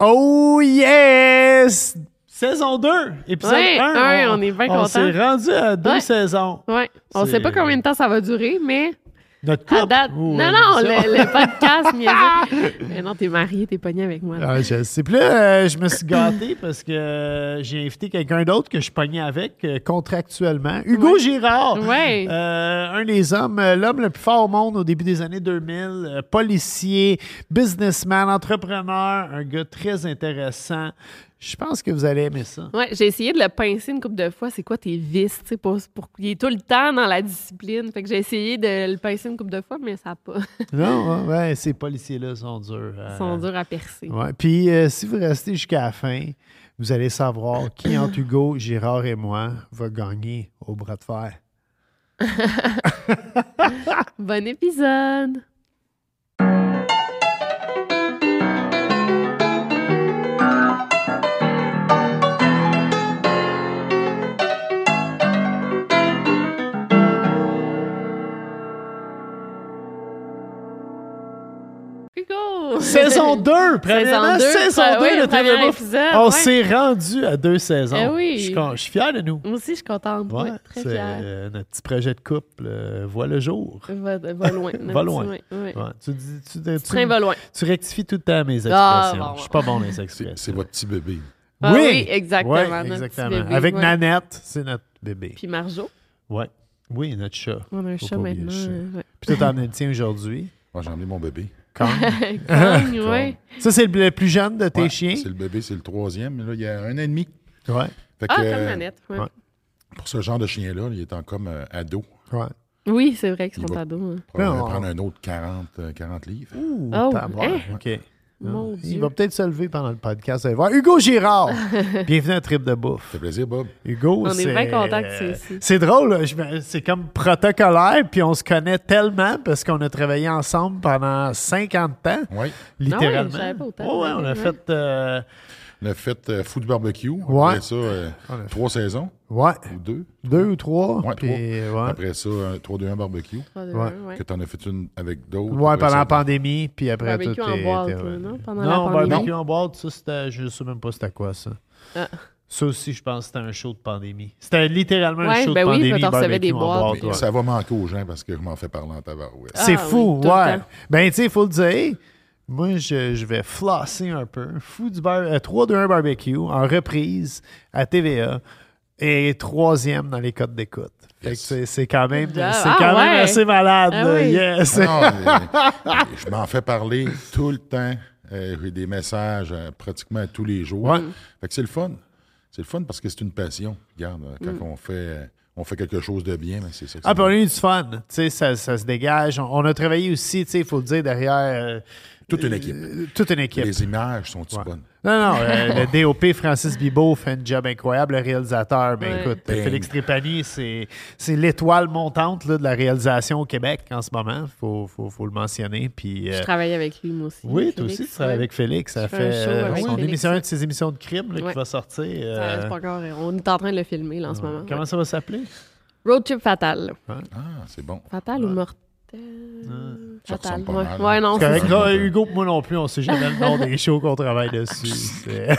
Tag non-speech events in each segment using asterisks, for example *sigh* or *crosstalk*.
Oh yes! Saison 2, épisode Ouais, 1. un, on est bien On content. s'est rendu à deux Ouais. saisons. Ouais. On C'est- euh, sait pas combien de temps ça va durer, mais Notre à couple. date. Oh, non, non, ça- le, le podcast, niaiseux. Mais non, t'es marié, t'es pogné avec moi. là. *laughs* Ah, je sais plus, euh, je me suis gâté *laughs* parce que euh, j'ai invité quelqu'un d'autre que je pognais avec euh, contractuellement. Hugo Girard, Ouais. Euh, un des hommes, euh, l'homme le plus fort au monde au début des années 2000, euh, policier, businessman, entrepreneur, un gars très intéressant. Je pense que vous allez aimer ça. Ouais, j'ai essayé de le pincer une couple de fois. C'est quoi tes vices, tu sais, pour, pour- il est tout le temps dans la discipline. Fait que j'ai essayé de le pincer une couple de fois, mais ça a pas. *laughs* Non, ouais, ouais, ces policiers-là sont durs. euh, Ils sont durs à percer. Ouais. Puis euh, si vous restez jusqu'à la fin, vous allez savoir qui entre Hugo, Girard et moi va gagner au bras de fer. Bon épisode! Hugo! *laughs* Saison 2! Premièrement, deux, saison pre- 2 oui, de le premier Très Beau. épisode, On ouais. s'est rendu à deux saisons. Eh oui. je, suis con- je suis fier de nous. Moi aussi, je suis contente. Ouais, Ouais, très c'est fière. euh, notre petit projet de couple euh, voit le jour. Va, va loin. *laughs* va notre petit loin. ouais. Ouais, Tu, dis- tu- tu- Le train va loin. tu rectifies tout le temps mes expressions. Ah, bon, Je suis pas bon dans les expressions. C'est votre petit bébé. Ah oui, exactement, Ouais, notre petit exactement. bébé, Avec ouais. Nanette, c'est notre bébé. Puis Marjo, Ouais. Oui, notre chat. on a un Faut chat pas oublier le maintenant. chat. euh, ouais. Puis toi, t'en as le tien aujourd'hui. Moi, j'ai emmené mon bébé. Kong. *laughs* Ah, Cogne, ouais. Ça, c'est le plus jeune de tes Ouais, chiens. C'est le bébé, c'est le troisième. Là, il y a un an et demi. Ouais. Fait que, Ah, comme euh, Nanette. ouais. ouais. pour ce genre de chien-là, il est en comme euh, ado. Ouais. Oui, c'est vrai qu'ils Il sont va- ados. hein. On va Non. prendre un autre 40, euh, 40 livres. Ouh, Oh, tabarouette. hein? OK. Mon Il Dieu. va peut-être se lever pendant le podcast. vous allez voir. Hugo *laughs* Girard, bienvenue à Trip de Bouffe. Ça fait plaisir, Bob. Hugo, On est c'est... bien content que tu sois ici. C'est drôle, là, je me- c'est comme protocolaire, puis on se connaît tellement parce qu'on a travaillé ensemble pendant 50 ans, Oui. littéralement. Ah je savais pas autant. Ouais, ouais, on a Ouais. fait... euh, On a fait euh, Fou du barbecue. Ouais. Après ça, euh, trois saisons ouais, ou deux. deux ou trois. Ouais, puis, trois. ouais. Après ça, un 3-2-1 barbecue. Trois, deux, Ouais. un, Ah, ouais. Que t'en as fait une avec d'autres. Ouais, Après pendant ça, la pandémie, puis après Barbecue tout en est- boîte, était- là, non? Pendant Non, la pandémie. barbecue en boîte, ça, c'était, je sais même pas c'était quoi, ça. Ah. Ça aussi, je pense que c'était un show de pandémie. C'était littéralement un Ouais, show ben de oui, pandémie, quand on recevait barbecue des en boîtes, boîte, puis- ouais. Ça va manquer aux gens parce que je m'en fais parler en tabarouette. C'est Ah, fou, oui, tout le ouais. temps. Ben, tu sais, il faut le dire. Moi, je, je vais flosser un peu. Fou du bar... euh, 3-2-1 barbecue en reprise à TVA et troisième dans les codes d'écoute. Fait que Yes. c'est- c'est quand même, c'est Ah, quand même ouais. assez malade. Ah là. oui. Yes. Non, mais- mais je m'en fais parler tout le temps. Euh, J'ai des messages euh, pratiquement tous les jours. Fait que c'est le fun. C'est le fun parce que c'est une passion. Regarde, euh, quand on, fait, euh, on fait quelque chose de bien, ben, c'est ça. que Mm. Ah, ça puis on a donne. eu du fun. Tu sais, ça, ça se dégage. On, on a travaillé aussi, tu sais, il faut le dire, derrière. euh, Toute une équipe. euh, toute une équipe. Les images sont-ils Ouais. bonnes? Non, non, euh, le DOP Francis Bibeau fait un job incroyable, le réalisateur. Ben Ouais. écoute, Bing. Félix Trépanier, c'est c'est l'étoile montante là, de la réalisation au Québec en ce moment. Faut, faut, faut le mentionner. Puis, euh, Je travaille avec lui, moi aussi. oui, toi Félix, aussi, tu travailles ouais. avec Félix. Ça fais fait un show euh, avec son Félix. émission, une de ses émissions de crime là, Ouais. qui va sortir. euh, Ça reste pas encore- On est en train de le filmer, là, en ce moment. comment ça va s'appeler? Road trip fatal. Ah, c'est bon. Fatal ou mortel? Euh, Ça Fatal. ressemble pas Ouais, mal. ouais, non, C'est c'est correct. ça. Non, Hugo, pour moi non plus, on sait jamais le nom des shows qu'on travaille dessus. C'est- euh,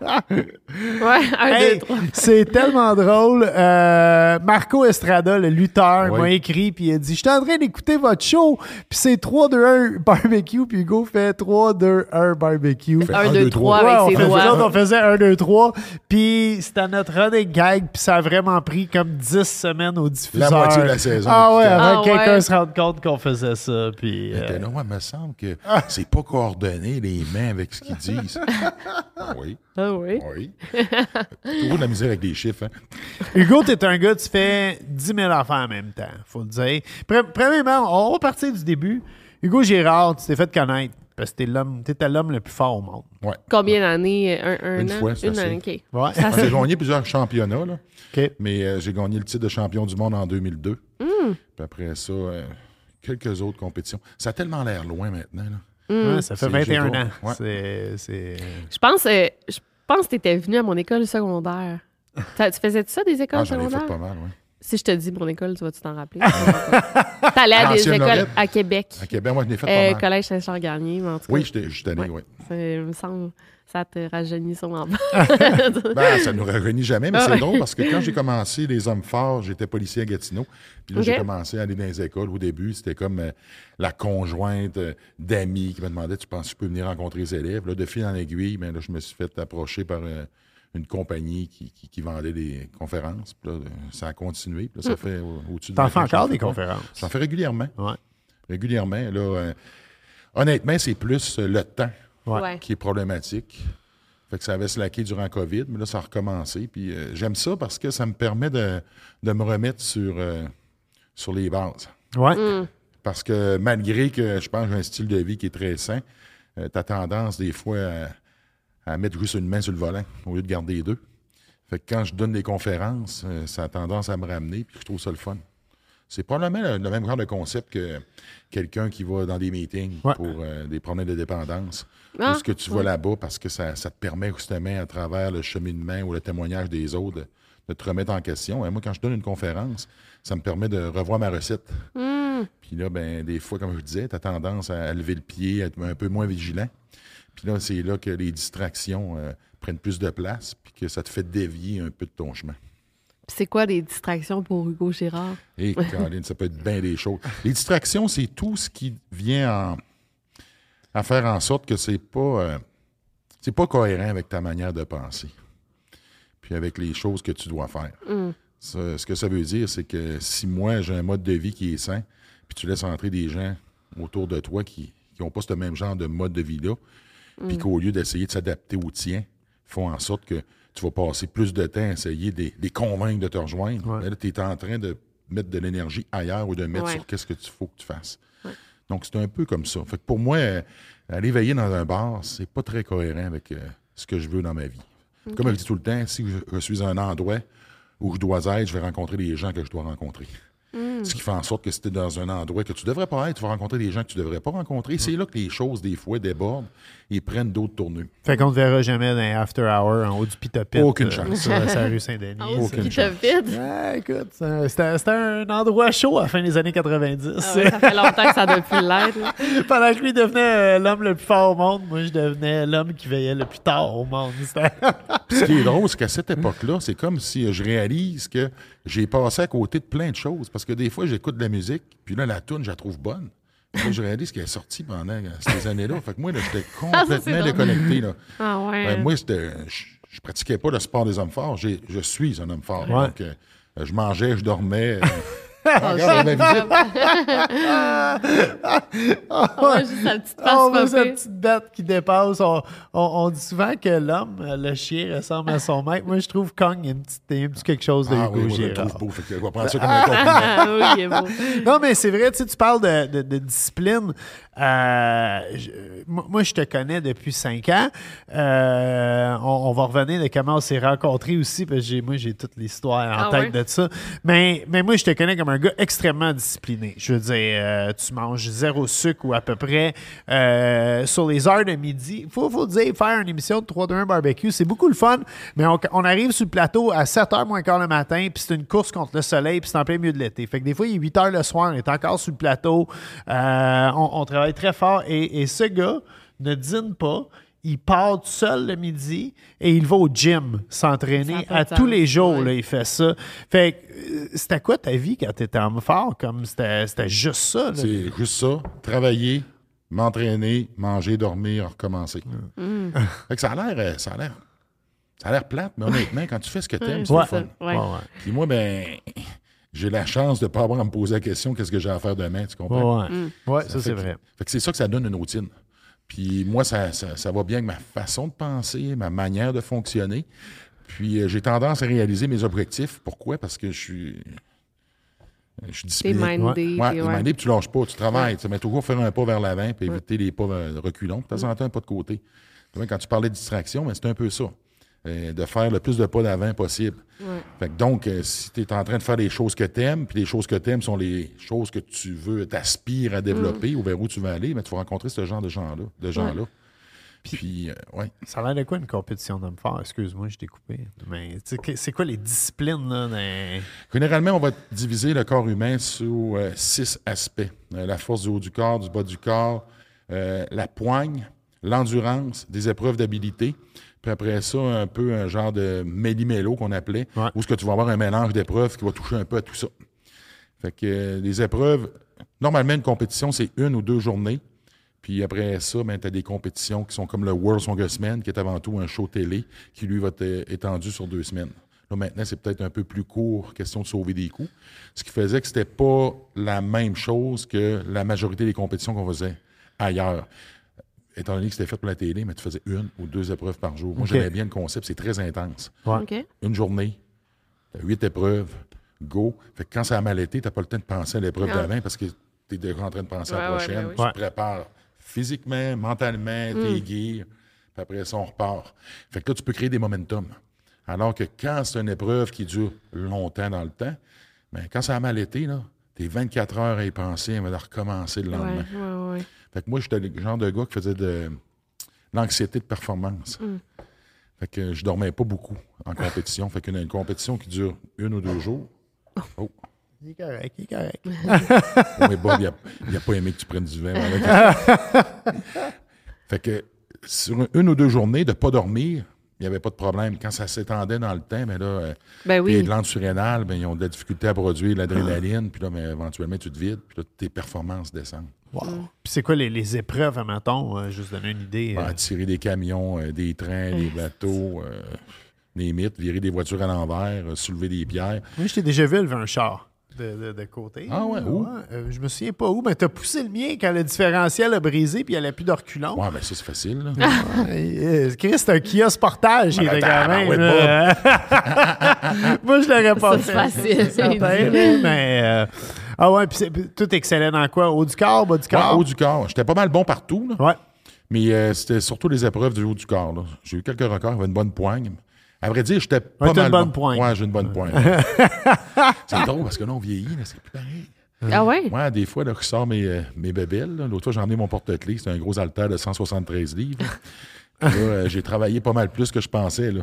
Ouais, un, Hey, deux, trois. c'est tellement drôle. Euh, Marco Estrada, le lutteur, Oui. m'a écrit puis il a dit J'étais en train d'écouter votre show, puis c'est 3-2-1 barbecue, puis Hugo fait 3-2-1 barbecue. Fait Un, un, deux, deux, trois Ouais, on avec ses faisait- nous autres, doigts. on faisait 1, 2, 3. Puis c'était notre running gag. Puis ça a vraiment pris comme 10 semaines au diffuseur. moitié de la saison. Ah ouais, avant Ah que quelqu'un ouais. se rende compte qu'on faisait ça. Puis, euh, Ah. T'es là, ouais, me semble que c'est pas coordonné les mains avec ce qu'ils disent. oui, Ah oui. oui. Toujours de la misère avec des chiffres. Hein. Hugo, t'es un gars, tu fais 10 000 affaires en même temps, faut le dire. Pre- premièrement, on va partir du début. Hugo Gérard, tu t'es fait connaître parce que t'es l'homme, t'étais l'homme le plus fort au monde. Ouais. Combien d'années? Un, un Une an? fois, c'est Une assez. année, OK. Ouais. Ça, J'ai c'est- gagné plusieurs championnats, là, OK. mais euh, j'ai gagné le titre de champion du monde en 2002. Puis après ça, euh, quelques autres compétitions. Ça a tellement l'air loin maintenant. Là. Mm. Ouais, ça fait C'est 21 Hugo. ans. Ouais. C'est, c'est- Je pense euh, je pense que tu étais venu à mon école secondaire. Ça- tu faisais ça des écoles Ah, j'en ai fait pas secondaires? mal, oui. Si je te dis mon école, tu vas-tu *laughs* t'en rappeler? T'allais Ah, à des L'ancienne écoles Lorette. à Québec. À Québec, moi, je n'ai fait Euh, pas mal. collège Saint-Charles-Garnier, mais en tout cas, Oui, je suis tanné, oui. ça me semble, ça te rajeunit sûrement. Ben, ça ne nous réunit jamais, mais Ah ouais. c'est drôle parce que quand j'ai commencé Les Hommes Forts, j'étais policier à Gatineau. Puis là, j'ai Ok. commencé à aller dans les écoles. Au début, c'était comme euh, la conjointe euh, d'amis qui me demandait Tu penses que tu peux venir rencontrer les élèves là, De fil en aiguille, ben, là, je me suis fait approcher par euh, une compagnie qui, qui- qui vendait des conférences. Puis là, euh, ça a continué. Puis là, Hmm. ça fait au- au-dessus de T'en 20, fais encore j'en des pas. conférences? J'en fais régulièrement. Ouais. Régulièrement. Là, euh, honnêtement, c'est plus euh, le temps Ouais. qui est problématique. Fait que ça avait slacké durant COVID, mais là, ça a recommencé. Puis euh, j'aime ça parce que ça me permet de, de me remettre sur, euh, sur les bases. Ouais. Mm. Parce que malgré que je pense que j'ai un style de vie qui est très sain, euh, t'as tendance des fois à, à mettre juste une main sur le volant au lieu de garder les deux. Fait que quand je donne des conférences, euh, ça a tendance à me ramener, puis je trouve ça le fun. C'est probablement le, le même genre de concept que quelqu'un qui va dans des meetings Ouais. pour euh, des problèmes de dépendance. Ah, ou ce que tu vois là-bas, parce que ça, ça te permet justement, à travers le cheminement ou le témoignage des autres, de, de te remettre en question. Et moi, quand je donne une conférence, ça me permet de revoir ma recette. Puis là, ben, des fois, comme je disais, tu as tendance à lever le pied, à être un peu moins vigilant. Puis là, c'est là que les distractions euh, prennent plus de place, puis que ça te fait dévier un peu de ton chemin. Puis C'est quoi des distractions pour Hugo Gérard? Et Eh, Caroline, ça peut être bien des choses. Les distractions, c'est tout ce qui vient en- à faire en sorte que c'est pas euh, c'est pas cohérent avec ta manière de penser, puis avec les choses que tu dois faire. Ça- ce que ça veut dire, c'est que si moi j'ai un mode de vie qui est sain, puis tu laisses entrer des gens autour de toi qui n'ont pas ce même genre de mode de vie là, puis qu'au lieu d'essayer de s'adapter au tien, font en sorte que tu vas passer plus de temps à essayer de les- les convaincre de te rejoindre. Mais Là, tu es en train de mettre de l'énergie ailleurs ou de mettre Ouais. sur qu'est-ce que tu faut que tu fasses. Donc, c'est un peu comme ça. Fait que pour moi, euh, aller veiller dans un bar, c'est pas très cohérent avec euh, ce que je veux dans ma vie. Comme je dis tout le temps, si je, je suis à un endroit où je dois être, je vais rencontrer les gens que je dois rencontrer. Ce qui fait en sorte que si tu es dans un endroit que tu devrais pas être, tu vas rencontrer des gens que tu devrais pas rencontrer. C'est là que les choses, des fois, débordent et prennent d'autres tournures. Fait qu'on te verra jamais dans les After Hour en haut du Pitopit. Aucune chance. Sur la rue Ah Saint-Denis. Aucune Puis chance. te vide. Ah, écoute, c'est- c'était, c'était un endroit chaud à la fin des années 90. Ah ouais, ça fait longtemps que ça ne plus l'être. là. *laughs* Pendant que lui devenait euh, l'homme le plus fort au monde, moi je devenais l'homme qui veillait le plus tard au monde. *laughs* C'était- Puis ce qui est drôle, c'est qu'à cette époque-là, c'est comme si euh, je réalise que j'ai passé à côté de plein de choses. Parce que des fois, j'écoute de la musique, puis là, la tune, je la trouve bonne. Puis là, je réalise qu'elle est sortie pendant euh, ces années-là. Fait que moi, là, *laughs* j'étais Ah, c'est complètement drôle. déconnecté. Là. Ah ouais. Ben, moi, c'était- je, je pratiquais pas le sport des hommes forts. J'ai- je suis un homme fort. Ouais. Donc, euh, je mangeais, je *laughs* dormais. euh, Ah regarde, j'avais ma visite. Ouais, juste sa petite face *laughs* on voit popée. cette petite date qui dépasse. On, on- on dit souvent que l'homme, euh, le chien, ressemble à son maître. Moi je trouve Kong, il y a une petite- il y a un petit quelque chose de Ah oui, Hugo moi, je le Girard. trouve beau. Fait que je vais prendre *laughs* ça comme un compliment. Ah oui, il est beau. Non, mais c'est vrai, tu sais, tu parles de, de- de discipline. Euh, je- moi, moi, je te connais depuis cinq ans. Euh, on, on va revenir de comment on s'est rencontrés aussi, parce que j'ai- moi, j'ai toute l'histoire en Ah tête ouais? de ça. Mais, mais Ben, moi, je te connais comme un un gars extrêmement discipliné. Je veux dire, euh, tu manges zéro sucre ou à peu près euh, sur les heures de midi. Faut, faut dire, faire une émission de 3 2 1 barbecue, c'est beaucoup le fun, mais on, on arrive sur le plateau à 7h moins quart le matin, puis c'est une course contre le soleil, puis c'est en plein milieu de l'été. Fait que des fois, il est 8h le soir, on est encore sur le plateau, euh, on, on travaille très fort, et, et ce gars ne dîne pas. Il part tout seul le midi et il va au gym s'entraîner Ça a pas à de sens. tous les jours. Ouais. là, il fait ça. Fait que euh, c'était quoi ta vie quand t'étais homme fort? Comme c'était c'était juste ça. là. C'est juste ça. Travailler, m'entraîner, manger, dormir, recommencer. Fait que ça a l'air. euh, Ça a l'air. Ça a l'air plate, mais honnêtement, quand tu fais ce que t'aimes, c'est Ouais. le fun. ça, ouais. Puis moi, ben, j'ai la chance de ne pas avoir à me poser la question qu'est-ce que j'ai à faire demain, Ouais, tu comprends? ouais. Ouais, ça, fait c'est que- vrai. Fait que c'est ça que ça donne une routine. Puis moi, ça, ça, ça va bien avec ma façon de penser, ma manière de fonctionner. Puis euh, j'ai tendance à réaliser mes objectifs. Pourquoi? Parce que je suis. Euh, Je suis T'es discipliné. mindé. Ouais, t'es- t'es ouais. mindé, puis tu lâches pas, tu travailles. Tu mets toujours faire un pas vers l'avant, puis éviter les pas euh, reculons, puis de temps en temps, un pas de côté. Tu vois, Quand tu parlais de distraction, mais c'est un peu ça. Euh, de faire le plus de pas d'avant possible. Fait que donc, euh, si tu es en train de faire les choses que tu aimes, puis les choses que tu aimes sont les choses que tu veux, t'aspires à Mm. développer ou vers où tu veux aller, mais tu vas rencontrer ce genre de gens-là. De gens là Puis, euh, ouais. Ça a l'air de quoi une compétition d'homme fort? Excuse-moi, je t'ai coupé. Mais tu sais, que- c'est quoi les disciplines? Là, dans- Généralement, on va diviser le corps humain sous euh, six aspects. Euh, la force du haut du corps, du bas du corps, euh, la poigne, l'endurance, des épreuves d'habilité. Puis après ça, un peu un genre de méli-mélo qu'on appelait, Ouais. où ce que tu vas avoir un mélange d'épreuves qui va toucher un peu à tout ça. Fait que euh, les épreuves, normalement, une compétition, c'est une ou deux journées. Puis après ça, ben, tu as des compétitions qui sont comme le World Strongest Man, qui est avant tout un show télé, qui lui va être euh, étendu sur deux semaines. Là, maintenant, c'est peut-être un peu plus court, question de sauver des coûts. Ce qui faisait que c'était pas la même chose que la majorité des compétitions qu'on faisait ailleurs. Étant donné que c'était fait pour la télé, mais tu faisais une ou deux épreuves par jour. Moi, Ok. j'aimais bien le concept, c'est très intense OK. une journée, t'as huit épreuves, go. Fait que quand ça a mal été, t'as pas le temps de penser à l'épreuve Ah. d'avant parce que t'es déjà en train de penser à Ouais, la ouais, prochaine. ben oui. Hmm. Tu Ouais. te prépares physiquement, mentalement, t'es gear. Puis après ça, on repart. Fait que là, tu peux créer des momentum. Alors que quand c'est une épreuve qui dure longtemps dans le temps, ben, quand ça a mal été, là, t'es 24 heures à y penser, on va recommencer le Ouais, lendemain. ouais, ouais. Fait que moi, j'étais le genre de gars qui faisait de l'anxiété de performance. Mm. Fait que je dormais pas beaucoup en compétition. Fait qu'une une compétition qui dure une ou deux jours. Oh, Il est correct, il est correct. Oh, mais Bob, il a, il a pas aimé que tu prennes du vin. *laughs* avec. fait que sur une ou deux journées de pas dormir, il n'y avait pas de problème. Quand ça s'étendait dans le temps, mais là, euh, Ben les oui. Ah. glandes surrénales, ben, ils ont de la difficulté à produire l'adrénaline. Puis là, mais éventuellement, tu te vides. Puis là, tes performances descendent. Wow. Puis c'est quoi les, les épreuves, à Euh, juste donner une idée. euh, Ah, tirer des camions, euh, des trains, des Ah, bateaux, euh, des mythes, virer des voitures à l'envers, euh, soulever des pierres. Moi, je t'ai déjà vu lever un char de, de- de côté. Ah ouais, où? euh, je me souviens pas où, mais t'as poussé le mien quand le différentiel a brisé puis il allait plus de reculons. Ouais, ben ça, c'est facile. là. Euh, Chris, c'est un kiosque portage, il Ben, était quand attends, même. ben, ouais, là. *laughs* Moi, je l'aurais pas Ça, fait. c'est facile. certain, là, mais. euh, ah ouais, puis c'est- puis tout excellent dans quoi Haut du corps, bas du Ouais, corps haut du corps. J'étais pas mal bon partout, là. Ouais. mais euh, c'était surtout les épreuves du haut du corps. là. J'ai eu quelques records, j'avais une bonne poigne. À vrai dire, j'étais pas t'as mal une bonne bon. poigne. Ouais, j'ai une bonne poigne. *laughs* c'est drôle parce que là, on vieillit, là, c'est plus pareil. Ah *laughs* ouais? Moi, des fois, là, je sors mes, euh, mes bébelles. là. L'autre fois, j'ai emmené mon porte-clés. C'est un gros haltère de 173 livres. *laughs* Puis là, euh, j'ai travaillé pas mal plus que je pensais. Là.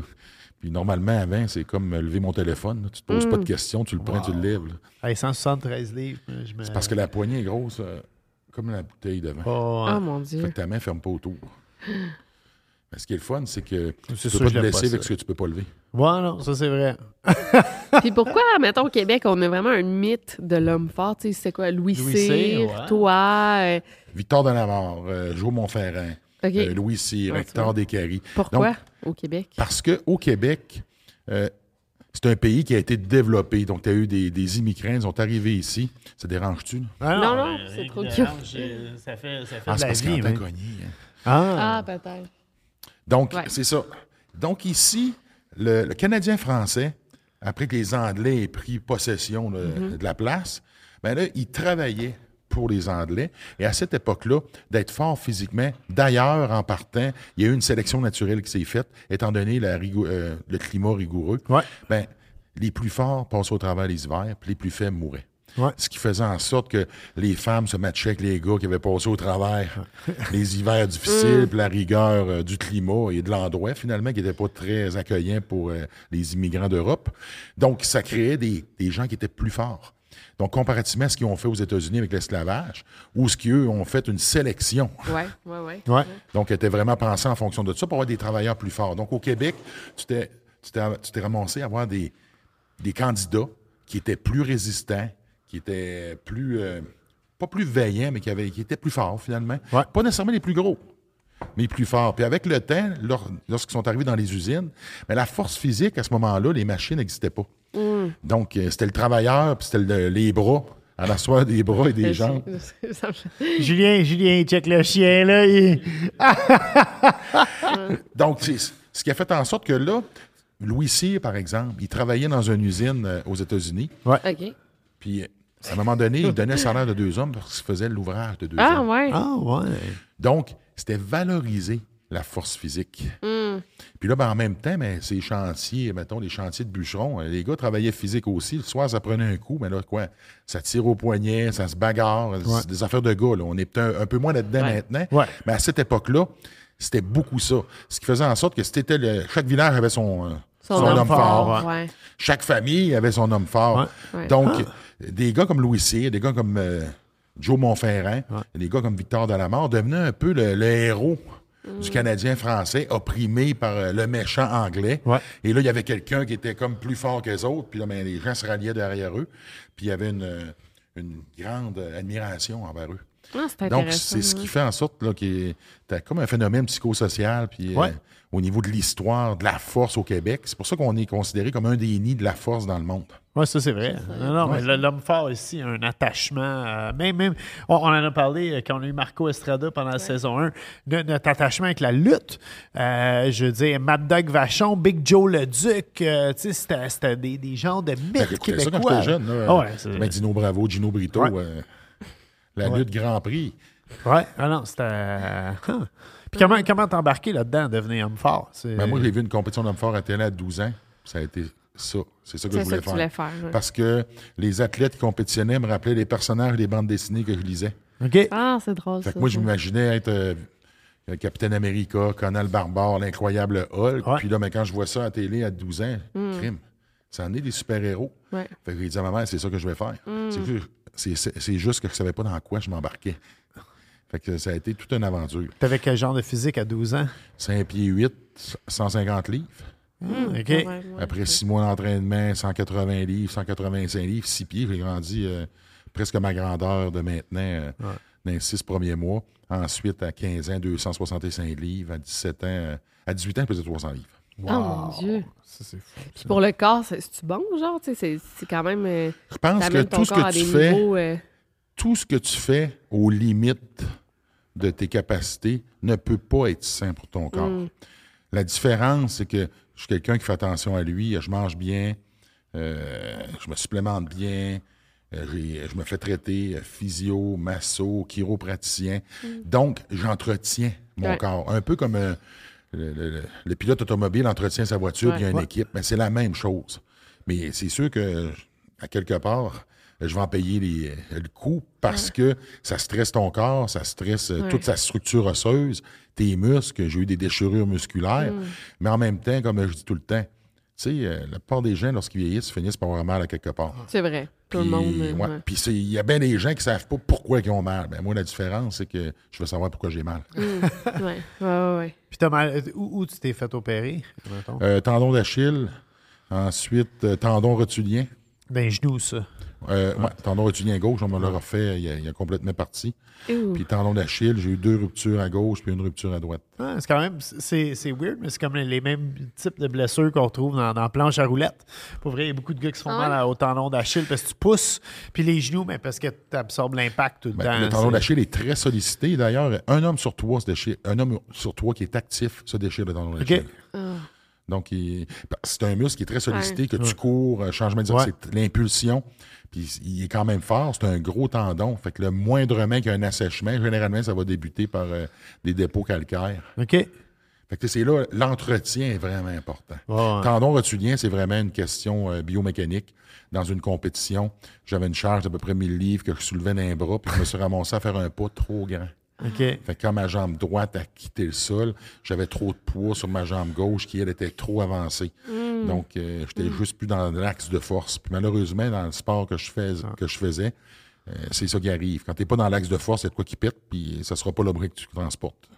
Puis normalement, avant, c'est comme euh, lever mon téléphone. là. Tu te poses Mm. pas de questions, tu le prends, tu le lèves. là. Hey, 173 livres. là, je me- Parce que la poignée est grosse, euh, comme la bouteille devant. Oh, Ah, mon Fait Dieu. que ta main ne ferme pas autour. *gasps* Mais ce qui est le fun, c'est que tu C'est peux sûr, pas je te l'aime blesser pas, avec ça. ce que tu peux pas lever. Ouais, non, ça c'est vrai. Puis pourquoi, mettons, au Québec, on a vraiment un mythe de l'homme fort? Tu sais, c'est quoi? Louis, Louis Cyr, Cyr, ouais. toi. euh, Victor Delamare, euh, Joe Montferrand, OK. euh, Louis Cyr, Ouais, tu vois. Hector Descaries. pourquoi Donc, au Québec? Parce qu'au Québec, euh, c'est un pays qui a été développé. Donc, tu as eu des, des immigrants, ils sont arrivés ici. Ça dérange-tu? là? Ah, Non, non, mais c'est trop évidemment, cute. j'ai- Ça fait, ça fait Ah, de c'est la parce vie. qu'on t'a mais- cogné, hein. Ah, Ah, peut-être. Donc, Ouais. c'est ça. Donc, ici, le, le Canadien français, après que les Anglais aient pris possession de, de la place, ben là, ils travaillaient pour les Anglais. Et à cette époque-là, d'être fort physiquement, d'ailleurs, en partant, il y a eu une sélection naturelle qui s'est faite, étant donné la rigou- euh, le climat rigoureux. Ouais. Ben, les plus forts passent au travers les hivers, puis les plus faibles mouraient. Ouais. Ce qui faisait en sorte que les femmes se matchaient avec les gars qui avaient passé au travers les hivers difficiles, puis la rigueur euh, du climat et de l'endroit, finalement, qui n'était pas très accueillant pour euh, les immigrants d'Europe. Donc, ça créait des, des gens qui étaient plus forts. Donc, comparativement à ce qu'ils ont fait aux États-Unis avec l'esclavage, où ce qu'eux ont fait une sélection *laughs* Ouais, ouais, ouais. Ouais. donc, elle était vraiment pensée en fonction de ça pour avoir des travailleurs plus forts. Donc, au Québec, tu t'es, tu t'es- tu t'es ramassé à avoir des, des candidats qui étaient plus résistants, qui étaient plus. euh, pas plus veillants, mais qui, avaient, qui étaient plus forts, finalement. Ouais. Pas nécessairement les plus gros, mais les plus forts. Puis avec le temps, lor- lorsqu'ils sont arrivés dans les usines, mais la force physique, à ce moment-là, les machines n'existaient pas. Donc, euh, c'était le travailleur, puis c'était le- les bras, à la soie des bras *laughs* et des jambes. Ça me fait- Julien, Julien, il check le chien, là. *laughs* il- Donc, c'est- ce qui a fait en sorte que là, Louis Cyr, par exemple, il travaillait dans une usine euh, aux États-Unis, OK. puis euh, à un moment donné, il donnait le salaire de deux hommes parce qu'il faisait l'ouvrage de deux Ah, hommes. ouais. Ah, ouais. Donc, c'était valoriser la force physique. Puis là, ben, en même temps, ben, ces chantiers, mettons, les chantiers de bûcherons, euh, les gars travaillaient physique aussi. Le soir, ça prenait un coup, mais là, quoi, ça tire au poignet, ça se bagarre, c'est des affaires de gars. là. On est peut-être un, un peu moins là-dedans maintenant. Ouais. Mais à cette époque-là, c'était beaucoup ça. Ce qui faisait en sorte que c'était le- chaque village avait son, euh, son homme fort. Ouais. Chaque famille avait son homme fort. Ouais. Donc, des gars comme Louis Cyr, des gars comme euh, Joe Monferrand, des gars comme Victor Delamare devenaient un peu le, le héros du Canadien français, opprimé par euh, le méchant anglais. Ouais. Et là, il y avait quelqu'un qui était comme plus fort que les autres. Puis là, ben, les gens se ralliaient derrière eux. Puis il y avait une, euh, une grande admiration envers eux. Ah, c'est intéressant. Donc, c'est ce ouais. qui fait en sorte là, que tu as comme un phénomène psychosocial, puis euh, Ouais. au niveau de l'histoire, de la force au Québec. C'est pour ça qu'on est considéré comme un des nids de la force dans le monde. Ouais, ça, c'est vrai. Non, non, mais l'homme fort ici a un attachement. euh, même, même, on, on en a parlé euh, quand on a eu Marco Estrada pendant la saison 1, de notre attachement avec la lutte. Euh, je veux dire, Mad Dog Vachon, Big Joe le Duc, euh, tu sais, c'était c'était des, des genres de mythes Ben, Écoutez québécois. ça quand j'étais jeune. là. Ah ouais, c'est- Ben, Dino Bravo, Gino Brito, Ouais. euh, la lutte Grand Prix. Ouais, ah non, c'était. euh, huh. Puis comment comment t'embarquer là-dedans, devenir homme fort? C'est- Ben, moi, j'ai vu une compétition d'hommes forts à télé à 12 ans. Ça a été ça. C'est ça que C'est je voulais ça que tu faire. voulais faire, ouais. Parce que les athlètes qui compétitionnaient me rappelaient les personnages des bandes dessinées que je lisais. OK. Ah, c'est drôle. Fait que ça, moi, ça. je m'imaginais être euh, le Capitaine America, Conan le Barbare, l'incroyable Hulk. Ouais. Puis là, mais quand je vois ça à télé à 12 ans, crime, ça en est des super-héros. Ouais. Fait que j'ai dit à ma mère, c'est ça que je vais faire. C'est juste- C'est, c'est- c'est juste que je savais pas dans quoi je m'embarquais. Fait que ça a été toute une aventure. T'avais quel genre de physique à 12 ans? 5 pieds 8, 150 livres. OK. Ouais, ouais. Après 6 mois d'entraînement, 180 livres, 185 livres, 6 pieds. J'ai grandi euh, presque à ma grandeur de maintenant euh, dans les 6 premiers mois. Ensuite, à 15 ans, 265 livres. À 17 ans, euh, à 18 ans, je pesais 300 livres. Ah, mon Dieu. Ça, c'est fou. Puis pour le corps, c'est- c'est-tu bon, genre? Tu sais, c'est- c'est quand même... euh, Je pense que t'amènes ton tout ce corps à que tu des fais, niveaux, euh, tout ce que tu fais aux limites de tes capacités ne peut pas être sain pour ton corps. La différence, c'est que je suis quelqu'un qui fait attention à lui, je mange bien, euh, je me supplémente bien, euh, j'ai- je me fais traiter euh, physio, masso, chiropraticien. Donc, j'entretiens mon Ouais. corps. Un peu comme euh, le, le- le- le pilote automobile entretient sa voiture, il y a une équipe, mais c'est la même chose. Mais c'est sûr que, euh, à quelque part, euh, je vais en payer les- euh, le coût parce que ça stresse ton corps, ça stresse euh, toute sa structure osseuse, tes muscles. J'ai eu des déchirures musculaires. Mm. Mais en même temps, comme je dis tout le temps, tu sais, euh, la plupart des gens, lorsqu'ils vieillissent, finissent par avoir mal à quelque part. Ah, C'est vrai. Tout Puis, le monde... euh, ouais. ouais. Puis c'est- il y a bien des gens qui savent pas pourquoi ils ont mal. Ben, moi, la différence, c'est que je veux savoir pourquoi j'ai mal. Ouais, ouais, ouais, ouais. Puis t'as mal- où, où tu t'es fait opérer, mettons? Euh, tendon d'Achille, ensuite euh, tendon rotulien. Dans Ben, les genoux, ça. Euh, ouais, tendon rotulien gauche, on me l'a refait, il a, il a complètement parti. Ouh. Puis tendon d'Achille, j'ai eu deux ruptures à gauche puis une rupture à droite. Ah, c'est quand même, c'est c'est weird, mais c'est comme les mêmes types de blessures qu'on retrouve dans, dans planche à roulettes. Pour vrai, il y a beaucoup de gars qui se font Ah ouais? mal à- au tendon d'Achille parce que tu pousses, puis les genoux, mais parce que tu absorbes l'impact tout le Ben, temps. le tendon c'est- d'Achille est très sollicité. D'ailleurs, un homme sur trois se déchire, un homme sur trois qui est actif se déchire le tendon d'Achille. Donc, il- c'est un muscle qui est très sollicité, que tu cours, euh, changement de direction, c'est l'impulsion. Puis il est quand même fort, c'est un gros tendon. Fait que le moindrement qu'il y a un assèchement, généralement, ça va débuter par euh, des dépôts calcaires. OK. Fait que c'est là, l'entretien est vraiment important. Ouais. Tendon rotulien, c'est vraiment une question euh, biomécanique. Dans une compétition, j'avais une charge d'à peu près 1000 livres que je soulevais d'un bras, puis je me suis ramassé à faire un pas trop grand. OK. Fait que quand ma jambe droite a quitté le sol, j'avais trop de poids sur ma jambe gauche qui, elle, était trop avancée. Donc, euh, j'étais juste plus dans l'axe de force. Puis malheureusement, dans le sport que je, fais, Ah. que je faisais, euh, c'est ça qui arrive. Quand t'es pas dans l'axe de force, c'est de quoi qui pète, puis ça sera pas l'objet que tu transportes.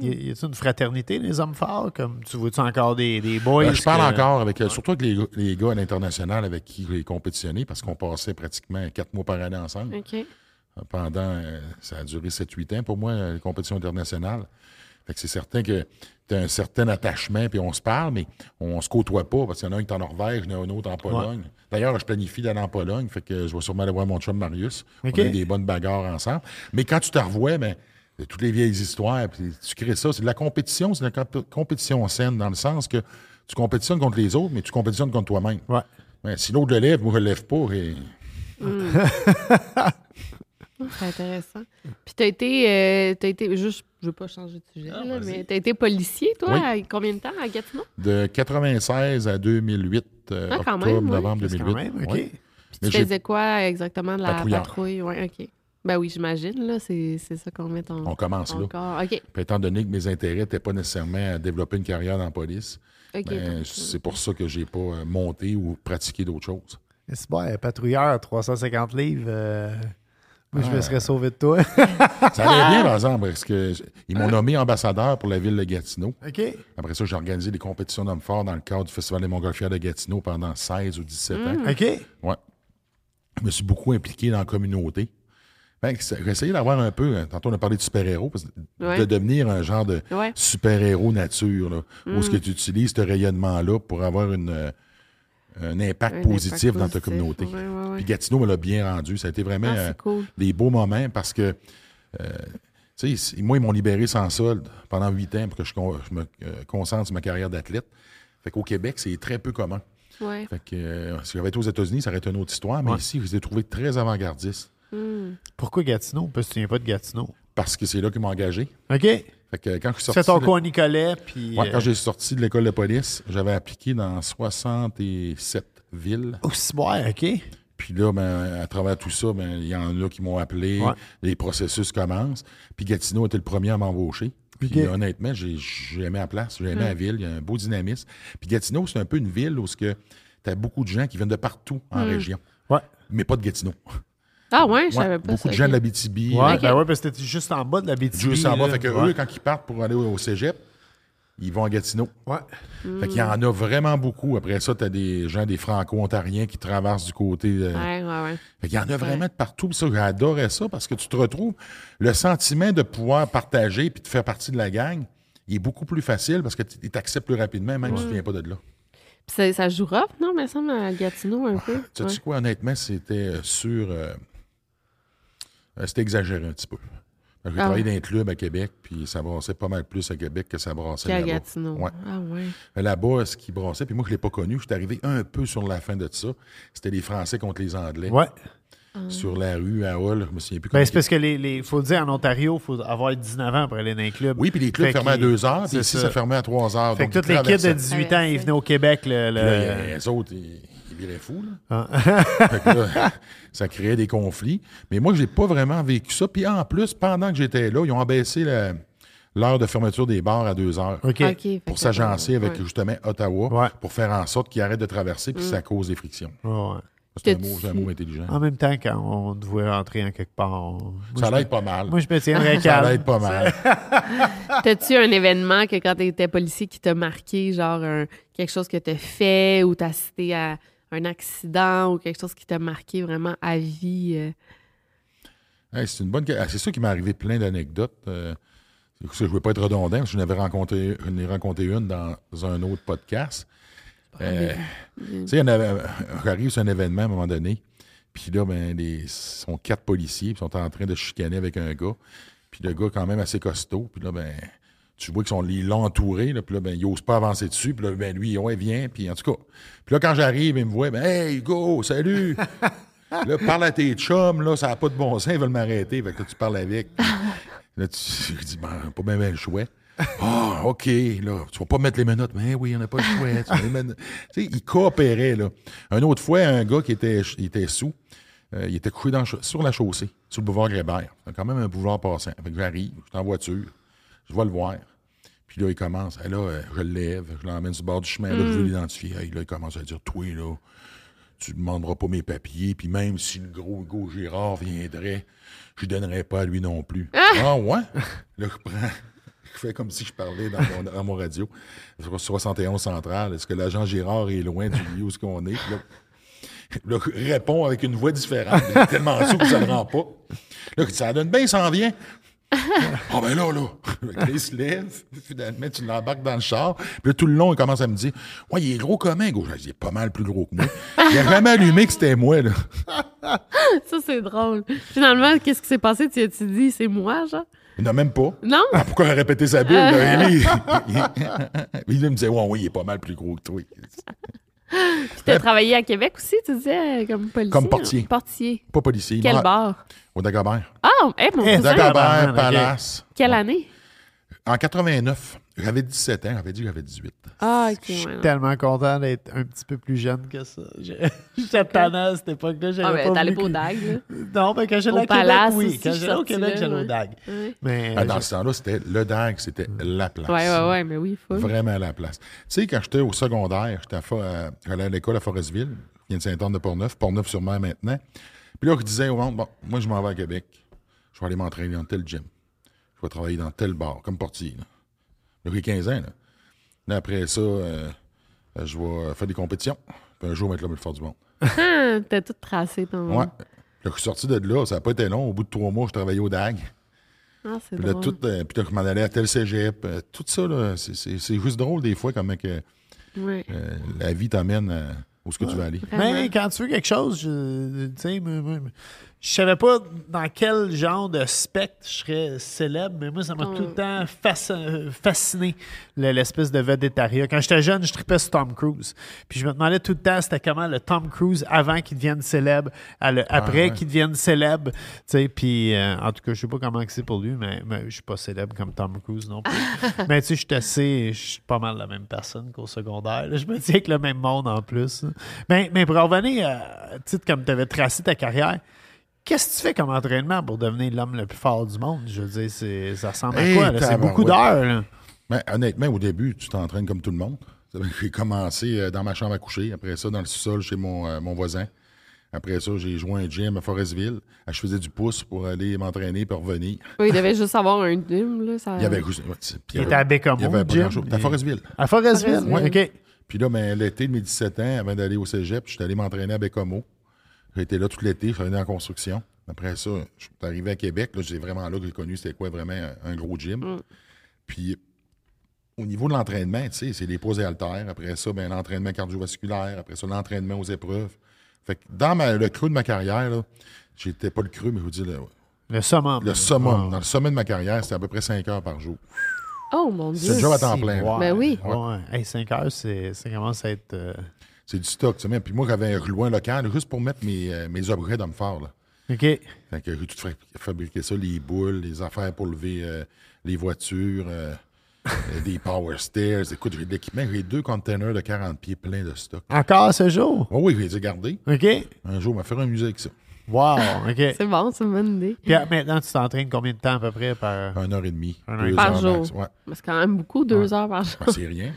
Y y a-t-il une fraternité, les hommes forts? Comme tu vois-tu encore des, des boys? Euh, je parle que- encore avec, euh, surtout avec les, les gars à l'international avec qui j'ai compétitionné, parce qu'on passait pratiquement quatre mois par année ensemble. OK. pendant, euh, ça a duré 7-8 ans pour moi, euh, les compétitions internationales. Fait que c'est certain que tu as un certain attachement, puis on se parle, mais on se côtoie pas, parce qu'il y en a un qui est en Norvège, il y en a un autre en Pologne. D'ailleurs, je planifie d'aller en Pologne, fait que je vais sûrement aller voir mon chum Marius. OK. On a eu des bonnes bagarres ensemble. Mais quand tu te revois, ben, de toutes les vieilles histoires, puis tu crées ça. C'est de la compétition, c'est de la comp- compétition saine, dans le sens que tu compétitionnes contre les autres, mais tu compétitionnes contre toi-même. Ouais. Ouais, si l'autre le lève, moi je le lève pas. Et... Oh, C'est intéressant. Puis t'as été, euh, t'as été, juste, je veux pas changer de sujet, là, mais t'as été policier, toi, Ah, Oui. à combien de temps à Gatineau? De 96 à 2008, euh, Ah, quand octobre, même, oui. novembre C'est 2008. quand même, OK. Oui. Puis Mais tu j'ai- faisais quoi exactement de la Patrouilleur. patrouille? Ouais, OK. Ben oui, j'imagine, là, c'est c'est ça qu'on met en, On commence là. encore. OK. Puis étant donné que mes intérêts n'étaient pas nécessairement à développer une carrière dans la police, OK. ben, donc, c'est pour ça que j'ai pas euh, monté ou pratiqué d'autres choses. C'est bon, un patrouilleur à 350 livres. euh, moi, je me serais sauvé de toi. *laughs* Ça allait bien, par exemple, parce que j- ils Hein? m'ont nommé ambassadeur pour la ville de Gatineau. OK. Après ça, j'ai organisé des compétitions d'hommes forts dans le cadre du Festival des montgolfières de Gatineau pendant 16 ou 17 ans. Mmh. OK. Ouais. Je me suis beaucoup impliqué dans la communauté. Fait que c'est- J'ai essayé d'avoir un peu, hein, tantôt on a parlé de super-héros, parce que Ouais. de devenir un genre de Ouais. Mm. super-héros nature, là, où ce que tu utilises ce rayonnement-là pour avoir une, euh, un impact Un positif impact dans ta positif, communauté. ouais, ouais, ouais. Puis Gatineau me l'a bien rendu. Ça a été vraiment Ah, c'est euh, cool. des beaux moments parce que, euh, tu sais, moi, ils m'ont libéré sans solde pendant huit ans pour que je, con- je me euh, concentre sur ma carrière d'athlète. Fait qu'au Québec, c'est très peu commun. ouais. Fait que, euh, si j'avais été aux États-Unis, ça aurait été une autre histoire, mais ici, je les ai trouvés très avant-gardistes Pourquoi Gatineau? Parce que tu viens pas de Gatineau. parce que c'est là qu'ils m'ont engagé. OK. Fait que, euh, quand je Tu suis sorti. fais ton de- cours Nicolet, puis... Ouais, euh, quand j'ai sorti de l'école de police, j'avais appliqué dans 67 villes. Oh, c'est bon, OK. Puis là, ben, à travers tout ça, ben, il y en a qui m'ont appelé. Ouais. Les processus commencent. Puis Gatineau était le premier à m'embaucher. Puis Ok. Hmm. honnêtement, j'ai j'ai aimé la place, j'ai aimé la ville, il y a un beau dynamisme. Puis Gatineau, c'est un peu une ville où tu as beaucoup de gens qui viennent de partout Hmm. en région, Ouais. mais pas de Gatineau. Ah ouais, je Ouais, savais pas beaucoup ça, de gens ok. de la BTB. Ouais, ben ouais, parce que t'étais juste en bas de la BTB. Dieu s'en va. là. Fait que Ouais. eux, quand ils partent pour aller au au cégep, ils vont à Gatineau. Ouais. Fait qu'il y en a vraiment beaucoup. Après ça, t'as des gens, des franco-ontariens qui traversent du côté. euh, Ouais, ouais, ouais. Fait qu'il y en a vraiment de partout. Puis Ça, j'adorais ça parce que tu te retrouves. Le sentiment de pouvoir partager puis de faire partie de la gang, il est beaucoup plus facile parce que tu t'acceptes plus rapidement, même si tu viens pas de là. Puis ça, ça joue rough, non, mais ça, à Gatineau, un peu. Ah, Tu sais Ouais. quoi, honnêtement, c'était euh, sur. euh, euh, c'était exagéré un petit peu. J'ai Ah travaillé dans un club à Québec, puis ça brassait pas mal plus à Québec que ça brassait Qu'à là-bas. Gatineau. Ouais. Ah ouais. Mais Là-bas, ce qui brassait, puis moi, je l'ai pas connu, je suis arrivé un peu sur la fin de ça. C'était les Français contre les Anglais. Ouais. Ah. Sur la rue à Hall, je me souviens plus comment Ben, c'est parce que les, les, faut le dire, en Ontario, faut avoir 19 ans pour aller dans les clubs. Oui, puis les clubs Fait fermaient à qu'ils- 2 heures, c'est puis ici, ça. fermait à 3 heures. Fait que donc toutes ils les kids de traversaient. 18 ans, ils venaient au Québec. Le, le- Puis là, les autres, ils, ils viraient fous. là. Ah. *laughs* Fait que là, ça créait des conflits. Mais moi, j'ai pas vraiment vécu ça. Puis en plus, pendant que j'étais là, ils ont abaissé la- l'heure de fermeture des bars à 2 heures. OK. Ah, OK. fait Pour que- s'agencer avec ouais. justement Ottawa, Ouais. pour faire en sorte qu'ils arrêtent de traverser, puis ça cause des frictions. Ouais. C'est un, T'as-tu- mot- c'est un mot intelligent. En même temps, quand on devait rentrer en quelque part, on- moi, ça je, l'aide pas mal. me- moi, je me *laughs* tiendrais ça calme. l'aide pas mal. *laughs* T'as-tu un événement que quand t'étais policier qui t'a marqué, genre un- quelque chose que t'as fait ou t'as assisté à un accident ou quelque chose qui t'a marqué vraiment à vie? euh? *laughs* Hey, c'est une bonne. que- ah, C'est sûr qu'il m'est arrivé plein d'anecdotes. euh, c'est sûr que je ne veux pas être redondant, parce que j'en avais rencontré, j'en ai rencontré une dans un autre podcast. Euh, tu sais, il y en avait- euh, j'arrive sur un événement à un moment donné, puis là, ben, les, ils sont quatre policiers, puis ils sont en train de se chicaner avec un gars, puis le gars, quand même, assez costaud, puis là, ben, tu vois qu'ils sont- ils l'ont entouré, là, puis là, ben, il n'ose pas avancer dessus, puis là, ben, lui, ouais, viens, puis en tout cas. Puis là, quand j'arrive, il me voit, ben, hey, Hugo, salut! *laughs* Là, parle à tes chums, là, ça n'a pas de bon sens, ils veulent m'arrêter. Fait que là, tu parles avec. Puis Là, tu je dis, ben, pas bien ben le choix. Ah, OK, là, tu vas pas mettre les menottes. Mais oui, on n'a pas le choix. tu vas les mettre- *laughs* Tu sais, il coopérait, là. Une autre fois, un gars qui était, il était sous, euh, il était couché dans la cha- sur la chaussée, sur le boulevard Grébert. C'est quand même un boulevard passant. Fait que j'arrive, je suis en voiture, je vais le voir. Puis là, il commence. Eh, là, euh, je le lève, je l'emmène sur le bord du chemin, là, je veux l'identifier. Eh, là, il commence à dire Toi, là, tu ne demanderas pas mes papiers, puis même si le gros Hugo Girard viendrait, je ne donnerais pas à lui non plus. Ah, ouais? *laughs* Là, je prends. Je fais comme si je parlais dans mon, dans mon radio. Sur 71 Central, est-ce que l'agent Girard est loin du lieu où ce qu'on est? Puis là, Là, je réponds avec une voix différente. Il est tellement sous que ça ne rend pas. Là, ça donne bien, il s'en vient. Ah ben là, *laughs* là. Fait que là, il se lève, finalement, tu l'embarques dans le char. Puis là, tout le long, il commence à me dire Ouais, il est gros comme un gros. Je dis, Il est pas mal plus gros que moi. Il a vraiment allumé que c'était moi, là. Ça, c'est drôle. Finalement, qu'est-ce qui s'est passé? Tu as-tu dit, c'est moi, genre? Il n'a même pas. Non? Ah, pourquoi répéter sa bulle, Euh. là? Lui, *laughs* il, il me disait Ouais, ouais, il est pas mal plus gros que toi. Puis t'as travaillé à Québec aussi, tu disais, euh, comme policier? Comme portier. hein? Portier. Pas policier. Quel moi, bar? *laughs* Au Dagobert. Ah, eh, mon Eh, cousin. Dagobert. Dagobert, ok. Palace. Quelle année? En 89, j'avais 17 ans. J'avais dit que j'avais 18. Ah, ok. Je suis ouais, non. tellement content d'être un petit peu plus jeune que ça. *laughs* Je- J'étais tannant à cette époque-là. j'avais Ah, ben, pas t'allais voulu pas au que- DAG, là. Non, mais quand j'allais Au à Québec, Palace oui. aussi, Quand je suis j'allais au sortie Québec, là, j'allais au ouais. DAG. *laughs* Ouais. Mais, Ah, euh, dans je- ce temps-là, c'était le DAG, c'était la place. Ouais, ouais, ouais, mais oui, faut. Vraiment la place. Tu sais, quand j'étais au secondaire, j'étais à, Fo- à- j'allais à l'école à Forestville, qui vient de Saint-Anne-de-Portneuf, Portneuf-sur-Mer maintenant. Puis là, je disais au monde, bon, moi, je m'en vais à Québec. Je vais aller m'entraîner dans tel gym. Je vais travailler dans tel bar, comme portier. là. Là, J'ai 15 ans. Là. Là, après ça, euh, euh, je vais faire des compétitions. Puis un jour, mettre là pour le faire du monde. Ah, T'as tout tracé ton. Ouais. Là, je suis sorti de là, ça n'a pas été long. Au bout de trois mois, je travaillais au DAG. Ah, c'est Puis là, drôle. tout, euh, puis là, je m'en allais à tel cégep. euh, tout ça, là, c'est- c'est c'est juste drôle des fois comment que, Ouais. euh, la vie t'amène euh, où ce que tu vas aller. Mais quand tu veux quelque chose, je, tu sais, moi- moi- je savais pas dans quel genre de spectre je serais célèbre, mais moi, ça Oh. m'a tout le temps fasc- euh, fasciné, le- l'espèce de vedettariat. Quand j'étais jeune, je tripais sur Tom Cruise. Puis je me demandais tout le temps, c'était comment le Tom Cruise avant qu'il devienne célèbre, à le- après Ah, ouais. qu'il devienne célèbre. Tu sais, puis euh, en tout cas, je sais pas comment que c'est pour lui, mais, mais je suis pas célèbre comme Tom Cruise non *laughs* plus. mais tu sais, je suis assez, je suis pas mal la même personne qu'au secondaire. là. Je me tiens avec le même monde en plus. là. Mais, mais pour en revenir, euh, à- tu sais, comme tu avais tracé ta carrière, qu'est-ce que tu fais comme entraînement pour devenir l'homme le plus fort du monde? Je veux dire, c'est- ça ressemble à Eh, quoi? là? C'est tabarouette. beaucoup d'heures. là. Mais honnêtement, au début, tu t'entraînes comme tout le monde. Ça fait que J'ai commencé euh, dans ma chambre à coucher, après ça, dans le sous-sol chez mon, euh, mon voisin. Après ça, j'ai joint un gym à Forestville. Ah, Je faisais du pouce pour aller m'entraîner puis revenir. Oui, il devait juste avoir un dîme, là. Ça... Il y avait. juste- ouais, c'est- puis Il était à Bécamo, Il y avait le pas gym. grand-chose. T'as Il- Forestville. À Forestville, Forestville. OK. Puis là, ben, l'été de mes 17 ans, avant d'aller au cégep, j'étais allé m'entraîner à Bécomo. J'ai été là tout l'été, je travaillais en construction. Après ça, je suis arrivé à Québec. Là, j'ai vraiment là que j'ai connu c'était quoi vraiment un- un gros gym. Puis au niveau de l'entraînement, tu sais, c'est les poses et haltères. Après ça, ben, l'entraînement cardiovasculaire. Après ça, l'entraînement aux épreuves. Fait que dans ma- le creux de ma carrière, là, j'étais pas le creux, mais je vous dis le, Le summum. le summum. Dans le sommet de ma carrière, c'était à peu près 5 heures par jour. Oh, mon Dieu. C'est le job à temps plein. Wow. Ben oui. Ouais. Hey, 5 heures, c'est- ça commence à être. euh, C'est du stock, tu sais. même. Puis moi, j'avais un rouleau local juste pour mettre mes, euh, mes objets d'homme fort. Là. OK. Fait que j'ai tout fra- fabriqué ça, les boules, les affaires pour lever euh, les voitures, euh, euh, *laughs* des power stairs. Écoute, j'ai de l'équipement. J'ai deux containers de 40 pieds pleins de stock. Encore ce jour? Oh oui, je les ai gardés. OK. Un jour, on va faire un musée avec ça. Wow. OK. *laughs* C'est bon, c'est une bonne idée. Puis euh, maintenant, tu t'entraînes combien de temps à peu près par. Un heure et demie. Un heure deux et demie. Par heures max. jour. Ouais. Mais C'est quand même beaucoup, deux heures par jour. Ouais, *laughs* c'est rien.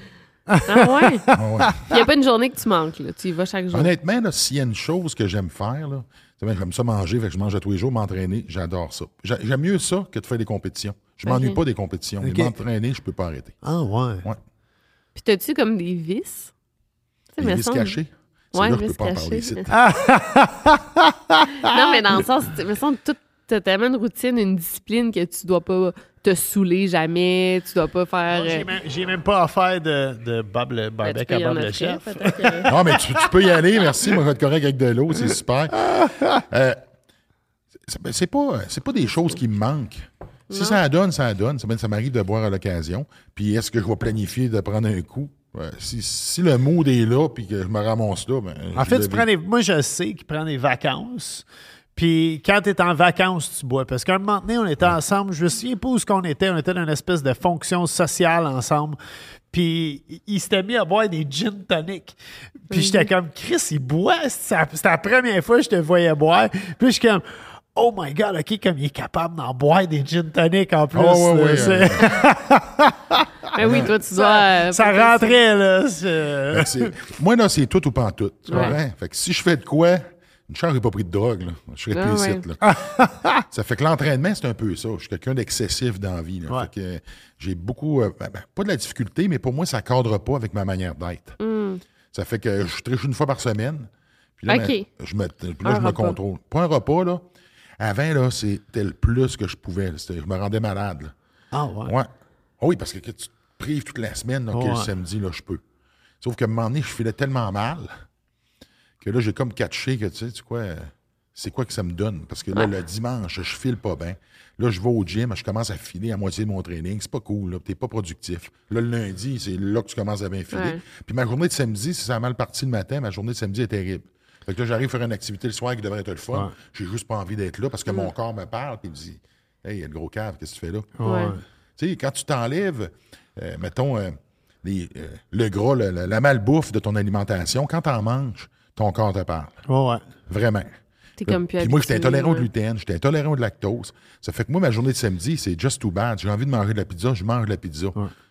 Ah *laughs* ouais? Ah ouais. Il n'y a pas une journée que tu manques, là. Tu y vas chaque jour. Honnêtement, là, s'il y a une chose que j'aime faire, là, c'est bien, j'aime ça manger, fait que je mange à tous les jours, m'entraîner, j'adore ça. J'a- J'aime mieux ça que de faire des compétitions. Ben Je m'ennuie pas des compétitions. mais Ok. M'entraîner, je peux pas arrêter. Ah, ouais. Ouais. Puis t'as-tu comme des vis? Tu sais, Les me vices semble- cachés. C'est Ouais, là que je vis peux pas en parler ici. cachés. *laughs* non, mais dans le sens, tu- me semble tout. T'as tellement une routine, une discipline que tu dois pas te saouler jamais, tu dois pas faire. J'ai euh, même, j'ai même pas offert de, de Bob le ben, tu barbecue peux y à en Bob le offrir, chef. peut-être que- *laughs* Non, mais tu, tu peux y aller, merci. Moi, je vais être correct avec de l'eau, c'est super. Euh, c'est- ben, c'est pas, c'est pas des choses qui me manquent. Si ça en donne, ça en donne. Ça, m'arrive- ça m'arrive de boire à l'occasion. Puis est-ce que je vais planifier de prendre un coup? Ouais, si, si le mood est là, puis que je me ramasse là, ben, En je fait, le tu vis. prends des, moi, je sais qu'il prend des vacances. Puis quand tu es en vacances, tu bois. Parce qu'à un moment donné, on était ensemble. Je me souviens pas où ce qu'on était. On était dans une espèce de fonction sociale ensemble. Puis il- il s'était mis à boire des gin tonic. Puis j'étais comme, Chris, il boit. Ça- C'était la première fois que je te voyais boire. Puis je suis comme, oh my God, OK, comme il est capable d'en boire des gin tonic en plus. Ah ouais, ouais, là, ouais, c'est- euh, *laughs* Ben oui, toi, tu dois. ça, *laughs* euh, ça peut-être- rentrait, là. c'est- Fait que c'est- moi, là, c'est tout ou pas en tout. Tu Ouais. comprends? Fait que si je fais de quoi, une chance, j'ai pas pris de drogue. Là. Je serais Ah plus ouais. ici, *laughs* là. ça fait que l'entraînement, c'est un peu ça. Je suis quelqu'un d'excessif dans la vie. là. Ouais. Fait que euh, j'ai beaucoup, euh, ben, ben, pas de la difficulté, mais pour moi, ça cadre pas avec ma manière d'être. Ça fait que je triche une fois par semaine. Puis là, Hmm. Ok. ben, je me, puis là, Un je me repas. contrôle. Pas un repas, là. Avant, là, c'était le plus que je pouvais. là. C'était- Je me rendais malade. là. Ah ouais. Ben, Ouais. Ah oui, parce que, que tu te prives toute la semaine, là, que le Ouais. samedi, là, je peux. Sauf qu'à un moment donné, je filais tellement mal que là, j'ai comme catché que, tu sais, tu sais quoi, euh, c'est quoi que ça me donne? Parce que là, le dimanche, je file pas bien. Là, je vais au gym, je commence à filer à moitié de mon training. C'est pas cool, là. T'es pas productif. Là, le lundi, c'est là que tu commences à bien filer. Ouais. Puis ma journée de samedi, si ça a mal parti le matin, ma journée de samedi est terrible. Fait que là, j'arrive à faire une activité le soir qui devrait être le fun. J'ai juste pas envie d'être là parce que mon corps me parle et me dit Hey, il y a le gros cave, qu'est-ce que tu fais là? Ouais. Tu sais, quand tu t'enlèves, euh, mettons, euh, les, euh, le gras, le- le- la malbouffe de ton alimentation, quand t'en manges, ton corps te parle. Ouais, ouais. Vraiment. T'es comme plus Puis moi, j'étais habitué, intolérant au ouais. gluten, j'étais intolérant au lactose. Ça fait que moi, ma journée de samedi, c'est just too bad. J'ai envie de manger de la pizza, je mange de la pizza.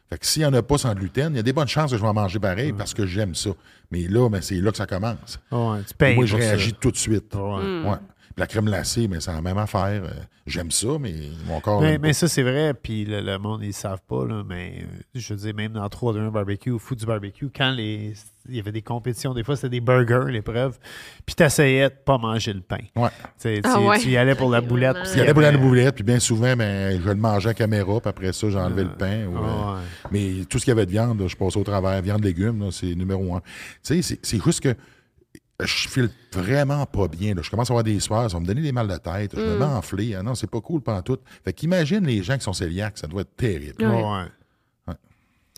Fait que s'il n'y en a pas sans gluten, il y a des bonnes chances que je vais en manger pareil parce que j'aime ça. Mais là, ben, c'est là que ça commence. Ouais, tu Puis payes moi, je pour ça. réagis tout de suite. Ouais. Mm. Ouais. Puis La crème glacée, mais c'est la même affaire. Euh, J'aime ça, mais mon corps. Mais, l'aime mais ça, c'est vrai. Puis le, le monde, ils ne savent pas. Là, mais euh, je veux dire, même dans 3 de 1 barbecue, au foot du barbecue, quand les, il y avait des compétitions, des fois, c'était des burgers, l'épreuve. Puis tu essayais de pas manger le pain. Ouais. Tu sais, Ah tu, ouais. tu y allais pour la Ok, boulette. vraiment. puis Il y avait avait- pour la boulette, puis bien souvent, ben, je le mangeais à caméra, puis après ça, j'enlevais le pain. ou, euh, ouais. Mais tout ce qu'il y avait de viande, là, je passais au travers. Viande, légumes, là, c'est numéro un. Tu sais, c'est- c'est juste que je file vraiment pas bien. là. Je commence à avoir des soirs, ça va me donner des mal de tête. Je Mm. me mets enflé. Ah non, c'est pas cool, pas tout. Fait qu'imagine les gens qui sont cœliaques, ça doit être terrible. Ouais. Ouais.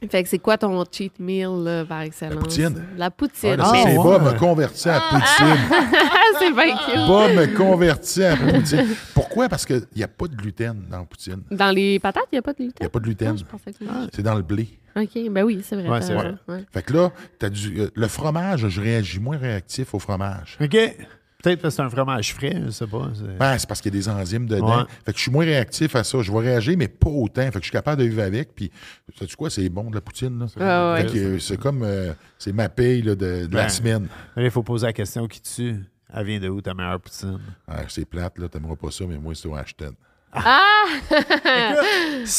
Fait que c'est quoi ton cheat meal, là, par excellence? poutine. La poutine. Ah, là, Ah, ça, c'est ouais. Bob me convertit à poutine. Ah, c'est bien cute. Bob me convertit à poutine. Pourquoi? Parce qu'il n'y a pas de gluten dans la poutine. Dans les patates, il n'y a pas de gluten? Il n'y a pas de gluten. Ah, je pensais que oui. C'est dans le blé. OK, ben oui, c'est vrai. Ouais, t'as c'est raison, ouais. Fait que là, t'as du, euh, le fromage, je réagis moins réactif au fromage. OK. Peut-être parce que c'est un fromage frais, je sais pas. c'est- Ben, c'est parce qu'il y a des enzymes dedans. Ouais. Fait que je suis moins réactif à ça. Je vais réagir, mais pas autant. Fait que je suis capable de vivre avec. Puis, sais-tu quoi, c'est bon de la poutine. Là. Ah ouais. Fait que, euh, c'est comme, euh, c'est ma paye là, de, de la Ben. semaine. Mais là, il faut poser la question qui tue. Elle vient de où ta meilleure poutine? Ah, c'est plate, là, t'aimeras pas ça, mais moi, c'est au hashtag. Ça,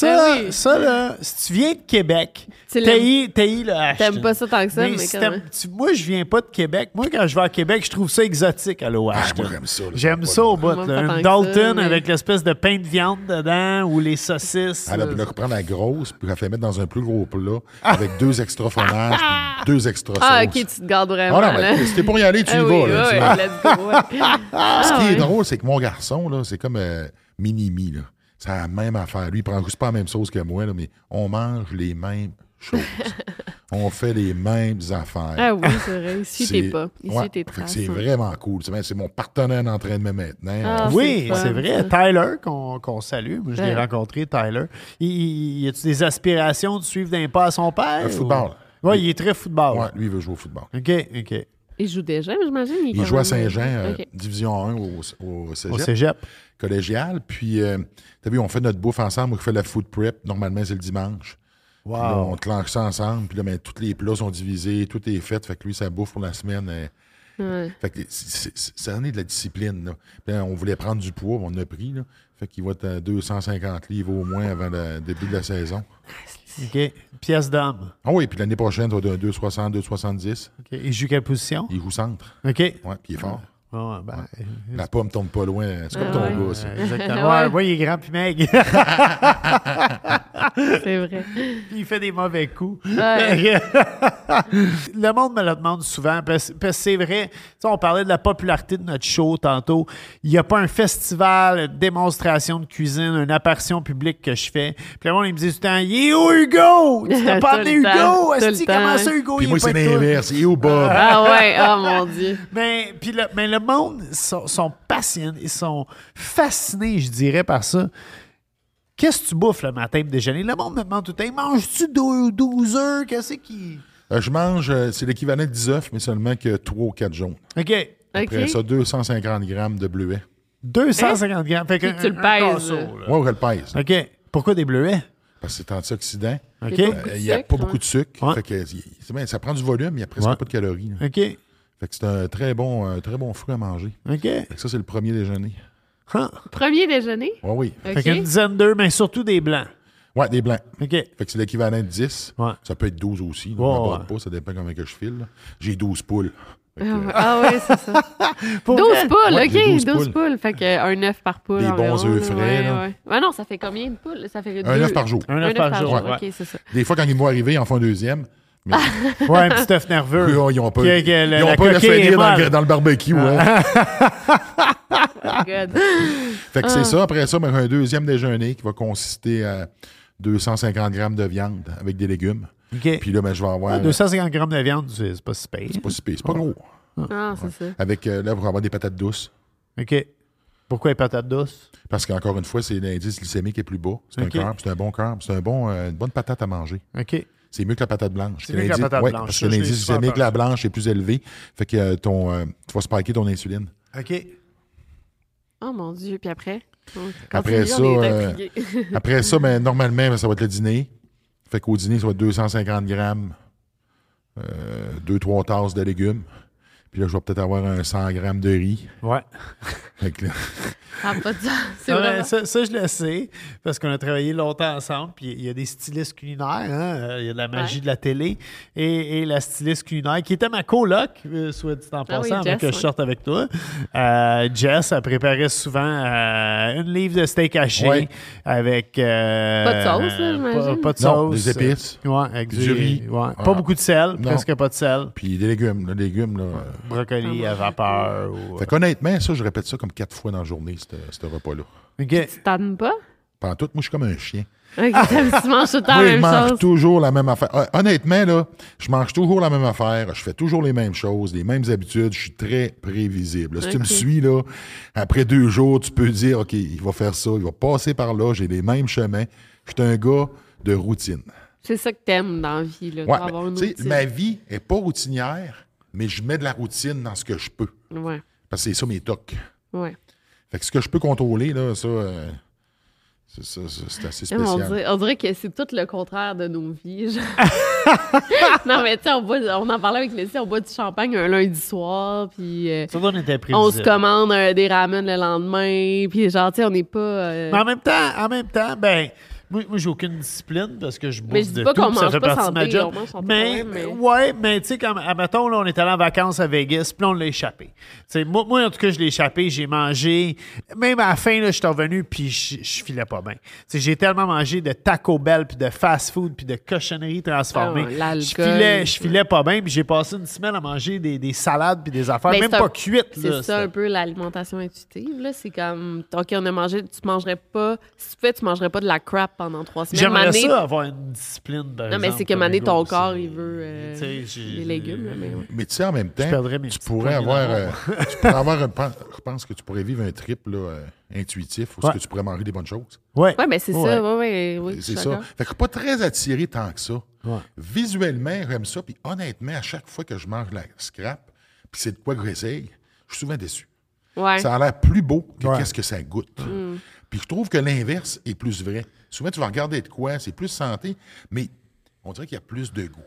Ben ça là, si tu viens de Québec, Tu t'as l'aimes- eu t'as eu le Ashton. T'aimes pas ça tant que ça, mais si quand t'aimes- même. tu- Moi, je viens pas de Québec. Moi, quand je vais à Québec, je trouve ça exotique, à l'eau Ashton. Ah, moi, j'aime ça, là. J'aime Pas ça de- au bout. là. Moi, pas tant Une que Dalton ça, mais- avec l'espèce de pain de viande dedans ou les saucisses. Elle a là. pu Ah, reprendre la grosse, puis elle fait mettre dans un plus gros plat avec deux extra fromages, puis deux extra sauces. Ah, OK, tu te gardes Ah vraiment. non, mais là. c'était pour y aller, tu y Ah vas. oui, là, tu ouais, vas. ouais, let's go, *laughs* ouais. Ce qui Ah ouais. est drôle, c'est que mon garçon, là, c'est comme euh, Minimi. Là. C'est la même affaire. Lui, il prend juste pas la même sauce que moi, là, mais on mange les mêmes *laughs* choses. on fait les mêmes affaires. Ah oui, c'est vrai. Ici, t'es pas. Ici, Ouais. t'es Fait que trace. C'est hein. vraiment cool. C'est, c'est mon partenaire d'entraînement maintenant. Ah, Oui, c'est c'est fun, vrai. Tyler, qu'on qu'on salue. Moi, je l'ai Ouais. rencontré, Tyler. Il, il- y a-tu des aspirations de suivre d'un pas à son père? Le football. Oui, il est très Ah. football. Ouais, lui, il veut jouer au football. OK, OK. Il joue déjà, j'imagine. est Il quand joue à même- Saint-Jean, euh, OK. Division 1 au, au Cégep. Au cégep. collégial. Puis, euh, t'as vu, on fait notre bouffe ensemble. On fait la food prep. Normalement, c'est le dimanche. Puis là, on clenche ça ensemble. Puis là, ben, tous les plats sont divisés. Tout est fait. Fait que lui, sa bouffe pour la semaine. euh, Ouais. fait que c'est- c'est- ça en est de la discipline. là. Puis là, on voulait prendre du poids. On a pris. Là. Fait qu'il va être à 250 livres au moins avant le début de la saison. OK. Pièce d'homme. Ah oui, puis l'année prochaine, ça va être un 260, 270. OK. Il joue quelle position? Il joue centre. OK. Ouais, Ouais, puis il est ben, fort. euh, La pomme Ah, *laughs* tombe pas loin. C'est comme ton gars, ça. Exactement. Ouais, ouais, il est grand puis maigre. C'est *laughs* vrai. Puis *laughs* il fait des mauvais coups. Ouais. *laughs* le monde me le demande souvent parce, parce que c'est vrai. Tu sais, on parlait de la popularité de notre show tantôt. Il n'y a pas un festival, une démonstration de cuisine, une apparition publique que je fais. Puis le monde, ils me disent tout le temps Il est où Hugo Tu t'as pas *laughs* Tout amené le Hugo temps, Est-ce tout le comment temps. ça, Hugo Puis il moi, est pas c'est avec toi? l'inverse. Et où Bob? Ah ouais, oh mon Dieu. Mais, Ben, puis le, mais le monde sont, sont passionnés, ils sont fascinés, je dirais, par ça. Qu'est-ce que tu bouffes le matin pour déjeuner? Le monde me demande tout le temps, Hey, manges-tu dou- 12 heures? Qu'est-ce qui. Euh, je mange, euh, c'est l'équivalent de 10 œufs, mais seulement que 3 ou 4 jaunes. OK. Après OK. ça, 250 grammes de bleuets. 250 grammes. Fait que Puis tu le pèses. Moi, on le pèse, OK. Pourquoi des bleuets? parce que c'est antioxydant. OK. C'est pas Euh, beaucoup de Il n'y a sucre, pas ouais. beaucoup de sucre. Ouais. Fait que, y- c'est bien, ça prend du volume, il n'y a presque Ouais. pas de calories. là. OK. Fait que c'est un très bon, un très bon fruit à manger. OK. Fait que ça, c'est le premier déjeuner. Huh. Premier déjeuner? Oui, oui. Fait qu'une OK. dizaine d'œufs, mais surtout des blancs. Ouais, des blancs. OK. Fait que c'est l'équivalent de 10. Ouais. Ça peut être 12 aussi. là, Ouais, je m'aborde ouais. pas, ça dépend combien que je file. là. J'ai 12 poules. Fait que, euh, Ah oui, c'est ça. 12 poules, Ouais, j'ai OK, 12, 12 poules. poules. Fait qu'un œuf par poule. Des bons environ, œufs là, frais, ouais, là. Ouais. Ah non, ça fait combien de poules? Ça fait un deux- œuf par jour. Un œuf par jour. ouais. OK, c'est ça. Des fois, quand ils vont arriver, ils en font un deuxième. Mais Ouais, un petit œuf nerveux. eux, ils n'ont pas, Que- que la- ils ont la pas le coquille est Ah. finir dans, le- molle. dans le barbecue. hein. ouais. Ah! God. Fait que c'est ça. Après ça, ben, un deuxième déjeuner qui va consister à 250 grammes de viande avec des légumes. OK. Ah, Puis là, ben, je vais avoir. Ouais, 250 grammes de viande, c'est c'est pas si pire. C'est pas si pire, c'est pas gros. Non, Ah, c'est ça. Avec, euh, là, vous allez avoir des patates douces. OK. Pourquoi les patates douces? Parce qu'encore une fois, c'est l'indice glycémique est plus bas. C'est Ok. un carb, c'est un bon carb, c'est un bon, euh, une bonne patate à manger. OK. C'est mieux que la patate blanche. C'est mieux que la L'indice- patate ouais, blanche. Ça, Parce je que l'ai l'indice souvent glycémique, entendu. la blanche, est plus élevé. Fait que euh, ton, euh, tu vas spiker ton insuline. OK. Oh mon Dieu, puis après? On Après continue, ça, on est euh, intrigués. *laughs* Après ça, ben, normalement, ben, ça va être le dîner. Fait qu'au dîner, ça va être 250 grammes, euh, deux, trois tasses de légumes. Puis là, je vais peut-être avoir un 100 grammes de riz. Ouais. Fait que là, *laughs* Ça n'a Ah, pas de sens. C'est Ça, vraiment- ça, ça, je le sais, parce qu'on a travaillé longtemps ensemble, puis il y a des stylistes culinaires, hein, euh, il y a de la magie Ouais. de la télé, et, et la styliste culinaire, qui était ma coloc, euh, soit dit en Ah oui, passant, avant Jess, que je ouais. sorte avec toi. Euh, Jess, elle préparait souvent euh, une livre de steak haché Ouais. avec... euh, Pas de sauce, là, j'imagine. Pas, pas de Non, sauce. des épices. Ouais, avec du, Du riz. ouais. Ah. Pas beaucoup de sel, Non. presque pas de sel. puis des légumes. là, légumes là. Brocoli Ah à vapeur. Ou... Fait qu'honnêtement, ça, je répète ça comme quatre fois dans la journée, ce ce repas-là. OK. Tu t'aimes pas? Pendant tout, moi, je suis comme un chien. Ok, t'aimes- tu manges tout le temps Moi, la je mange même chose. toujours la même affaire. Hon- Honnêtement, là, je mange toujours la même affaire. Je fais toujours les mêmes choses, les mêmes habitudes. Je suis très prévisible. Si tu me Ok. suis, là, après deux jours, tu peux dire, OK, il va faire ça, il va passer par là, j'ai les mêmes chemins. Je suis un gars de routine. C'est ça que t'aimes dans la vie, là. Ouais, tu vas avoir mais, une tu sais, routine. ma vie est pas routinière, mais je mets de la routine dans ce que je peux. Ouais, Parce que c'est ça mes tocs. ouais. Fait que ce que je peux contrôler, là, ça, euh, c'est- ça, ça, c'est assez Ah, mais On spécial. dirait, on dirait que c'est tout le contraire de nos vies. *laughs* genre. non, mais tu sais, on, boit- on en parlait avec Lucie, on boit du champagne un lundi soir, puis euh, Ça, on était on se prévisible. commande euh, des ramen le lendemain, puis genre, tu sais, on n'est pas... euh, Mais en même temps, en même temps, ben. Moi, moi, j'ai aucune discipline parce que je bouffe Mais je dis de pas tout, qu'on puis ça mange fait pas partie de ma santé, job. on mange santé mais, quand même, mais- ouais, mais tu sais, comme, admettons, là, on est allé en vacances à Vegas, puis là, on l'a échappé. Tu sais, moi, moi, en tout cas, je l'ai échappé, j'ai mangé. Même à la fin, là, je suis revenu, puis je je filais pas bien. Tu sais, j'ai tellement mangé de Taco Bell, puis de fast-food, puis de cochonneries transformées. Ah, l'alcool. je filais, je filais pas bien, puis j'ai passé une semaine à manger des, des salades, puis des affaires, Ben, même c'est un- pas cuites. C'est là, ça c'était- un peu l'alimentation intuitive. là. C'est comme, OK, on a mangé, tu mangerais pas, si tu fais, tu mangerais pas de la crap pendant trois semaines. J'aimerais Mané- ça avoir une discipline. par Non, mais exemple, c'est que comme mané, Hugo, ton c'est- corps, il veut euh, Tu sais, j'ai- les légumes. là, mais ouais. Mais tu sais, en même temps, perdrais mes tu petits pourrais poignets avoir. d'amour. euh, tu pourrais avoir un- pen- je pense que tu pourrais vivre un trip là, euh, intuitif où est-ce Ouais. que tu pourrais manger des bonnes choses. Ouais. Ouais, ben c'est ça. Ouais, ouais, oui, je suis C'est ça. d'accord. Fait que pas très attiré tant que ça. Visuellement, j'aime ça. Puis honnêtement, à chaque fois que je mange la scrap, puis c'est de quoi que j'essaye, je suis souvent déçu. Ouais. Ça a l'air plus beau que Ouais. qu'est-ce que ça goûte. Puis je trouve que l'inverse est plus vrai. Souvent, tu vas regarder de quoi, c'est plus santé, mais on dirait qu'il y a plus de goût.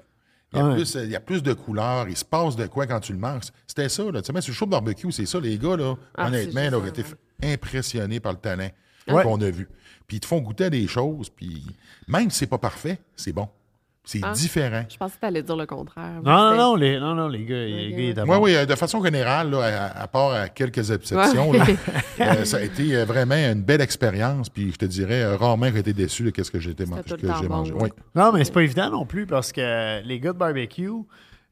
Il y, a Ouais. plus, il y a plus de couleurs, il se passe de quoi quand tu le manges. C'était ça, là. Tu sais, même sur le show de barbecue, c'est ça, les gars, là. Ah, honnêtement, c'est là, juste ont été ça, impressionnés par le talent Ouais. qu'on a vu. Puis ils te font goûter à des choses, puis même si c'est pas parfait, c'est bon. C'est Ah. différent. Je pensais que t'allais dire le contraire. Non, non, C'était- non, les, non, non, les gars, les Ok, gars, ils ouais. étaient Oui, bons. oui, euh, de façon générale, là, à, à part à quelques exceptions, Ouais. là, euh, ça a été euh, vraiment une belle expérience. Puis je te dirais, euh, rarement j'ai été déçu de qu'est-ce que j'ai été man- C'était tout le que temps j'ai bon, mangé. là. Oui. Non, mais c'est pas évident non plus parce que les gars de barbecue,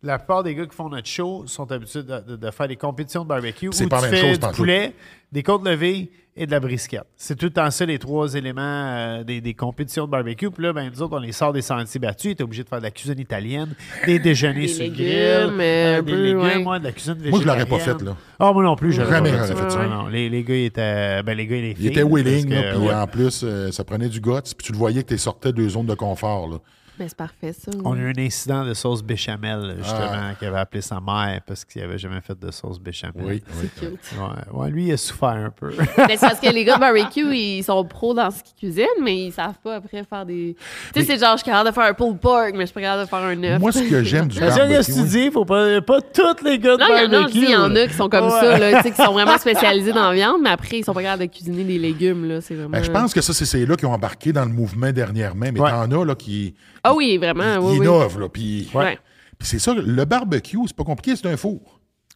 la plupart des gars qui font notre show sont habitués de, de- de faire des compétitions de barbecue où C'est pas tu la même fais chose, du pantoute. poulet, des côtes levées et de la brisquette. C'est tout le temps ça les trois éléments euh, des, des compétitions de barbecue. Puis là, ben, nous autres, on les sort des sentiers battus. T'es obligé de faire de la cuisine italienne, des déjeuners Des sur le légumes, grill, euh, un des peu, légumes, ouais. moi, de la cuisine Moi, je végétarienne. l'aurais pas faite, là. Ah, moi non plus, j'aurais Jamais pas j'aurais fait ça. Non, les, les gars, ils étaient. Ben, les gars et les Il filles. était willing, parce là, que, puis ouais. en plus, euh, ça prenait du guts. Puis tu le voyais que tu sortais de zones de confort. Là. Mais c'est parfait, ça. On Mm. a eu un incident de sauce béchamel, justement, Ah. qui avait appelé sa mère parce qu'il n'avait jamais fait de sauce béchamel. Oui, oui. Ouais, ouais, lui, il a souffert un *laughs* peu. Mais Ben, c'est parce que les gars *laughs* de barbecue, ils sont pros dans ce qu'ils cuisinent, mais ils savent pas après faire des. Tu sais, c'est genre, je suis capable de faire un pulled pork, mais je suis pas capable de faire un œuf. Moi, ce que j'aime du Mais ça, qu'est-ce barbecue... que tu dis? Faut pas, pas tous les gars de Non, il y en a, je barbecue. dis, il y en a qui sont comme Ouais. ça, là, tu sais, qui sont vraiment spécialisés dans la viande, mais après, ils sont pas capables de cuisiner des légumes, là. C'est vraiment. Ben, je pense que ça, c'est ceux-là qui ont embarqué dans le mouvement dernièrement. Mais Ouais. t'en as là, qui Ah oui, vraiment. qui Oui, oui. innovent. Là, puis Ouais. puis c'est ça, le barbecue, c'est pas compliqué, c'est un four.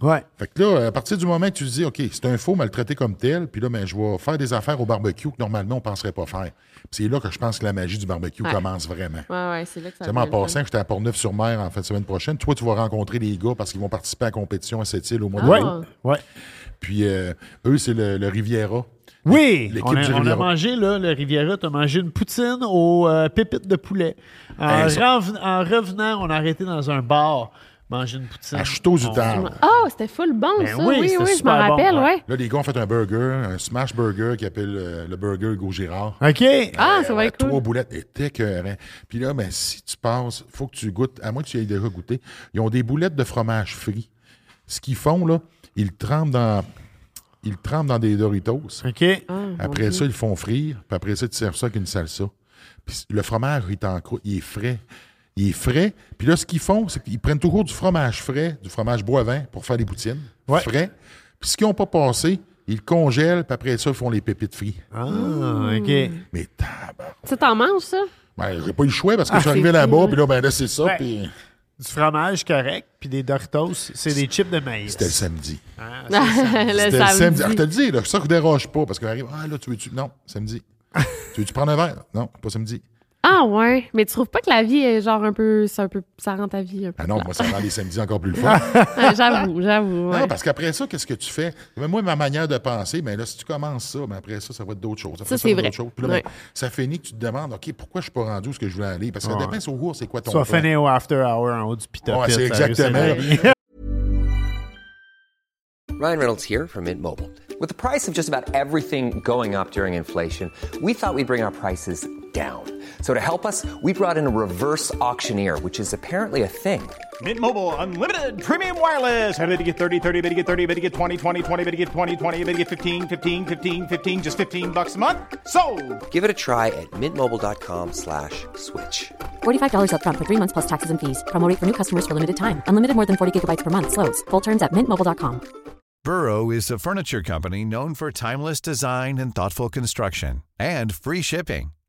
Ouais. Fait que là, à partir du moment que tu te dis, OK, c'est un faux maltraité comme tel, puis là, ben, je vais faire des affaires au barbecue que normalement, on ne penserait pas faire. Puis c'est là que je pense que la magie du barbecue Ouais. commence vraiment. Ouais, ouais, c'est là que ça. C'est Vraiment, en devient le passant, j'étais à Portneuf-sur-Mer en fin de semaine prochaine. Toi, tu vas rencontrer les gars parce qu'ils vont participer à la compétition à cette île au mois Ah. de Ouais. mai. ouais. Puis euh, eux, c'est le, le Riviera. Oui, L'équipe on a, du on a Riviera. mangé, là, le Riviera, t'as mangé une poutine aux euh, pépites de poulet. En, Hey, ça- reven- en revenant, on a arrêté dans un bar, manger une poutine. À Chuteau du On- Tard. fun. Ah, c'était full bon, Ben ça. oui, Oui, c'était oui, je m'en super bon, rappelle, ouais. ouais. Là, les gars ont fait un burger, un smash burger qui appelle euh, le burger Hugo Girard. OK. Ah, Ben, ça va Ouais, être cool. Trois boulettes, était écœurant. Puis là, ben, si tu passes, faut que tu goûtes, à moins que tu y aies déjà goûté, ils ont des boulettes de fromage frit. Ce qu'ils font, là, ils le trempent dans, ils le trempent dans des Doritos. OK. Ah. Après ça, ils le font frire. Puis après ça, tu serves ça avec une salsa. Puis le fromage, il est en croûte, il est frais. Il est frais. Puis là, ce qu'ils font, c'est qu'ils prennent toujours du fromage frais, du fromage boivin pour faire des poutines. Ouais. Frais. Puis ce qu'ils n'ont pas passé, ils le congèlent, puis après ça, ils font les pépites frites. Ah, OK. Mais tabarnak! Tu t'en manges, ça? Ben, j'ai pas eu le choix parce que je suis c'est arrivé fou, là-bas, hein. puis là, ben là, c'est ça, Ouais. puis Du fromage correct, puis des Doritos, c'est des chips de maïs. c'était le samedi. Ah, c'est- *laughs* Le C'était le samedi. Ah, je samedi. te le dis, là, ça ne déroge pas parce qu'on arrive, ah là, tu veux-tu. Non, *laughs* samedi. tu veux-tu prendre un verre? Non, pas samedi. Ah, ouais. Mais tu trouves pas que la vie est genre un peu. c'est un peu ça rend ta vie un peu. Ah non, moi, ça rend les samedis encore plus le fun. *laughs* Ouais, j'avoue, j'avoue. Ah, ouais. Ah, Non, parce qu'après ça, qu'est-ce que tu fais? Ben, moi, ma manière de penser, mais là, si tu commences ça, ben, après ça, ça va être d'autres choses. Après Ça, ça, c'est va être vrai. d'autres choses. Puis là, ben, Ouais. ça finit que tu te demandes, OK, pourquoi je suis pas rendu où ce que je voulais aller? Parce que ça dépend sur où, c'est quoi ton Tu vas plan. finir au after hour en haut du pita Ouais, Pit, c'est ça, exactement. c'est- *laughs* Ryan Reynolds here from Mint Mobile. With the price of just about everything going up during inflation, we thought we'd bring our prices down. So to help us, we brought in a reverse auctioneer, which is apparently a thing. Mint Mobile unlimited premium wireless. Ready to get 30, 30, bet you get 30, bet you get 20, 20, 20, bet you get 20, 20, bet you get 15, 15, 15, 15 just 15 bucks a month. So, Give it a try at mintmobile.com slash switch. $45 up front for three months plus taxes and fees. Promo rate for new customers for limited time. Unlimited more than 40 gigabytes per month. Slows. Full terms at mintmobile.com. Burrow is a furniture company known for timeless design and thoughtful construction and free shipping,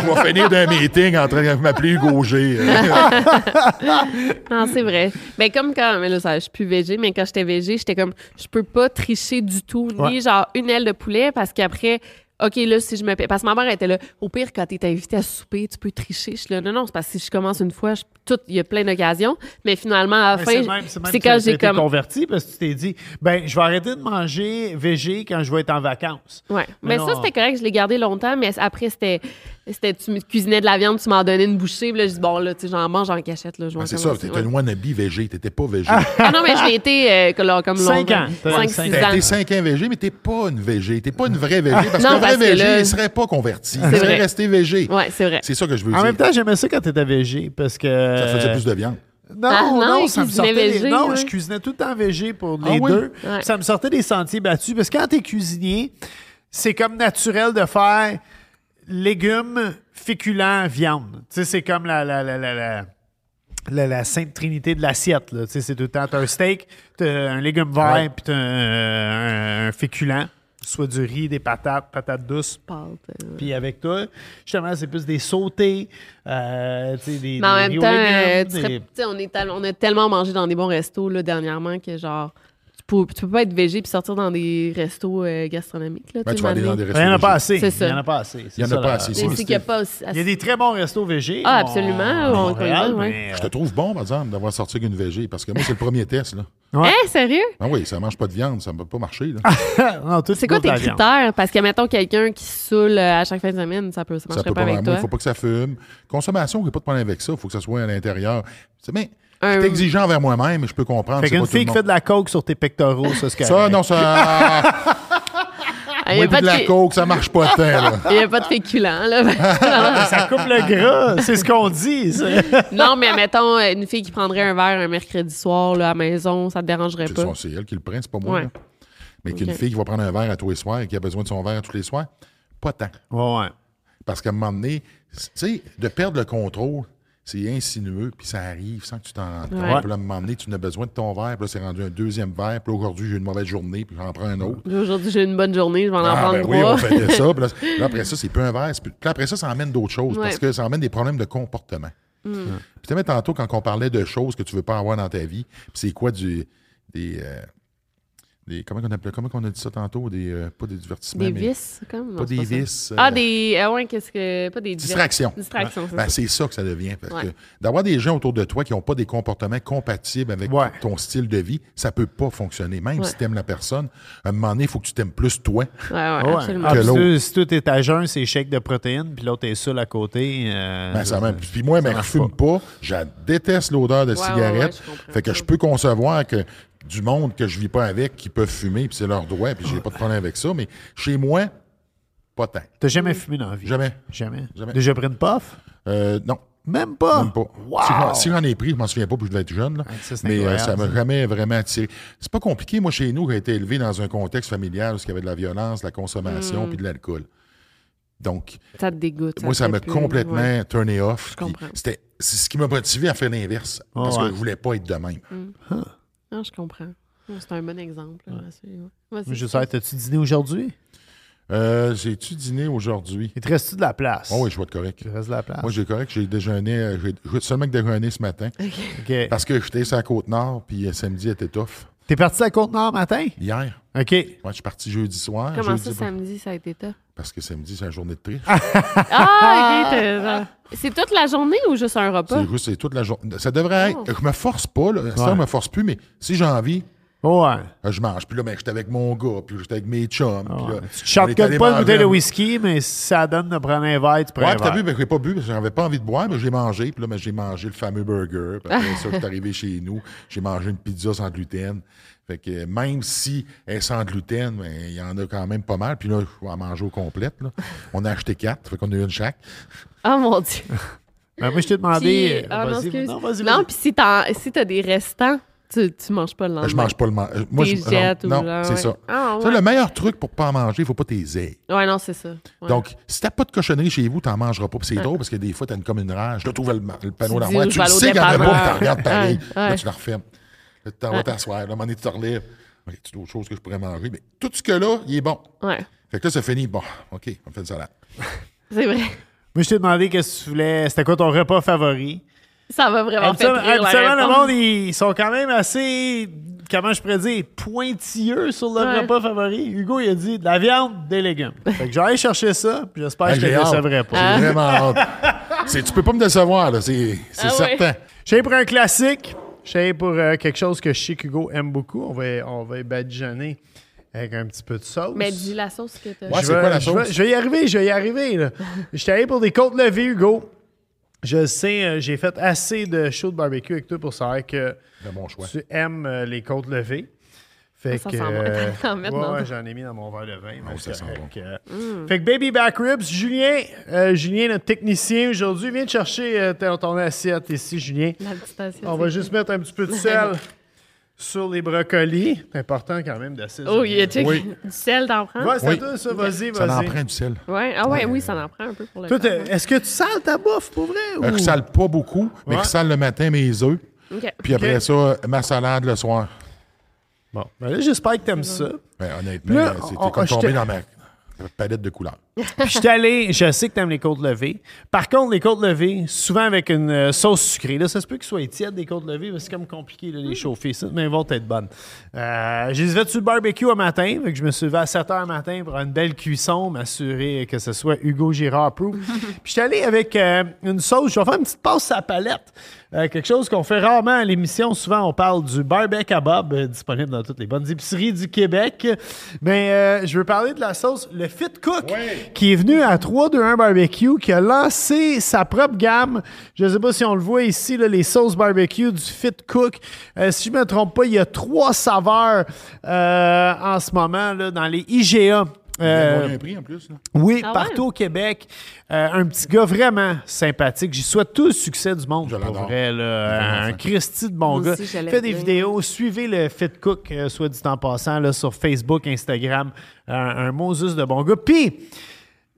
Je vais finir d'un meeting en train de m'appeler *laughs* Hugo G. Ah, Euh, Non, c'est vrai. Mais comme quand, mais là, ça, je suis plus végé, mais quand j'étais végé, j'étais comme, je peux pas tricher du tout, ni genre une aile de poulet, parce qu'après, OK, là, si je me paie. Parce que ma mère était là, au pire, quand t'es invité à souper, tu peux tricher. Je suis là, non, non, c'est parce que si je commence une fois, je- tout, il y a plein d'occasions. Mais finalement, à la Mais fin, c'est même- c'est même c'est que t'as quand j'ai été comme. converti parce que tu t'es dit, ben, je vais arrêter de manger végé quand je vais être en vacances. Ouais. Mais, non. ça, c'était correct, je l'ai gardé longtemps, mais après, c'était. c'était Tu me cuisinais de la viande, tu m'en donnais une bouchée, puis là, je dis, bon, là, tu sais, j'en mange en cachette, là, je ah, vais c'est ça, commencer. t'étais Ouais. une wannabe végé, t'étais pas végé. Ah non, mais je l'ai été euh, comme, comme Cinq longtemps. ans. Ouais, 5 cinq 6 ans. T'as été ans. 5 ans végé, mais t'es pas une végé. T'es pas une vraie végé. Parce Non, qu'un vrai parce que végé, là- il serait pas converti. Il serait vrai. resté végé. Ouais, c'est vrai. C'est ça que je veux En euh, dire. même temps, j'aimais ça quand t'étais végé parce que. ça faisait plus de viande. Non, Ah, non, non, il ça me cuisinait sortait des- végé, non, ouais. je cuisinais tout le temps végé pour Ah les oui? deux. Ouais. Ça me sortait des sentiers battus parce que quand t'es cuisinier, c'est comme naturel de faire légumes, féculents, viande. Tu sais, c'est comme la la la la la la, la sainte trinité de l'assiette. là. Tu sais, c'est tout le temps t'as un steak, t'as un légume vert, Ouais. puis t'as un, un- un féculent, soit du riz, des patates, patates douces. pâtes, euh. Puis avec toi, justement, c'est plus des sautés, euh, tu sais, des, Mais en des même riz aux temps, euh, légumes, tu serais- des- tu sais, on, est tellement- on a tellement mangé dans des bons restos là, dernièrement que genre, tu peux, tu peux pas être végé puis sortir dans des restos euh, gastronomiques. Là, Ben, tu vas aller dans des restos. Il n'y en a végés. pas assez. C'est ça. Il y en a pas assez. C'est Il y en a ça, pas la- assez, C'est c'est qu'il y a pas aussi- Il y a des très bons restos végés. Ah, on- absolument, à on Montréal, connaît, ouais. mais, euh, Je te trouve bon, par exemple, d'avoir sorti avec une VG, parce que moi, c'est le premier test, là. Hein, sérieux? Ah oui, ça mange pas de viande, ça ne peut pas marcher, Ah, là. non, tout C'est quoi goûte la tes viande. critères? Parce que, mettons, quelqu'un qui se saoule euh, à chaque fin de semaine, ça peut, ça ça marcherait peut pas pas avec marcher. Il toi. faut pas que ça fume. Consommation, il n'y a pas de problème avec ça. Il faut que ça soit à l'intérieur. C'est- Mais Un- je suis exigeant envers moi-même, mais je peux comprendre. Fait c'est qu'une pas tout le fille qui monde. fait de la coke sur tes pectoraux, ça, c'est Ça, non, ça. Ah, *laughs* Il Moi, n'y et a, pas de de la fé- coke, ça marche pas tant, *laughs* là. il y a pas de féculent, *laughs* là. Ça coupe le gras. *laughs* C'est ce qu'on dit. ça. non, mais mettons, euh, une fille qui prendrait un verre un mercredi soir là, à la maison, ça te dérangerait C'est pas. son- C'est elle qui le prend, c'est pas moi. Ouais. là. Mais qu'une Ok. fille qui va prendre un verre à tous les soirs et qui a besoin de son verre à tous les soirs, pas tant. Ouais, ouais. Parce qu'à un moment donné, tu sais, de perdre le contrôle, c'est insinueux, puis ça arrive sans que tu t'en rendes compte. Ouais. Puis là, à un moment donné, tu n'as besoin de ton verre, puis là, c'est rendu un deuxième verre, puis là, aujourd'hui, j'ai une mauvaise journée, puis j'en prends un autre. Aujourd'hui, j'ai une bonne journée, je vais en, Ah, prendre ben trois. oui, *laughs* on faisait ça. Puis là, là, après ça, c'est plus un verre. c'est plus- Puis après ça, ça emmène d'autres choses Ouais. Mm. parce que ça emmène des problèmes de comportement. Puis tu sais, mais tantôt, quand on parlait de choses que tu veux pas avoir dans ta vie, puis c'est quoi du. Des, euh, des, comment, on appelait, comment on a dit ça tantôt? Des, euh, pas des divertissements. Des mais- vices, comme. Pas des vices. Ah, euh, des. Ah, ouais, qu'est-ce que. Pas des. divers- Distractions. Distractions, c'est Ben, ça. c'est ça que ça devient. parce Ouais. que D'avoir des gens autour de toi qui n'ont pas des comportements compatibles avec Ouais. ton style de vie, ça peut pas fonctionner. Même Ouais. si tu aimes la personne, à un moment donné, il faut que tu t'aimes *laughs* plus toi. Ouais, ouais, Ouais. absolument. Ah, Que puis l'autre. si- Si tout est à jeun, c'est chèque de protéines, puis l'autre est seul à côté. euh, Ben, ça même. Puis moi, mais je marche fume pas. Je déteste l'odeur de ouais, ouais, cigarette. je comprends. fait que je peux concevoir que du monde que je vis pas avec qui peuvent fumer, puis c'est leur droit, puis j'ai pas de problème avec ça. Mais chez moi, pas tant. T'as jamais fumé dans la vie? Jamais. Jamais. Jamais. Déjà pris une puff? Euh, non. Même pas. Même pas. Wow! Ah, Si j'en- Si j'en ai pris, je m'en souviens pas, puis je devais être jeune. là. ça, c'est mais euh, ça incroyable, m'a ça. jamais vraiment attiré. C'est pas compliqué. Moi, chez nous, j'ai été élevé dans un contexte familial où il y avait de la violence, de la consommation, Mm. puis de l'alcool. Donc, Ça te dégoûte. moi, ça te m'a fait plus, complètement ouais. turné off. puis comprends. C'était c'est ce qui m'a motivé à faire l'inverse. parce Ah ouais. que je voulais pas être de même. Mm. Non, Ah, je comprends. Non, C'est un bon exemple. là, là-dessus, ouais. Moi, c'est- Je sais, t'as-tu dîné aujourd'hui? Euh, J'ai-tu dîné aujourd'hui? Il te reste-tu de la place? Oh oui, je vais être correct. Il te reste de la place. Moi, j'ai correct. J'ai déjeuné. euh, J'ai j'ai seulement que déjeuné ce matin. OK. Parce que j'étais sur la Côte-Nord, puis euh, samedi était tough. T'es parti à Côte-Nord matin? Hier, OK. moi, je suis parti jeudi soir. Comment jeudi ça, soir- samedi, ça a été top? Parce que samedi, c'est la journée de triche. Ah, ok. t'es- C'est toute la journée ou juste un repas? C'est juste, c'est toute la journée. Ça devrait Oh! être. Je me force pas, là. Ça, Ouais. je me force plus, mais si j'ai envie, Ouais. euh, je mange. Puis là, ben, j'étais avec mon gars, puis j'étais avec mes chums. Puis là, Ah Tu on est allé shotguns pas une manger bouteille de un- whisky, mais si ça donne de prendre un verre, tu prends Ouais, un puis t'as verre. vu, ben, j'ai pas bu, parce que j'avais pas envie de boire, mais j'ai mangé. Puis là, ben, j'ai mangé le fameux burger. Puis après ça, je suis arrivé chez nous, j'ai mangé une pizza sans gluten. Fait que euh, même si elle est sans gluten, ben, il y en a quand même pas mal. Puis là, je vais en manger au complète. là. On a acheté quatre, fait qu'on a eu une chaque. Ah, mon Dieu. Ben, moi, je t'ai Puis- demandé. ah, non, vas-y, excuse. non, vas-y, Non, vas-y. puis si t'as si t'as des restants, tu, tu manges pas le Ben, lendemain. Je mange pas le man- euh, Moi, Ah, T'es je jet ou non, genre, c'est ouais. ça. Ah, ouais. Ça, le meilleur truc pour pas en manger, il faut pas tes ailes. Ouais, non, c'est ça. Ouais. Donc, si t'as pas de cochonnerie chez vous, t'en mangeras pas. Puis c'est drôle parce que des fois, t'as une, comme une rage. Là, trouves le, le panneau Tu d'armoire. dis, Tu je vais le aller au sais qu'il y en a pas, dépanneur. puis t'en regardes pareil. Ouais, ouais. Là, tu la refermes. Là, tu t'en vas t'asseoir. Là, à un moment donné, tu te relèves. OK, tu d'autres choses que je pourrais manger. Mais tout ce que là, il est bon. Ouais, *laughs* Fait que là, ça finit. Bon, OK, on fait une salade. c'est vrai. Moi, je t'ai demandé qu'est-ce que tu voulais. C'était quoi ton repas favori? Ça va vraiment faire Habituellement, rire la habituellement, le réponse. monde, ils sont quand même assez, comment je pourrais dire, pointilleux sur leur Ouais. repas favori. Hugo, il a dit de la viande, des *laughs* légumes. Fait que j'allais chercher ça, puis j'espère que Hey, Ah, je Ah, j'ai te hâte. décevrai Ah. pas. J'ai vraiment hâte. C'est- Tu peux pas me décevoir, là. C'est c'est Ah ouais. certain. J'ai pour un classique. J'ai pour euh, quelque chose que je sais qu'Hugo aime beaucoup. On va, on va badigeonner avec un petit peu de sauce. Mais dis la sauce que t'as. Ouais, Je Ah, c'est vais- quoi la je vais- sauce? Je vais y arriver, je vais y arriver. là. Je t'ai allé pour des côtes levées, Hugo. Je sais, euh, j'ai fait assez de shows de barbecue avec toi pour savoir que De bon choix. tu aimes euh, les côtes levées. Fait Ça que, sent bon. euh, *laughs* T'en mets ouais, dans- Mm. ouais, j'en ai mis dans mon verre de vin. mais Oh, ça c'est sent correct, euh. Fait que Baby Back Ribs, Julien, euh, Julien, notre technicien aujourd'hui, vient te chercher euh, ton, ton assiette ici, Julien. La petite assiette, On va c'est juste mettre un petit peu de sel sur les brocolis. C'est important quand même d'assister. Oh, il y a check- Oui. *laughs* du sel d'en prendre. Ouais, c'est Oui. toi, ça, vas-y, Ça en vas-y. prend du sel. Ouais. Ah ouais, oui, ça en prend un peu pour le Toi, corps, t'es- hein. est-ce que tu sales ta bouffe, pour vrai? Euh, ou- qui sale pas beaucoup, mais Ouais. qui sale le matin mes œufs. hein. OK. Puis après Ok. ça, euh, ma salade le soir. Bon, ben là, j'espère que t'aimes ça. Ben, honnêtement, Là, c'était on- comme je te- tombé dans ma palette de couleurs. *laughs* Puis je suis allé, je sais que t'aimes les côtes levées. Par contre, les côtes levées, souvent avec une euh, sauce sucrée. Là, ça se peut qu'ils soient tièdes, les côtes levées, mais c'est comme compliqué de les chauffer. Ça, mais elles vont être bonnes. Euh, je les ai faites sur le barbecue un matin. Fait que je me suis levé à 7 h le matin pour avoir une belle cuisson, m'assurer que ce soit Hugo Girard proof. *laughs* Puis je suis allé avec euh, une sauce. Je vais faire une petite passe à la palette. Euh, quelque chose qu'on fait rarement à l'émission. Souvent, on parle du barbecue à Bob, euh, disponible dans toutes les bonnes épiceries du Québec. Mais euh, je veux parler de la sauce, le Fit Cook qui est venu à 3-2-1 Barbecue, qui a lancé sa propre gamme. Je ne sais pas si on le voit ici, là, les sauces barbecue du Fit Cook. Euh, si je ne me trompe pas, il y a trois saveurs euh, en ce moment là, dans les IGA. Euh, On a un prix en plus. Là. oui, Ah ouais? partout au Québec. Euh, un petit gars vraiment sympathique. J'y souhaite tout le succès du monde. Je pour l'adore. vrai, là. Un Christy de bon Moi gars. aussi, je l'aime Fait des bien. vidéos. Suivez le Fit Cook, euh, soit dit en passant, là, sur Facebook, Instagram. Un, un Moses de bon gars. Puis,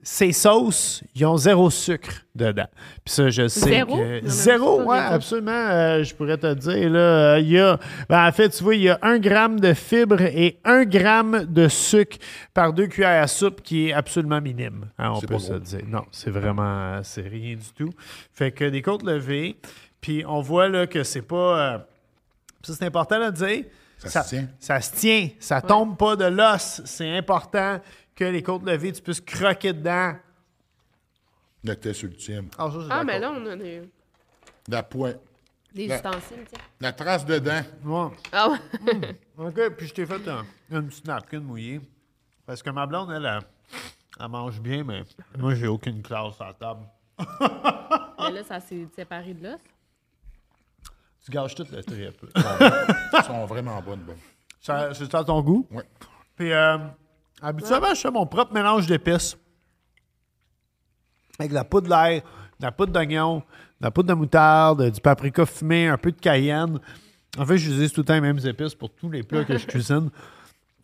ces sauces, ils ont zéro sucre dedans. Puis ça, je sais Zéro? que- Non, mais Zéro, c'est pas ouais, raison. absolument. euh, je pourrais te dire, là, euh, il y a... ben, en fait, tu vois, il y a un gramme de fibres et un gramme de sucre par deux cuillères à soupe qui est absolument minime. hein, on C'est peut pas se gros. dire. Non, c'est vraiment... euh, C'est rien du tout. Fait que des côtes levées, puis on voit là que c'est pas... euh, ça, c'est important à dire. Ça se tient. Ça se tient. Ça tombe pas de l'os. C'est important que les côtes levées, tu puisses croquer dedans. Le test ultime. Ah, ça, c'est Ah, mais d'accord. là, on a des, La pointe. des Là. ustensiles, tu sais. La trace dedans. Bon. Ah ouais. Hmm. OK, puis je t'ai fait un- une petite napkin mouillée. Parce que ma blonde, elle, elle, elle mange bien, mais moi, j'ai aucune classe à la table. Ah. mais là, ça s'est séparé de l'os. Tu gâches tout le trip. *laughs* Elles *laughs* sont vraiment bonnes. bonnes. Ça- C'est ça à ton goût? Ouais. Puis, euh, habituellement, je fais mon propre mélange d'épices. Avec de la poudre d'ail, de la poudre d'oignon, de la poudre de moutarde, du paprika fumé, un peu de cayenne. En fait, j'utilise tout le temps les mêmes épices pour tous les plats que *laughs* je cuisine.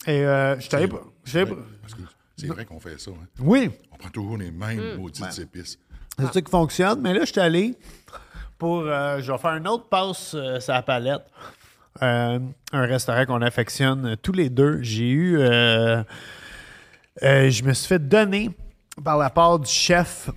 Et euh, je suis allé pour- je suis allé pour- Parce que c'est vrai qu'on fait ça. hein. Oui, On prend toujours les mêmes Hmm. maudites épices. C'est ça qui fonctionne. Mais là, je suis allé pour. euh, je vais faire une autre passe euh, sur la palette. Euh, un restaurant qu'on affectionne tous les deux. J'ai eu. euh, euh, je me suis fait donner par la part du chef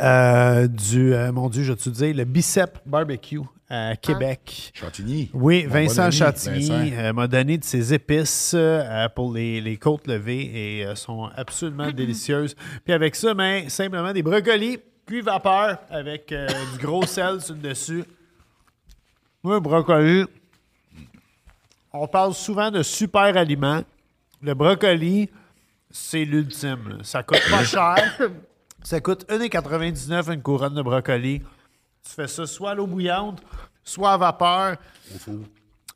euh, du. euh, mon Dieu, je vais te dire, le Bicep Barbecue à Québec. Chantigny. Oui, Mon Vincent bon ami, Chatigny Vincent. euh, m'a donné de ses épices euh, pour les, les côtes levées et euh, sont absolument délicieuses. Puis avec ça, ben, simplement des brocolis cuits vapeur avec euh, du gros sel sur le dessus. Oui, brocoli. On parle souvent de super aliments. Le brocoli, c'est l'ultime. là. Ça coûte pas cher. Ça coûte 1,99 une couronne de brocoli. Tu fais ça soit à l'eau bouillante, soit à vapeur,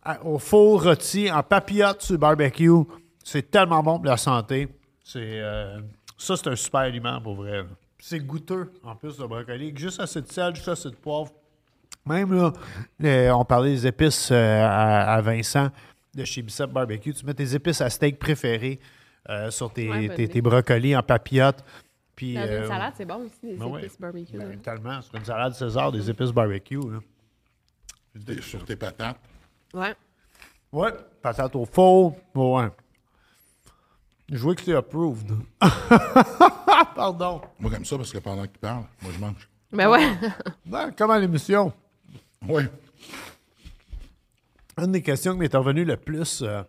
à- au four rôti, en papillote sur le barbecue. C'est tellement bon pour la santé. C'est, euh, ça, c'est un super aliment pour vrai. là. C'est goûteux, en plus, le brocoli. avec Juste assez de sel, juste assez de poivre. Même là, le- on parlait des épices euh, à, à Vincent de chez Bicep Barbecue. Tu mets tes épices à steak préférées euh, sur tes, Ouais, bonne tes- idée. tes brocolis en papillote. Puis, Dans euh, une salade, c'est bon aussi, des ben ouais. épices barbecue. hein. Ben, là. tellement, sur une salade César, des épices barbecue. là. Des- Sur tes patates. Ouais. Ouais, patate au four. bah Ouais. Je vois que c'est approved. *laughs* Pardon. Moi, comme ça, parce que pendant que tu parles, moi, je mange. Ben ouais. Ben, comme à l'émission, Oui. une des questions qui m'est revenue le plus, euh,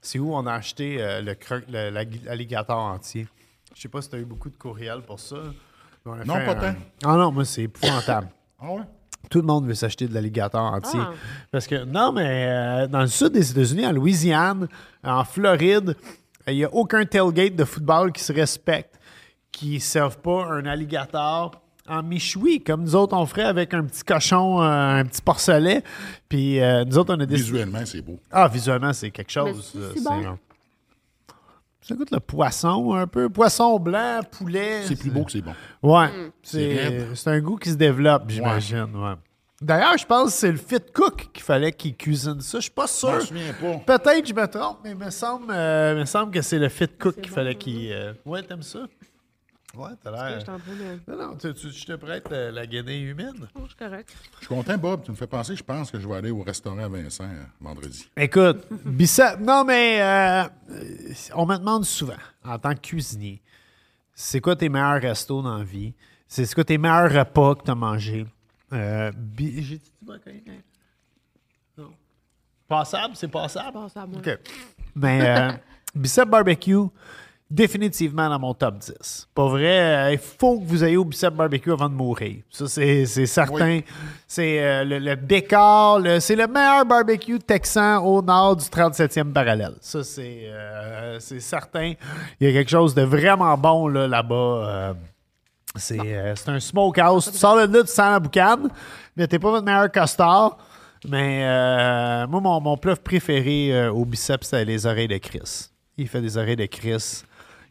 c'est où on a acheté euh, le cro- le- l'alli- l'alligator entier. Je sais pas si tu as eu beaucoup de courriels pour ça. mais on a Non, fait pas un- tant. Ah non, moi, c'est épouvantable. Ah ouais? Tout le monde veut s'acheter de l'alligator entier. Ah. Parce que, non, mais euh, dans le sud des États-Unis, en Louisiane, en Floride, il n'y a aucun tailgate de football qui se respecte, qui ne serve pas un alligator en michoui, comme nous autres on ferait avec un petit cochon, euh, un petit porcelet. Puis euh, nous autres, on a des. Visuellement, c'est beau. Ah, visuellement, c'est quelque chose. Mais euh, c'est bon. un- Ça goûte le poisson un peu. Poisson blanc, poulet. C'est plus beau que c'est bon. Ouais. C'est C'est raide. c'est un goût qui se développe, j'imagine. ouais. D'ailleurs, je pense que c'est le fit cook qu'il fallait qu'il cuisine ça. Je suis pas sûr. Je m'en souviens pas. Peut-être que je me trompe, mais il me semble, euh, il me semble que c'est le fit cook qu'il fallait qu'il. euh, Ouais, t'aimes ça? Ouais, t'as *laughs* l'air. Non, non, tu, tu- je te prête euh, la, la guinée humide. C'est correct. Je suis content, Bob. Tu me fais penser, je pense que je vais aller au restaurant Vincent euh, vendredi. Écoute, Bissap, non, mais euh, on me demande souvent, en tant que cuisinier, c'est quoi tes meilleurs restos dans la vie? C'est c'est quoi tes meilleurs repas que t'as mangé? Euh, bi- J'ai dit du cocaïne? hein? Non. Passable, c'est passable? Passable, ouais. OK. Mais euh, Bicep Barbecue, définitivement dans mon top 10. Pas vrai, euh, il faut que vous ayez au Bicep Barbecue avant de mourir. Ça, c'est c'est certain. C'est euh, le, le décor, le- c'est le meilleur barbecue texan au nord du 37e parallèle. Ça, c'est euh, c'est certain. Il y a quelque chose de vraiment bon là, là-bas. euh, c'est euh, c'est un smokehouse. Tu sors de là, tu sens la boucane, mais t'es pas votre meilleur costard. Mais euh, moi, mon, mon plat préféré euh, au biceps, c'est les oreilles de Chris. Il fait des oreilles de Chris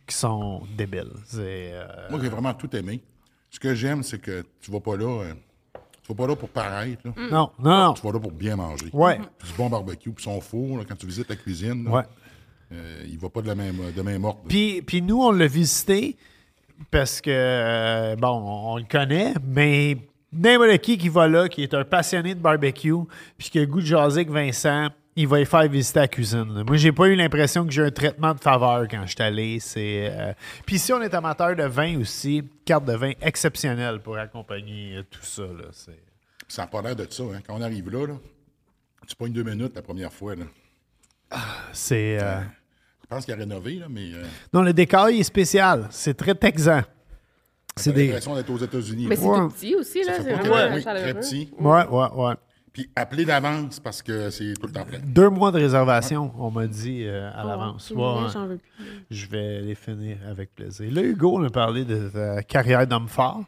qui sont débiles. C'est, euh, Moi, j'ai vraiment tout aimé. Ce que j'aime, c'est que tu vas pas là. euh, tu vas pas là pour paraître. là. Non, non, non. Tu vas là pour bien manger. Ouais. Puis Du bon barbecue, puis son four, là, quand tu visites la cuisine, là, Ouais. euh, il va pas de la même, de main morte. là. Puis, puis nous, on l'a visité parce que, euh, bon, on, on le connaît, mais n'importe qui qui va là, qui est un passionné de barbecue, puis qui a le goût de jaser avec Vincent, il va y faire visiter la cuisine. là. Moi, j'ai pas eu l'impression que j'ai un traitement de faveur quand je suis allé. C'est, euh, Puis si on est amateur de vin aussi, carte de vin exceptionnelle pour accompagner euh, tout ça. Là, c'est... Ça n'a pas l'air de ça. hein. Quand on arrive là, là, tu pognes deux minutes la première fois. là. c'est euh, Je pense qu'il a rénové, là, mais euh, Non, le décor, il est spécial. C'est très texan. C'est j'ai des... l'impression d'être aux États-Unis. Mais là. c'est Ouais. tout petit aussi, là. Ça C'est fait pas vraiment très- oui, chaleureux. très petit. Ouais, ouais, ouais. Puis appelé d'avance parce que c'est tout le temps plein. Deux mois de réservation, on m'a dit euh, à Ah, l'avance. c'est Ouais, mignon, ouais. j'en veux plus. Je vais les finir avec plaisir. Là, Hugo, on a parlé de ta carrière d'homme fort.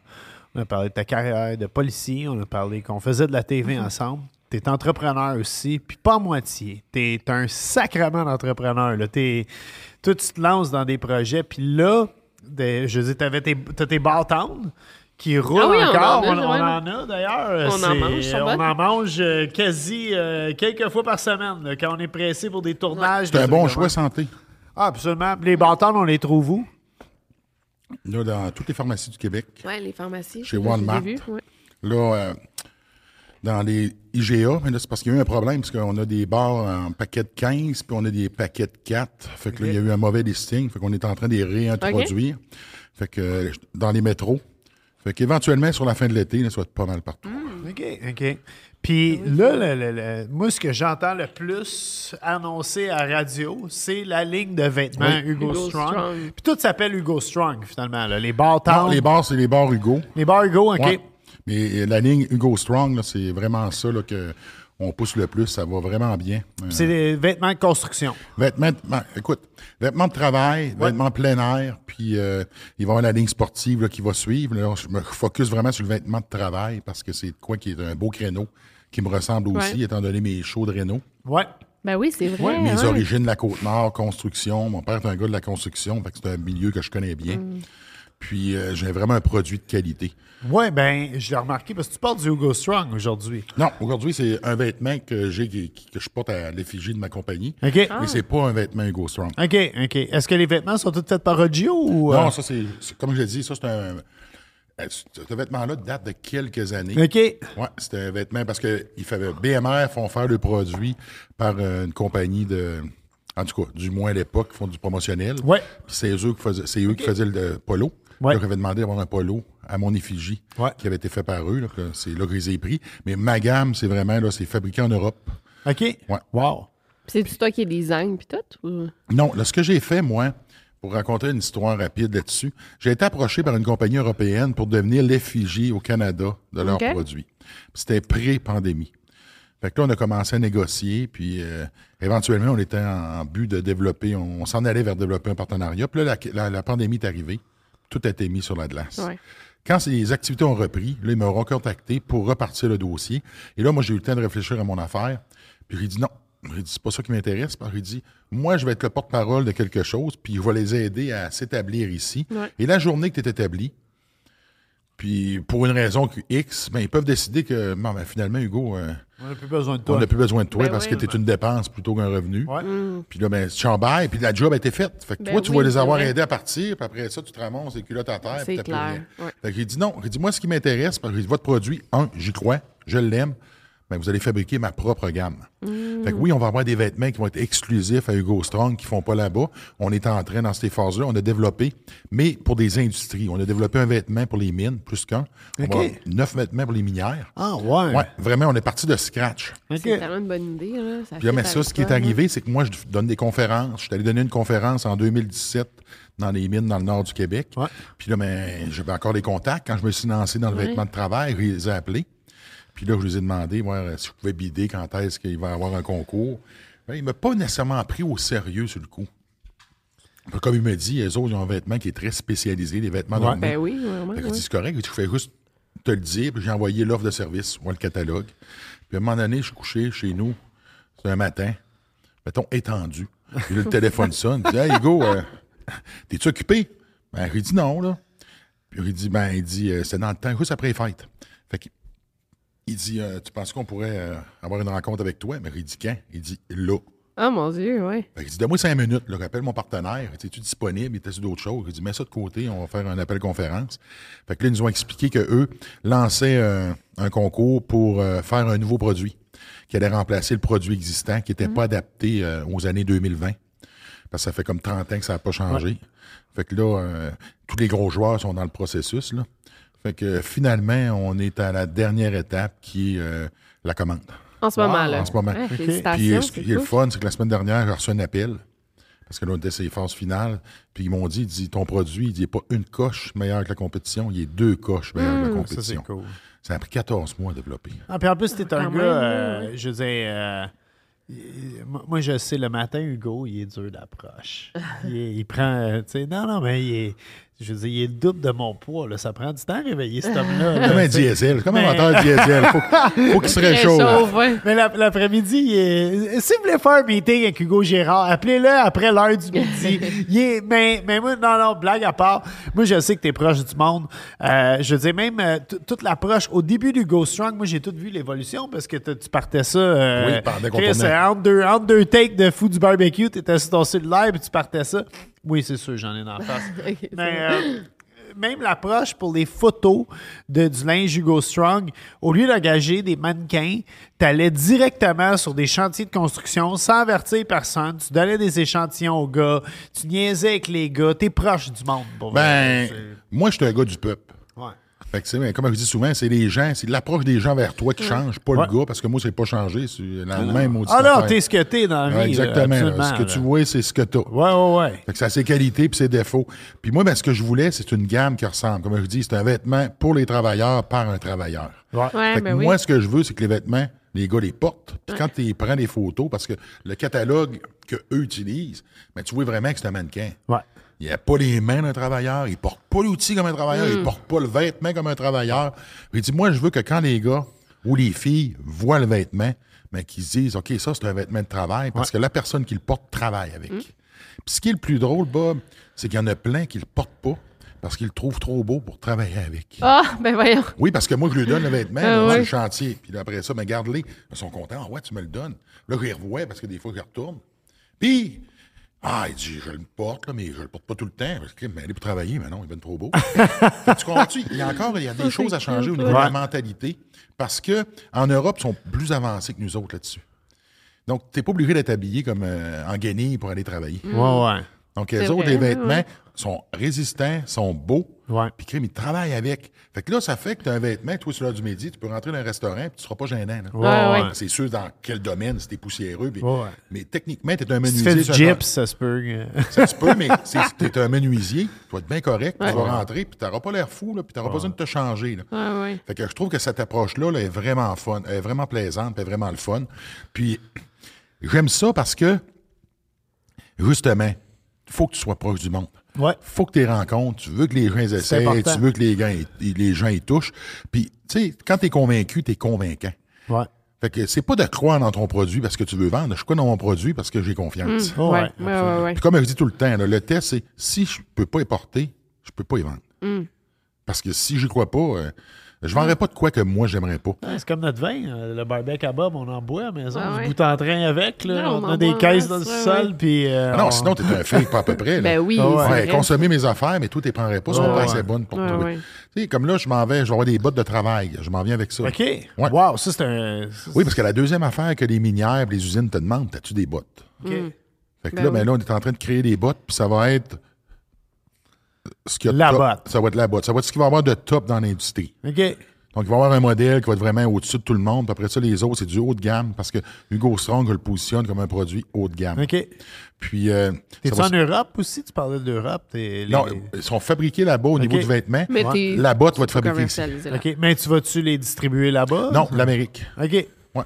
On a parlé de ta carrière de policier. On a parlé qu'on faisait de la TV Mhm. ensemble. Tu es entrepreneur aussi, puis pas à moitié. Tu es un sacrement d'entrepreneur. là. T'es- Toi, tu te lances dans des projets. Puis là, des- je veux dire, tu tes, t'as tes bars tendres qui roulent Ah oui, on encore. en a, On, on ouais. en a d'ailleurs. On en C'est- mange, ils sont On bonnes. en mange euh, quasi euh, quelques fois par semaine là, quand on est pressé pour des tournages. C'est des un bon trucs de choix même. santé. Ah, absolument. Les bâtards, on les trouve où? Là, dans toutes les pharmacies du Québec, Ouais, les pharmacies. Chez j'ai Walmart. vu, ouais. là, euh, dans les IGA, mais là, c'est parce qu'il y a eu un problème, parce qu'on a des bars en paquet de 15, puis on a des paquets de 4. Fait que là, il y a eu un mauvais listing, fait qu'on est en train de les réintroduire. Fait que euh, dans les métros. Fait qu'éventuellement, sur la fin de l'été, là, ça va être pas mal partout. OK, OK. Puis Ah là, le- le- le- moi, ce que j'entends le plus annoncé à radio, c'est la ligne de vêtements Hugo, Hugo Strong. Strong. Puis tout s'appelle Hugo Strong, finalement. là. Les bars Ah, tendres. les bars, c'est les bars Hugo. les bars Hugo, OK. Ouais. Mais euh, la ligne Hugo Strong, là, c'est vraiment ça là, que on pousse le plus. Ça va vraiment bien. Euh, C'est des vêtements de construction. vêtements, de- ben, écoute, vêtements de travail, vêtements plein air, puis euh, il va y avoir la ligne sportive là, qui va suivre. Là, je me focus vraiment sur le vêtement de travail parce que c'est de quoi qui est un beau créneau qui me ressemble aussi, Ouais. étant donné mes shows de Renault. Ouais. Ben oui, c'est vrai. Mes ouais. origines, la Côte-Nord, construction. Mon père est un gars de la construction, fait que c'est un milieu que je connais bien. Mm. Puis euh, j'ai vraiment un produit de qualité. Ouais, ben, je l'ai remarqué parce que tu parles du Hugo Strong aujourd'hui. Non, aujourd'hui, c'est un vêtement que j'ai qui- qui- que je porte à l'effigie de ma compagnie. OK. Ah. Mais c'est pas un vêtement Hugo Strong. OK, OK. Est-ce que les vêtements sont tous faits par Rodio ou. euh, Non, ça c'est c'est- comme je l'ai dit, ça c'est un euh, ce ce vêtement-là date de quelques années. OK. Ouais, c'était un vêtement parce que il fallait- BMR font faire le produit par euh, une compagnie de en tout cas, du moins à l'époque, ils font du promotionnel. Ouais. Puis c'est eux qui faisaient, c'est eux qui faisaient le polo. Ouais. Là, j'avais demandé d'avoir un polo à mon effigie Ouais. qui avait été fait par eux. là, que c'est là que je les ai pris. Mais ma gamme, c'est vraiment là, c'est fabriqué en Europe. OK. Ouais. Wow. Puis c'est toi qui design, puis tout. ou- Non, là, ce que j'ai fait, moi, pour raconter une histoire rapide là-dessus, j'ai été approché par une compagnie européenne pour devenir l'effigie au Canada de leurs OK. produits. Puis C'était pré-pandémie. Fait que là, on a commencé à négocier, puis euh, éventuellement, on était en, en but de développer, on, on s'en allait vers développer un partenariat. Puis là, la, la- la pandémie est arrivée, tout a été mis sur la glace. Ouais. Quand c'est- les activités ont repris, là, ils m'ont recontacté pour repartir le dossier. Et là, moi, j'ai eu le temps de réfléchir à mon affaire. Puis j'ai dit non. J'ai dit, c'est pas ça qui m'intéresse. Puis j'ai dit, moi, je vais être le porte-parole de quelque chose, puis je vais les aider à s'établir ici. Et la journée que tu es établi, puis pour une raison que X, ben, ils peuvent décider que bon, ben, finalement, Hugo, euh, On n'a plus besoin de toi. on n'a plus besoin de toi Ben parce oui. que tu es une dépense plutôt qu'un revenu. Ouais. Mm. Puis là, ben, tu chambailles, puis la job a été faite. Fait que Ben toi, tu oui, vas les c'est avoir vrai. aidés à partir, puis après ça, tu te ramasses les culottes à terre. C'est puis t'as plus clair, rien. ouais. Fait qu'il dit non. Il dit, moi, ce qui m'intéresse, parce que votre produit, un, j'y crois, je l'aime, ben, vous allez fabriquer ma propre gamme. Mm. Fait que oui, on va avoir des vêtements qui vont être exclusifs à Hugo Strong, qui font pas là-bas. On est en train, dans ces phases-là, on a développé, mais pour des industries. On a développé un vêtement pour les mines, plus qu'un. On OK. va avoir neuf vêtements pour les minières. Ah, ouais. Ouais, vraiment, on est parti de scratch. C'est tellement une bonne idée. Là. Ça hein. Puis là, fit mais ça, avec ce qui toi, est là. arrivé, c'est que moi, je donne des conférences. Je suis allé donner une conférence en 2017 dans les mines dans le nord du Québec. Ouais. Puis là, mais j'avais encore des contacts. Quand je me suis lancé dans le vêtement de travail, je les ai appelés. Puis là, je les ai demandé moi, si je pouvais bider quand est-ce qu'il va y avoir un concours. Ben, il ne m'a pas nécessairement pris au sérieux sur le coup. Comme il me dit, les autres, ils ont un vêtement qui est très spécialisé, les vêtements de Ouais. renommée. Ben oui, vraiment. hein. Fait que ouais. j'ai dit, c'est correct. Je fais juste te le dire. Puis j'ai envoyé l'offre de service, moi, le catalogue. Puis à un moment donné, je suis couché chez nous, c'est un matin, mettons, étendu. Puis là, le téléphone sonne. Il dit, hey, Hugo, euh, t'es-tu occupé? Ben, j'ai dit non, là. Puis il dit, ben, il dit, euh, c'est dans le temps, juste après les fêtes. Fait que, il dit, euh, tu penses qu'on pourrait euh, avoir une rencontre avec toi? Mais il dit, quand? Il dit, là. Ah, mon Dieu, oui. Fait qu'il dit, donne-moi cinq minutes, là, rappelle mon partenaire, es-tu disponible, il était sur d'autres choses. Il dit, mets ça de côté, on va faire un appel conférence. Fait que là, ils nous ont expliqué qu'eux lançaient euh, un concours pour euh, faire un nouveau produit qui allait remplacer le produit existant qui n'était pas adapté euh, aux années 2020. Parce que ça fait comme 30 ans que ça n'a pas changé. Fait que là, euh, tous les gros joueurs sont dans le processus. Là. Fait que euh, finalement, on est à la dernière étape qui est euh, la commande. En ce moment-là. Ah, En ce moment. Ouais, Ok. félicitations, Puis euh, ce c'est qui est le cool. fun, c'est que la semaine dernière, j'ai reçu un appel. Parce que là, on était sur les phases finales. Puis ils m'ont dit, dit, ton produit, il n'est pas une coche meilleur que la compétition, il est deux coches meilleur que la Mmh, Ça, c'est compétition. cool. Ça a pris 14 mois à développer. Ah, puis en plus, t'es un gars, quand même, euh, je veux dire, euh, il- moi, moi, je sais, le matin, Hugo, il est dur *laughs* d'approche. il, est- il prend, euh, tu sais, non, non, mais il est, je veux dire, il est le double de mon poids, là. Ça prend du temps à réveiller cet *laughs* homme-là. là, Comme un tu sais. ben, diesel, comme un Mais- moteur diesel. Faut, faut qu'il se réchauffe. ouais. Mais l'ap- l'après-midi, il est- si vous voulez faire un meeting avec Hugo Gérard, appelez-le après l'heure du midi. Il est- mais, mais moi, non, non, blague à part. Moi, je sais que tu es proche du monde. Euh, je veux dire, même euh, t- toute l'approche, au début du Go Strong, moi, j'ai tout vu l'évolution parce que t- tu partais ça. euh, Oui, pendant qu'on Chris, tournait. euh, entre, deux, entre deux takes de fou du barbecue, tu étais sur ton cellulaire et tu partais ça. Oui, c'est sûr, j'en ai dans la face. mais. euh, même l'approche pour les photos de, du linge Hugo Strong, au lieu d'engager des mannequins, tu allais directement sur des chantiers de construction sans avertir personne. Tu donnais des échantillons aux gars, tu niaisais avec les gars, t'es proche du monde. Pour vrai. Ben, C'est- moi, je suis un gars du peuple. ouais. Fait que, tu sais, comme je dis souvent, c'est les gens, c'est l'approche des gens vers toi qui change, pas le gars, parce que moi, c'est pas changé, c'est la même audition. Ah non, t'es ce que t'es dans la vie. là, Exactement. là. absolument, ce que là. tu vois, c'est ce que t'as. Ouais, ouais, ouais. Fait que ça a ses qualités puis ses défauts. Puis moi, ben, ce que je voulais, c'est une gamme qui ressemble. Comme je dis, c'est un vêtement pour les travailleurs par un travailleur. Ouais, Fait que ben oui. moi, ce que je veux, c'est que les vêtements, les gars les portent. Puis quand tu prends des photos, parce que le catalogue que eux utilisent, ben, tu vois vraiment que c'est un mannequin. Ouais. Il n'a pas les mains d'un travailleur, il porte pas l'outil comme un travailleur, il porte pas le vêtement comme un travailleur. Il dit, moi, je veux que quand les gars ou les filles voient le vêtement, ben, qu'ils se disent, OK, ça, c'est un vêtement de travail, parce que la personne qui le porte travaille avec. Puis ce qui est le plus drôle, Bob, c'est qu'il y en a plein qui le portent pas parce qu'ils le trouvent trop beau pour travailler avec. Ah, ben *laughs* voyons. Oui, parce que moi, je lui donne le vêtement là, Ah dans ouais. le chantier. Puis là, après ça, ben, garde-les. Ils sont contents. Ah ouais, tu me le donnes. Là, je les revois parce que des fois, je les retourne. Puis, ah, il dit, je le porte, là, mais je le porte pas tout le temps. Parce que, mais aller pour travailler, mais non, il va être trop *laughs* beau. Fait que tu comprends-tu? Il y a encore il y a des choses à changer au niveau de la mentalité parce que en Europe, ils sont plus avancés que nous autres là-dessus. Donc, tu n'es pas obligé d'être habillé comme euh, en guenille pour aller travailler. Ouais, ouais. Donc, C'est les autres, vrai, les vêtements sont résistants, sont beaux. Ouais. Puis, crime, ils travaillent avec. Fait que là, ça fait que tu as un vêtement, toi, sur l'heure du midi, tu peux rentrer dans un restaurant puis tu seras pas gênant. là. Ouais, ouais. C'est sûr dans quel domaine, si t'es poussiéreux. puis- Ouais. Mais techniquement, t'es un Si tu menuisier. fais du sur- gyps, ça se peut. que- *laughs* Ça se peut, mais si t'es un menuisier, tu vas être bien correct, puis tu vas rentrer, puis t'auras pas l'air fou, là, puis t'auras pas besoin de te changer. là. Ouais, ouais. Fait que je trouve que cette approche-là là, est vraiment fun, elle est vraiment plaisante, puis elle est vraiment le fun. Puis j'aime ça parce que, justement, faut que tu sois proche du monde. Ouais. faut que tu les rencontres, tu veux que les gens les essayent, important. tu veux que les gens ils- les gens y touchent. Puis, tu sais, quand tu es convaincu, tu es convaincant. Ouais. Fait que c'est pas de croire dans ton produit parce que tu veux vendre, je crois dans mon produit parce que j'ai confiance. Oh, ouais. Mm. ouais, ouais, ouais, ouais. Puis comme je dis tout le temps, là, le test, c'est si je peux pas y porter, je peux pas y vendre. Mm. Parce que si j'y crois pas, euh, je vendrai pas de quoi que moi j'aimerais pas. Ah, C'est comme notre vin, euh, le barbecue à Bob, on en boit à la maison, Ah on se ouais. bout en train avec, là, Non, on, on a en des boit, caisses dans le ouais, sol, ouais. puis... euh, Ah non, on- sinon t'es un fake pas à peu près. là. Ben oui, Ah ouais. c'est Ouais, vrai. consommer mes affaires, mais toi, t'es prendrais pas, sont Ouais, pas ouais. assez bonnes pour Ouais, toi. ouais. Tu sais, comme là, je m'en vais, je vais avoir des bottes de travail. Je m'en viens avec ça. OK. Ouais. Wow, ça, c'est un... ça, Oui, parce que la deuxième affaire que les minières et les usines te demandent, t'as-tu des bottes? c'est- OK. Fait que Ben là, oui. ben là, on est en train de créer des bottes, puis ça va être ce qu'il y a de La top. botte. Ça va être la botte. Ça va être ce qu'il va y avoir de top dans l'industrie. OK. Donc, il va y avoir un modèle qui va être vraiment au-dessus de tout le monde. Puis après ça, les autres, c'est du haut de gamme parce que Hugo Strong le positionne comme un produit haut de gamme. OK. Puis, euh, ça T'es-tu va en se- Europe aussi? Tu parlais de l'Europe. t'es- les- non, ils sont fabriqués là-bas au niveau Ok. du vêtement. Mais t'es- La botte va être faut fabriquée ici. commercialiser, là. OK. Mais tu vas-tu les distribuer là-bas? Non, l'Amérique. OK. Ouais.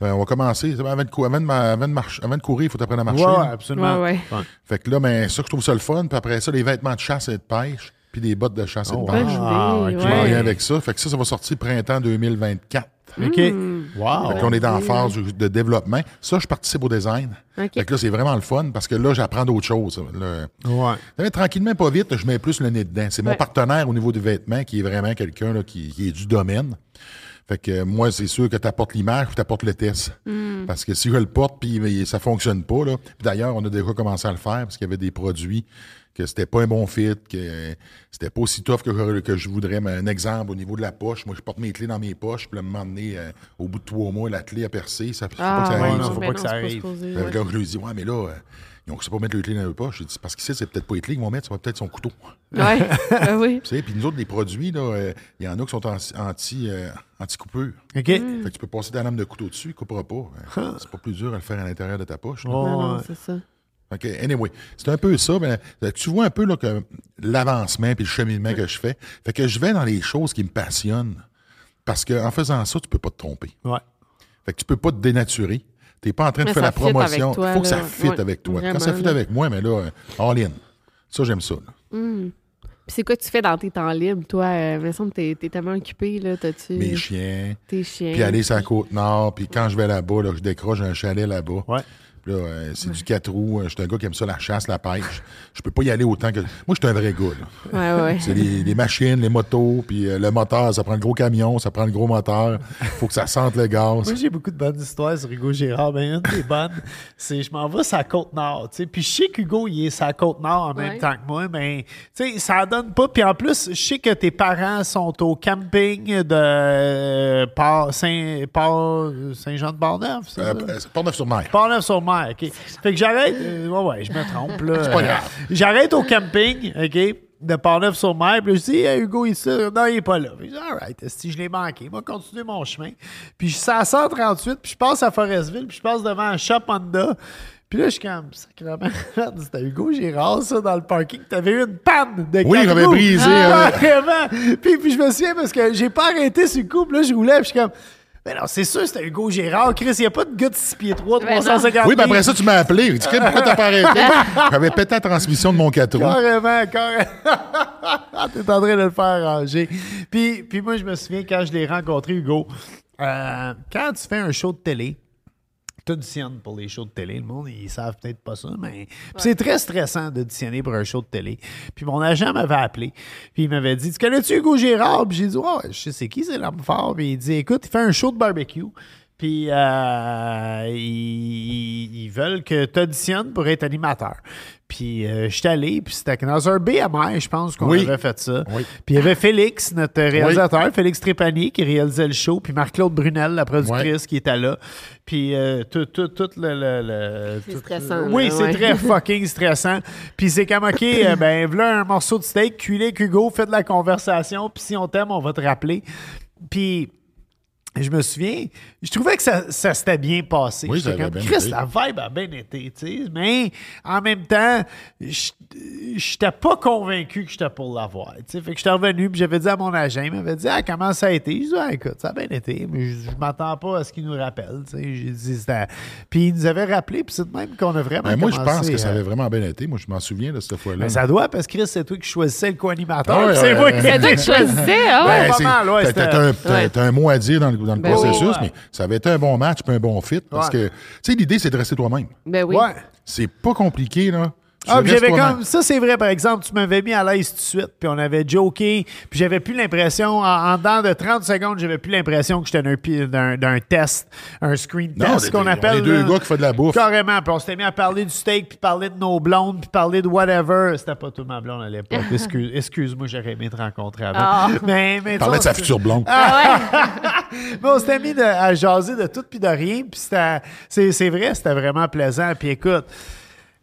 Ben, on va commencer. Avant de, cou- avant de ma- avant de marcher- avant de courir, il faut apprendre à marcher. Ouais, là. absolument. Ouais, ouais. Fait que là, ben, ça, je trouve ça le fun. Puis après ça, les vêtements de chasse et de pêche, puis des bottes de chasse et de Bonne pêche. idée, Ah, Oh, ouais. ok. Je m'en viens avec ça. Fait que ça, ça va sortir printemps 2024. OK. Hmm. Wow. Ah, Fait ben qu'on est dans la phase de développement. Ça, je participe au design. Ok. Fait que là, c'est vraiment le fun parce que là, j'apprends d'autres choses. Le- Ouais. Mais tranquillement, pas vite, je mets plus le nez dedans. C'est mon Ouais. partenaire au niveau du vêtement qui est vraiment quelqu'un là, qui, qui est du domaine. Fait que euh, moi, c'est sûr que tu apportes l'image ou tu apportes le test. Hmm. Parce que si je le porte puis mais ça fonctionne pas, là. Puis d'ailleurs, on a déjà commencé à le faire parce qu'il y avait des produits que c'était pas un bon fit, que euh, c'était pas aussi tough que, j'aurais- que je voudrais. Mais un exemple au niveau de la poche, moi je porte mes clés dans mes poches, puis à un moment donné, euh, au bout de trois mois, la clé a percé. Ça, faut pas que ça Ah, ouais, arrive, non, ça. faut ben pas que ça c'est arrive. supposé, Fait ouais. que là, je lui ai dit, ouais, mais là, euh, ils ont que c'est pas mettre les clés dans les poches. J'ai dit, parce qu'ici, c'est peut-être pas les clés qu'ils vont mettre, ça va peut-être son couteau. *laughs* Ouais, ben oui. Tu sais, puis nous autres, les produits, là, euh, il y en a qui sont en- anti, euh, anti-coupure. OK. Hmm. Fait que tu peux passer ta lame de couteau dessus, il coupera pas. Euh, C'est pas plus dur à le faire à l'intérieur de ta poche. là. Oh, Non, non, ouais. c'est ça. OK, anyway, c'est un peu ça. Mais, euh, tu vois un peu là, que l'avancement puis le cheminement que je fais. Fait que je vais dans les choses qui me passionnent. Parce qu'en faisant ça, tu peux pas te tromper. Ouais. Fait que tu peux pas te dénaturer. T'es pas en train de Mais faire ça la fit avec promotion. toi, Il faut que là. ça fit Ouais, avec toi. Quand ça vraiment, fit là. avec moi, mais là, euh, all in. Ça, j'aime ça. là. Puis c'est quoi que tu fais dans tes temps libres, toi? Euh, il me semble que t'es- t'es tellement occupé, là. T'as-tu. Mes chiens. Tes chiens. Puis aller sur la côte nord, puis quand je vais là-bas, là, je décroche un chalet là-bas. Ouais. Puis là, euh, c'est du 4 roues. Je suis un gars qui aime ça, la chasse, la pêche. Je peux pas y aller autant que. Moi, je suis un vrai gars. là. Ouais, ouais. C'est les, les machines, les motos, puis euh, le moteur. Ça prend le gros camion, ça prend le gros moteur. faut que ça sente le gaz. Moi, j'ai beaucoup de bonnes histoires sur Hugo Gérard, mais une des bonnes, c'est je m'en vais sur la Côte-Nord, tu sais. Puis je sais qu'Hugo, il est sur la Côte-Nord en même Ouais. temps que moi, mais tu sais, ça donne pas. Puis en plus, je sais que tes parents sont au camping de euh, Port- Saint- Port- Saint-Jean-de-Barneuf, c'est ça? Euh, euh, c'est Portneuf-sur-Mer. Portneuf sur mer, OK. Fait que j'arrête. euh, ouais, ouais, je me trompe, là. pas grave. Euh, J'arrête au camping, OK, de Portneuf sur mer. Puis là, je dis, Hey, Hugo, il est là. Non, il n'est pas là. Puis je dis, all right, si je l'ai manqué, moi, continuer mon chemin. Puis je suis à 138, puis je passe à Forestville, puis je passe devant un shop Honda. Puis là, je suis comme, sacrément, *laughs* merde, c'était Hugo Girard, ça, dans le parking. T'avais eu une panne de Oui, j'avais quatre roues. brisé, Ah, hein. vraiment. Puis, puis je me souviens parce que j'ai pas arrêté sur le coup. Puis là, je roulais. Puis je suis comme, mais non, c'est sûr, c'était Hugo Gérard. Chris, il n'y a pas de gars de 6 pieds 3, Ben non. 350 Oui, puis après ça, tu m'as appelé. J'ai dit, Crime, pourquoi t'as *laughs* pas arrêté? J'avais pété la transmission de mon 4 roues. Carrément, carrément. *laughs* T'es en train de le faire ranger. Puis, puis moi, je me souviens quand je l'ai rencontré, Hugo, euh, quand tu fais un show de télé, t'auditionnes pour les shows de télé. Le monde, ils savent peut-être pas ça, mais puis c'est très stressant d'auditionner pour un show de télé. Puis mon agent m'avait appelé, puis il m'avait dit Tu connais-tu Hugo Gérard Puis j'ai dit Ouais, je sais c'est qui, c'est l'homme fort. Puis il dit Écoute, il fait un show de barbecue. Puis euh, ils, ils veulent que tu auditionnes pour être animateur. Puis euh, je suis allé, puis c'était dans un BMI, je pense qu'on Oui. avait fait ça. Oui. Puis il y avait Félix, notre réalisateur, Félix Trépanier, qui réalisait le show, puis Marc-Claude Brunel, la productrice, qui était là. Puis euh, tout, tout, tout le... le- le- C'est tout- stressant, Oui, là, c'est ouais. *laughs* très fucking stressant. Puis c'est comme, OK, *coughs* euh, ben, voilà un morceau de steak, cuilé avec Hugo, fais de la conversation, puis si on t'aime, on va te rappeler. Puis Et je me souviens, je trouvais que ça, ça s'était bien passé. Oui, ça J'étais avait comme, bien Chris, été. la vibe a bien été, tu sais. Mais en même temps, je n'étais pas convaincu que j'étais pour l'avoir. tu sais. Fait que j'étais revenu, puis j'avais dit à mon agent, il m'avait dit, ah, comment ça a été? Je dit, ah, écoute, ça a bien été, mais je, je m'attends pas à ce qu'il nous rappelle, tu sais. J'ai dit, c'était- Puis il nous avait rappelé, puis c'est de même qu'on a vraiment. Ben, moi, je commencé, pense que ça euh, avait vraiment bien été. Moi, je m'en souviens de cette fois-là. ben, ça doit, parce que Chris, c'est toi qui choisissais le co-animateur. Ah ouais, puis c'est ouais, moi ouais. qui C'est toi *laughs* qui choisissais, ah ouais? Ouais, Ben, c'est- pas mal, ouais, t'as- c'était- t'as un- t'as- ouais. t'as un mot à dire dans le, dans le Ben oui. processus, Ouais. mais ça avait été un bon match puis un bon fit. Parce Ouais. que, tu sais, l'idée, c'est de rester toi-même. Ben oui. Ouais. C'est pas compliqué, là. Tu Ah, puis restes j'avais toi-même. comme ça, c'est vrai, par exemple, tu m'avais mis à l'aise tout de suite, puis on avait joké, puis j'avais plus l'impression, en, en dedans de 30 secondes, j'avais plus l'impression que j'étais d'un, pi- d'un, d'un test, un screen Non, test des- qu'on des- appelle. on est deux là. gars qui font de la bouffe. Carrément, puis on s'était mis à parler du steak, puis parler de nos blondes, puis parler de whatever. C'était pas tout ma blonde à *laughs* l'époque. Excuse, excuse-moi, j'aurais aimé te rencontrer avant. Mais, mais tu Parlait de vois, sa future blonde. Ah. *laughs* mais on s'était mis de- à jaser de tout puis de rien. Puis c'était- c'est c'est vrai, c'était vraiment plaisant. Puis écoute,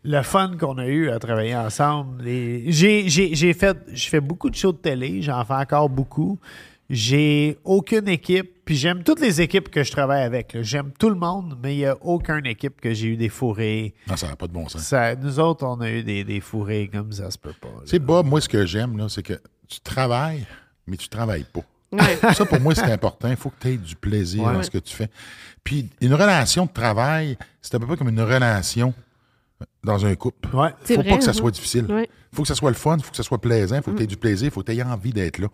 le fun qu'on a eu à travailler ensemble, les- j'ai j'ai- j'ai fait, je fais beaucoup de shows de télé, j'en fais encore beaucoup. J'ai aucune équipe, puis j'aime toutes les équipes que je travaille avec. là. J'aime tout le monde, mais il n'y a aucune équipe que j'ai eu des fourrés. Non, ça n'a pas de bon sens. Ça, nous autres, on a eu des, des fourrés comme ça se peut pas. là. Tu sais, Bob, moi, ce que j'aime, là, c'est que tu travailles, mais tu travailles pas. *laughs* Ça, pour moi, c'est important. Il faut que tu aies du plaisir dans ce que tu fais. Puis, une relation de travail, c'est à peu près comme une relation dans un couple. Ouais. Il C'est faut vrai, pas que ça hein. soit difficile. Il Ouais. Mm. faut que ça soit le fun, il faut que ça soit plaisant, il faut que tu aies du plaisir, il faut que tu aies envie d'être là.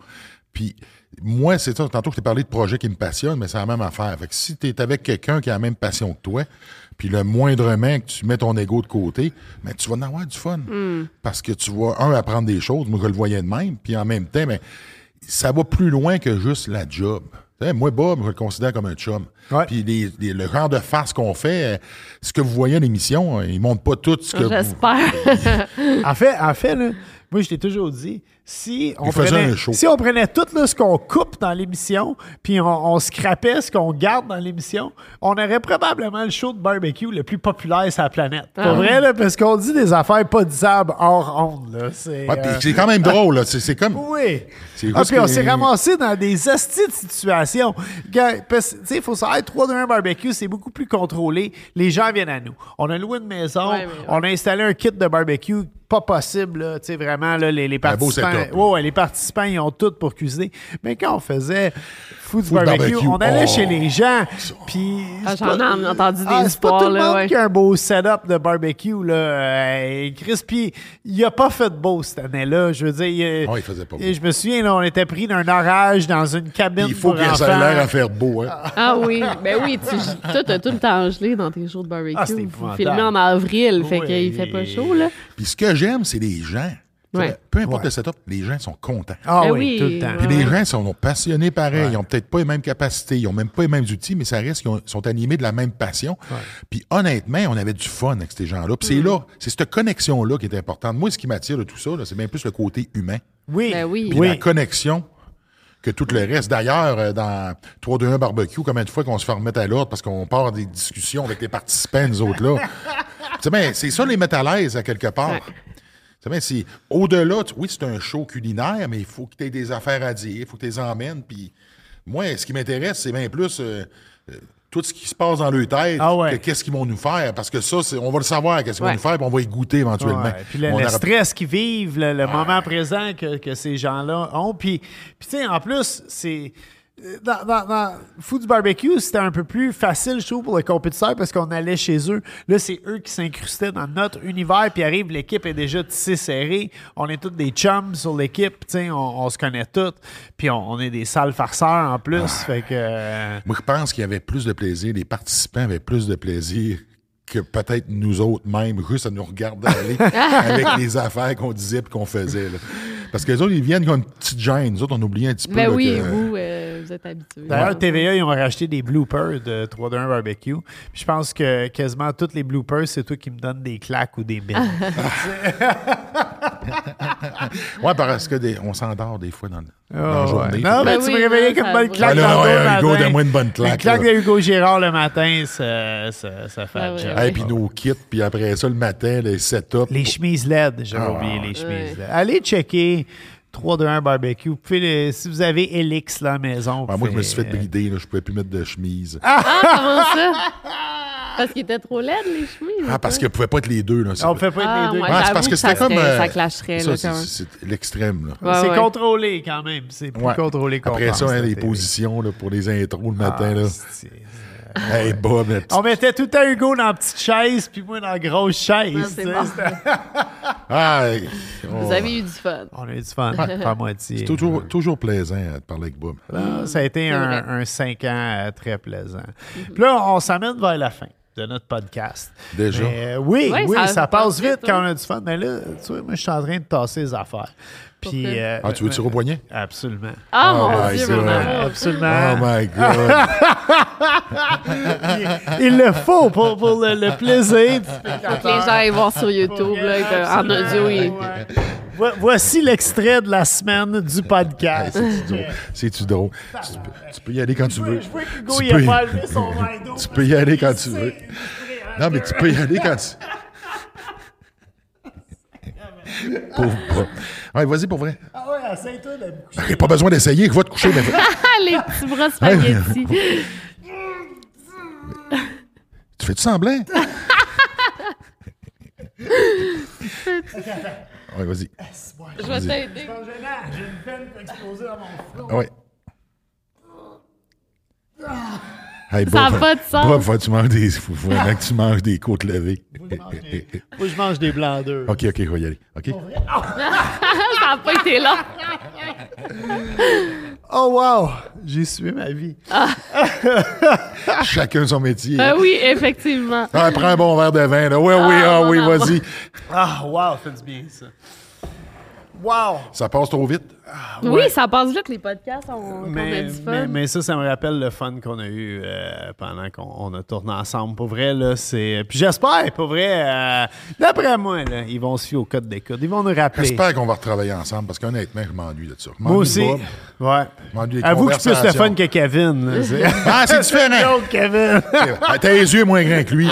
Puis, moi, c'est ça. Tantôt, je t'ai parlé de projets qui me passionnent, mais c'est la même affaire. Fait que si tu es avec quelqu'un qui a la même passion que toi, puis le moindrement que tu mets ton ego de côté, mais tu vas en avoir du fun. Mm. Parce que tu vas, un, apprendre des choses. Moi, je le voyais de même. Puis, en même temps, ben, ça va plus loin que juste la job. Tu sais, moi, Bob, je le considère comme un chum. Ouais. Puis les- les- le genre de farce qu'on fait, euh, ce que vous voyez à l'émission, euh, ils montrent pas tout ce que vous... J'espère. *laughs* *laughs* En fait, en fait là, moi, je t'ai toujours dit, si on, Il faisait prenait, un show. si on prenait tout là, ce qu'on coupe dans l'émission, puis on, on scrapait ce qu'on garde dans l'émission, on aurait probablement le show de barbecue le plus populaire sur la planète. Pour vrai, là, parce qu'on dit des affaires pas disables hors onde. Là. C'est, Ouais, puis euh, c'est quand même drôle, là. C'est c'est comme... oui. C'est Ah, juste puis on que- s'est ramassé dans des hosties de situations. Gars, parce que, Tu sais, il faut savoir, 3 2 1 barbecue, c'est beaucoup plus contrôlé. Les gens viennent à nous. On a loué une maison, Ouais, mais ouais. on a installé un kit de barbecue pas possible, là. tu sais, vraiment, là, les, les Un beau participants. setup, là. Ouais, ouais, les participants, ils ont tout pour cuisiner. Mais quand on faisait food, Food barbecue, barbecue, on allait oh. chez les gens. Puis. Ah, c'est j'en pas- Ah, ai entendu des C'est pas histoires, tout le là, monde ouais. qui a un beau setup de barbecue, là. Euh, Chris, puis il a pas fait beau cette année-là. Je veux dire, il- Ouais, Ah il faisait pas beau. et je me souviens, là, on était pris d'un orage dans une cabine. Puis Il faut pour qu'il y ait enfants. ça l'air à faire beau, hein. Ah oui, ben oui, tu toi, t'as tout le temps gelé dans tes jours de barbecue. Ah, c'est Vous épouvantable. filmez en avril, fait Oui. qu'il fait pas chaud, là. Puis ce que j'aime, c'est les gens. Ouais. Peu importe Ouais. le setup, les gens sont contents. Ah Ben oui, oui, tout le temps. Puis Ouais. les gens sont passionnés pareil. Ils ont peut-être pas les mêmes capacités, ils ont même pas les mêmes outils, mais ça reste qu'ils ont- sont animés de la même passion. Puis honnêtement, on avait du fun avec ces gens-là. Puis c'est Mm. là, c'est cette connexion-là qui est importante. Moi, ce qui m'attire de tout ça, là, c'est bien plus le côté humain. Oui. Ben oui. Puis la connexion que tout le reste. D'ailleurs, euh, dans 3-2-1 Barbecue, combien de fois qu'on se fait remettre à l'autre parce qu'on part des discussions avec les participants, nous *laughs* autres, là. Tu sais, ben, c'est ça, les mettre à l'aise, à quelque part. Tu sais, ben, c'est au-delà, tu- oui, c'est un show culinaire, mais il faut que tu aies des affaires à dire, il faut que tu les emmènes. Puis moi, ce qui m'intéresse, c'est bien plus euh, euh, tout ce qui se passe dans leur tête, Ah ouais. que qu'est-ce qu'ils vont nous faire, parce que ça, c'est- on va le savoir, qu'est-ce qu'ils Ouais. vont nous faire, puis on va y goûter éventuellement. Ouais, Puis le, On le aura- stress qu'ils vivent, le, le moment présent que, que ces gens-là ont. Puis, puis tu sais, en plus, c'est. Dans, dans, dans Food Barbecue, c'était un peu plus facile, je trouve, pour les compétiteurs parce qu'on allait chez eux. Là, c'est eux qui s'incrustaient dans notre univers, puis arrive, l'équipe est déjà tissée serrée. On est tous des chums sur l'équipe, tu sais, on, on se connaît tous. Puis on, on est des sales farceurs en plus. Fait que. euh, Moi, je pense qu'il y avait plus de plaisir, les participants avaient plus de plaisir que peut-être nous autres même, juste à nous *laughs* regarder aller avec les affaires qu'on disait et qu'on faisait. là. Parce que les autres, ils viennent qui ont une petite gêne. Nous autres, on oublie un petit peu. Ben là, oui, que- vous, euh, vous êtes habitués. D'ailleurs, TVA, ils ont racheté des bloopers de 3 1 Barbecue. Puis je pense que quasiment tous les bloopers, c'est toi qui me donnes des claques ou des *laughs* bines. Ouais, parce que des- on s'endort des fois dans, dans la Oh, journée. ouais. Non, mais Ben tu oui, me réveillais là, comme ça une bonne va. claque Ouais, dans là, le dos le ouais, Hugo, matin. donne-moi une bonne Une claque, claque là. de Hugo Girard le matin, ça, ça, ça fait Ah, le ouais, job. ouais. Et puis nos kits, puis après ça, le matin, les setups. Ah. Les chemises LED, j'avais oublié les chemises LED. Allez checker 3-2-1 barbecue. Vous pouvez le- si vous avez Elix là, à la maison. Ah, vous moi, je me pouvez- suis fait brider, là, je pouvais plus mettre de chemise. Ah, comment ça? Parce qu'il était trop laid, les chemises. Ah, parce que ne pouvait pas être les deux. Là, c'est- Ah, On fait pas Ah, être les deux. ouais, Ouais, c'est j'avoue parce que que ça c'était comme. serait- euh, ça clasherait, ça, là, c'est- quand même. c'est c'est l'extrême. Là. Ouais, c'est ouais. contrôlé quand même. C'est plus Ouais. contrôlé qu'on Après pense, ça, hein, la les télé. positions là, pour les intros le matin. Là. Ah, C'est- Hey, Bob, la petite- On mettait tout à Hugo dans la petite chaise, puis moi dans la grosse chaise. Ah, c'est tu sais, bon. c'était- Ah, hey. Vous Oh. avez eu du fun. On a eu du fun, pas moitié. C'est toujours, toujours plaisant euh, de parler avec Bob. Ah, Ça a été vrai. Mm-hmm. un, un cinq ans euh, très plaisant. Puis là, on s'amène vers la fin de notre podcast. Déjà? Mais, euh, oui, Ouais, oui, ça ça, passe passe vite vite, quand ouais. on a du fun. Mais là, tu vois, moi, je suis en train de tasser les affaires. Puis, Pourquoi? euh, Ah, tu veux tirer au poignet? Absolument. Ah, Oh mon my Dieu, God. mon amour. Absolument. Oh *laughs* my God! Il le faut pour, pour le, le plaisir. Les gens aillent voir sur YouTube, là, que- en audio. ils- Ouais. Vo- Voici l'extrait de la semaine du podcast. C'est-tu drôle? C'est-tu drôle? Tu, peux- tu peux y aller quand tu veux. Je vois qu'Hugo, Tu il a peux- pas enlevé son rideau. *laughs* Tu peux y aller quand tu veux. Non, mais tu peux y aller *laughs* quand tu... Pauvre Bob. Ouais, vas-y pour vrai. Ah ouais, essaye-toi de me coucher. Il n'y a pas besoin d'essayer, va te coucher. Mais... Ah, les petits bras *laughs* spaghettis. Tu *laughs* fais-tu semblant? ouais, vas-y. Je vais t'aider. C'est gênant, J'ai une peine qui a explosé dans mon front. Ah Ouais. Hey, Ça a Bob, pas de sens. Bob, faut que tu manges des, faut, faut vraiment que tu manges des côtes levées. Moi, je mange des blancs d'œufs. *laughs* OK, OK, je vais y aller. OK? Ça n'a pas été là. Oh wow! J'ai sué ma vie. Chacun son métier. Ah oui, effectivement. Ah, prends un bon verre de vin. Là. Ouais, oui, ah, mon oui, amour. vas-y. Ah wow, ça fait du bien ça. Wow! Ça passe trop vite. Oui, ça passe vite, les podcasts. On, on a Mais, du fun. mais, mais ça, ça me rappelle le fun qu'on a eu euh, pendant qu'on on a tourné ensemble. Pour vrai, là, c'est. Puis j'espère, pour vrai, euh, d'après moi, là, ils vont se fier au code des codes. Ils vont nous rappeler. J'espère qu'on va retravailler ensemble parce qu'honnêtement, je m'ennuie de ça. Je Moi m'ennuie aussi. de Bob. Ouais. M'ennuie des Avoue que je suis plus le fun conversations. que Kevin. *laughs* là. Ah, *laughs* c'est différent. L'autre Kevin. Ah, T'as les yeux moins grands *laughs* que lui.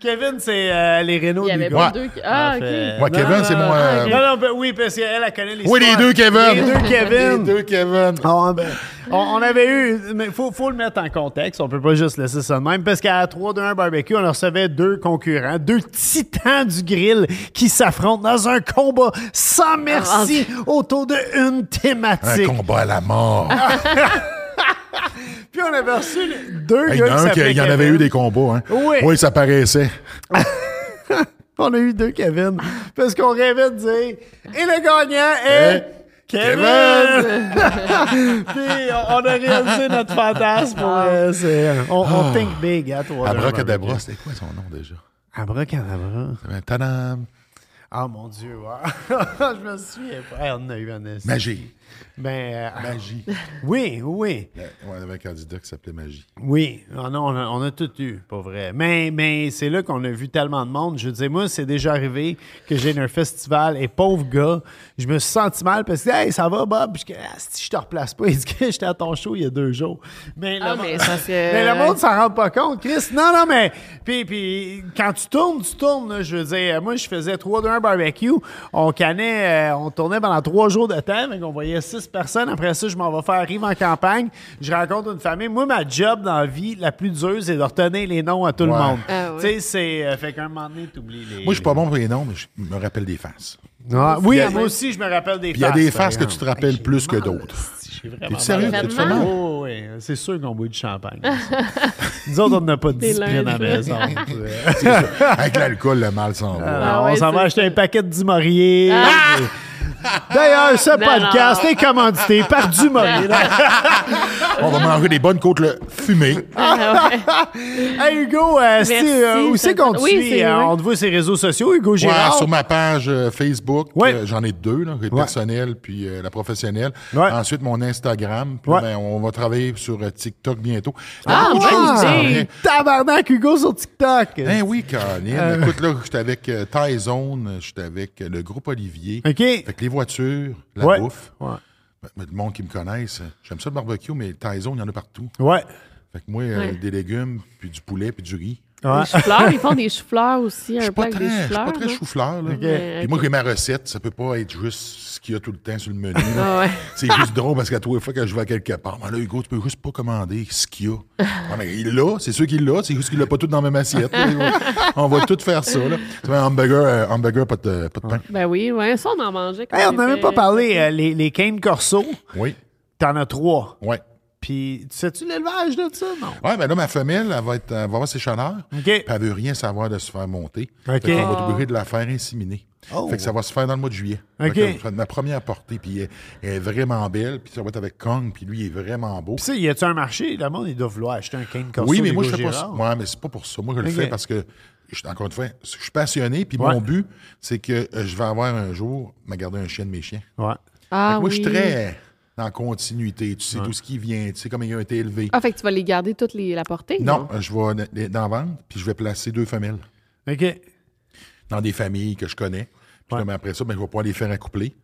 Kevin, c'est euh, les Renault Il y du avait gars. pas deux. qui- Ah, En fait, OK. Moi, non, Kevin, non, c'est non, mon. non, euh, Non, non, ben oui, parce qu'elle, elle connaît les Oui, les deux Kevin. Les deux Kevin. Les deux Kevin. Ah, ben, on, on avait eu. Mais faut, faut le mettre en contexte. On peut pas juste laisser ça de même. Parce qu'à 3-2-1 barbecue, on recevait deux concurrents, deux titans du grill qui s'affrontent dans un combat sans Ah, merci autour de une Un thématique. combat à la mort. Ah, Puis on avait reçu les- deux Hey, Il y gars en a qui un qui- s'appelaient il y en avait Kevin. eu des combats. Hein. Oui. ça paraissait. On a eu deux Kevin. Parce qu'on rêvait de dire Et le gagnant est. Kevin! *laughs* Puis on a réalisé notre fantasme. euh, c'est- on, on think big à toi. Abracadabra, c'était quoi son nom déjà? Abracadabra. Euh, Tadam! Ah mon Dieu, ouais. *laughs* je me souviens pas. Hey, on en a eu un essai. Magie. Ben, euh, Magie. oui, oui, Euh, ouais, on avait un candidat qui s'appelait Magie. oui. Ah non, on, a, on a tout eu, pas vrai. Mais, mais c'est là qu'on a vu tellement de monde. Je disais, moi, c'est déjà arrivé que j'ai un festival et pauvre gars, je me suis senti mal parce que, hey, ça va, Bob? Puis, je, ah, si je te replace pas, il dit que j'étais à ton show il y a deux jours. Mais, Ah, le, mais monde- ça, *laughs* c'est- mais le monde s'en rend pas compte, Chris. Non, non, mais. Puis, puis quand tu tournes, tu tournes. là. je veux dire, moi, je faisais 3-2-1 barbecue. On cannait, euh, on tournait pendant trois jours de temps. Donc, on voyait six personnes. Après ça, je m'en vais faire arrive en campagne. Je rencontre une famille. Moi, ma job dans la vie, la plus dure, c'est de retenir les noms à tout le Ouais. monde. Ah oui. Tu sais, c'est. euh, fait qu'un moment donné, t'oublies les. Moi, je suis pas bon pour les noms, mais je me rappelle des faces. Ah, oui, Il y a- moi aussi, je me rappelle des Puis il y a des faces que par tu te exemple. rappelles Hey, j'ai plus que mal, d'autres. si, j'ai vraiment T'es-tu sérieux? mal. T'as-tu fait mal? Oh, oui, c'est sûr qu'on boit du *laughs* champagne. Nous autres, on n'a pas de Des discipline à la lundis. maison. *laughs* Avec l'alcool, le mal s'en va. Ah on ouais, s'en va c'est Ah! acheter un paquet de Dumorier. *laughs* D'ailleurs, ce non. podcast est commandité par *laughs* Dumorier. On va manger des bonnes côtes le fumées. Ah, ouais. hey Hugo, euh, si, Merci, euh, où c'est c'est qu'on le te fun. Oui, suit? c'est- Euh, oui. On te voit sur les réseaux sociaux, Hugo Ouais, Gérard. sur ma page euh, Facebook, Ouais. euh, j'en ai deux, là, le Ouais. personnel puis euh, la professionnelle. Ouais. Ensuite, mon Instagram. Puis Ouais. ben, on va travailler sur euh, TikTok bientôt. Ah, Beaucoup bonne de choses qui s'en idée. viennent. Tabarnak, Hugo sur TikTok. Ben oui, Colin. Écoute, là, j'étais avec euh, Tyzone, j'étais avec euh, le groupe Olivier. OK. Fait que les voitures, la Ouais. bouffe. Ouais. Ben, ben, le monde qui me connaissent, euh, j'aime ça le barbecue, mais Tyzone, il y en a partout. Ouais. Fait que moi, euh, des légumes, puis du poulet, puis du riz. Ouais. Les choux-fleurs, ils font des choux-fleurs aussi, Je un suis pas plat avec très, des je suis pas choux-fleurs. très non? chou-fleur. là. Mais, Et moi, j'ai ma recette, ça peut pas être juste ce qu'il y a tout le temps sur le menu. là. *laughs* Ah ouais. C'est juste drôle parce qu'à tous les fois que je vais à quelque part, mais là, Hugo, tu peux juste pas commander ce qu'il y *laughs* a. Ah, mais il l'a, c'est sûr qu'il l'a, c'est juste qu'il l'a pas tout dans la même assiette. là. on va tout faire ça. Là. Tu fais un hamburger, euh, hamburger pas, de, pas de pain. Ben oui, ouais, ça, on en mangeait. quand Hey, on n'a était- même pas parlé, euh, les, les canes corso, Oui, t'en as trois. oui. Puis, tu sais-tu l'élevage de ça? Non. Ouais, ben là, ma femelle, elle va, être, elle va avoir ses chaleurs. OK. Puis elle veut rien savoir de se faire monter. OK. on va être obligé de la faire inséminer. Oh. Fait que ça va se faire dans le mois de juillet. Fait OK. que ça va être ma première portée. Puis elle, elle est vraiment belle. Puis ça va être avec Kong. Puis lui, il est vraiment beau. Puis, ça, y a-tu un marché? Le monde, il doit vouloir acheter un cane corso. Oui, mais moi, je d'Hugo fais pas ça. Girard. Ouais, mais c'est pas pour ça. Moi, je le Ok. fais parce que, je- encore une fois, je suis passionné. Puis Ouais. mon but, c'est que euh, je vais avoir un jour, me garder un chien de mes chiens. Ouais. Fait Ah, que moi, je suis oui. très dans continuité. Tu sais tout ce qui vient. Tu sais comment il a été élevé. Ah, fait que tu vas les garder toutes les, la portée? Non, euh, je vais n- les- dans vendre. Puis je vais placer deux femelles OK. dans des familles que je connais. Puis là, mais après ça, ben, je vais pouvoir les faire accoupler.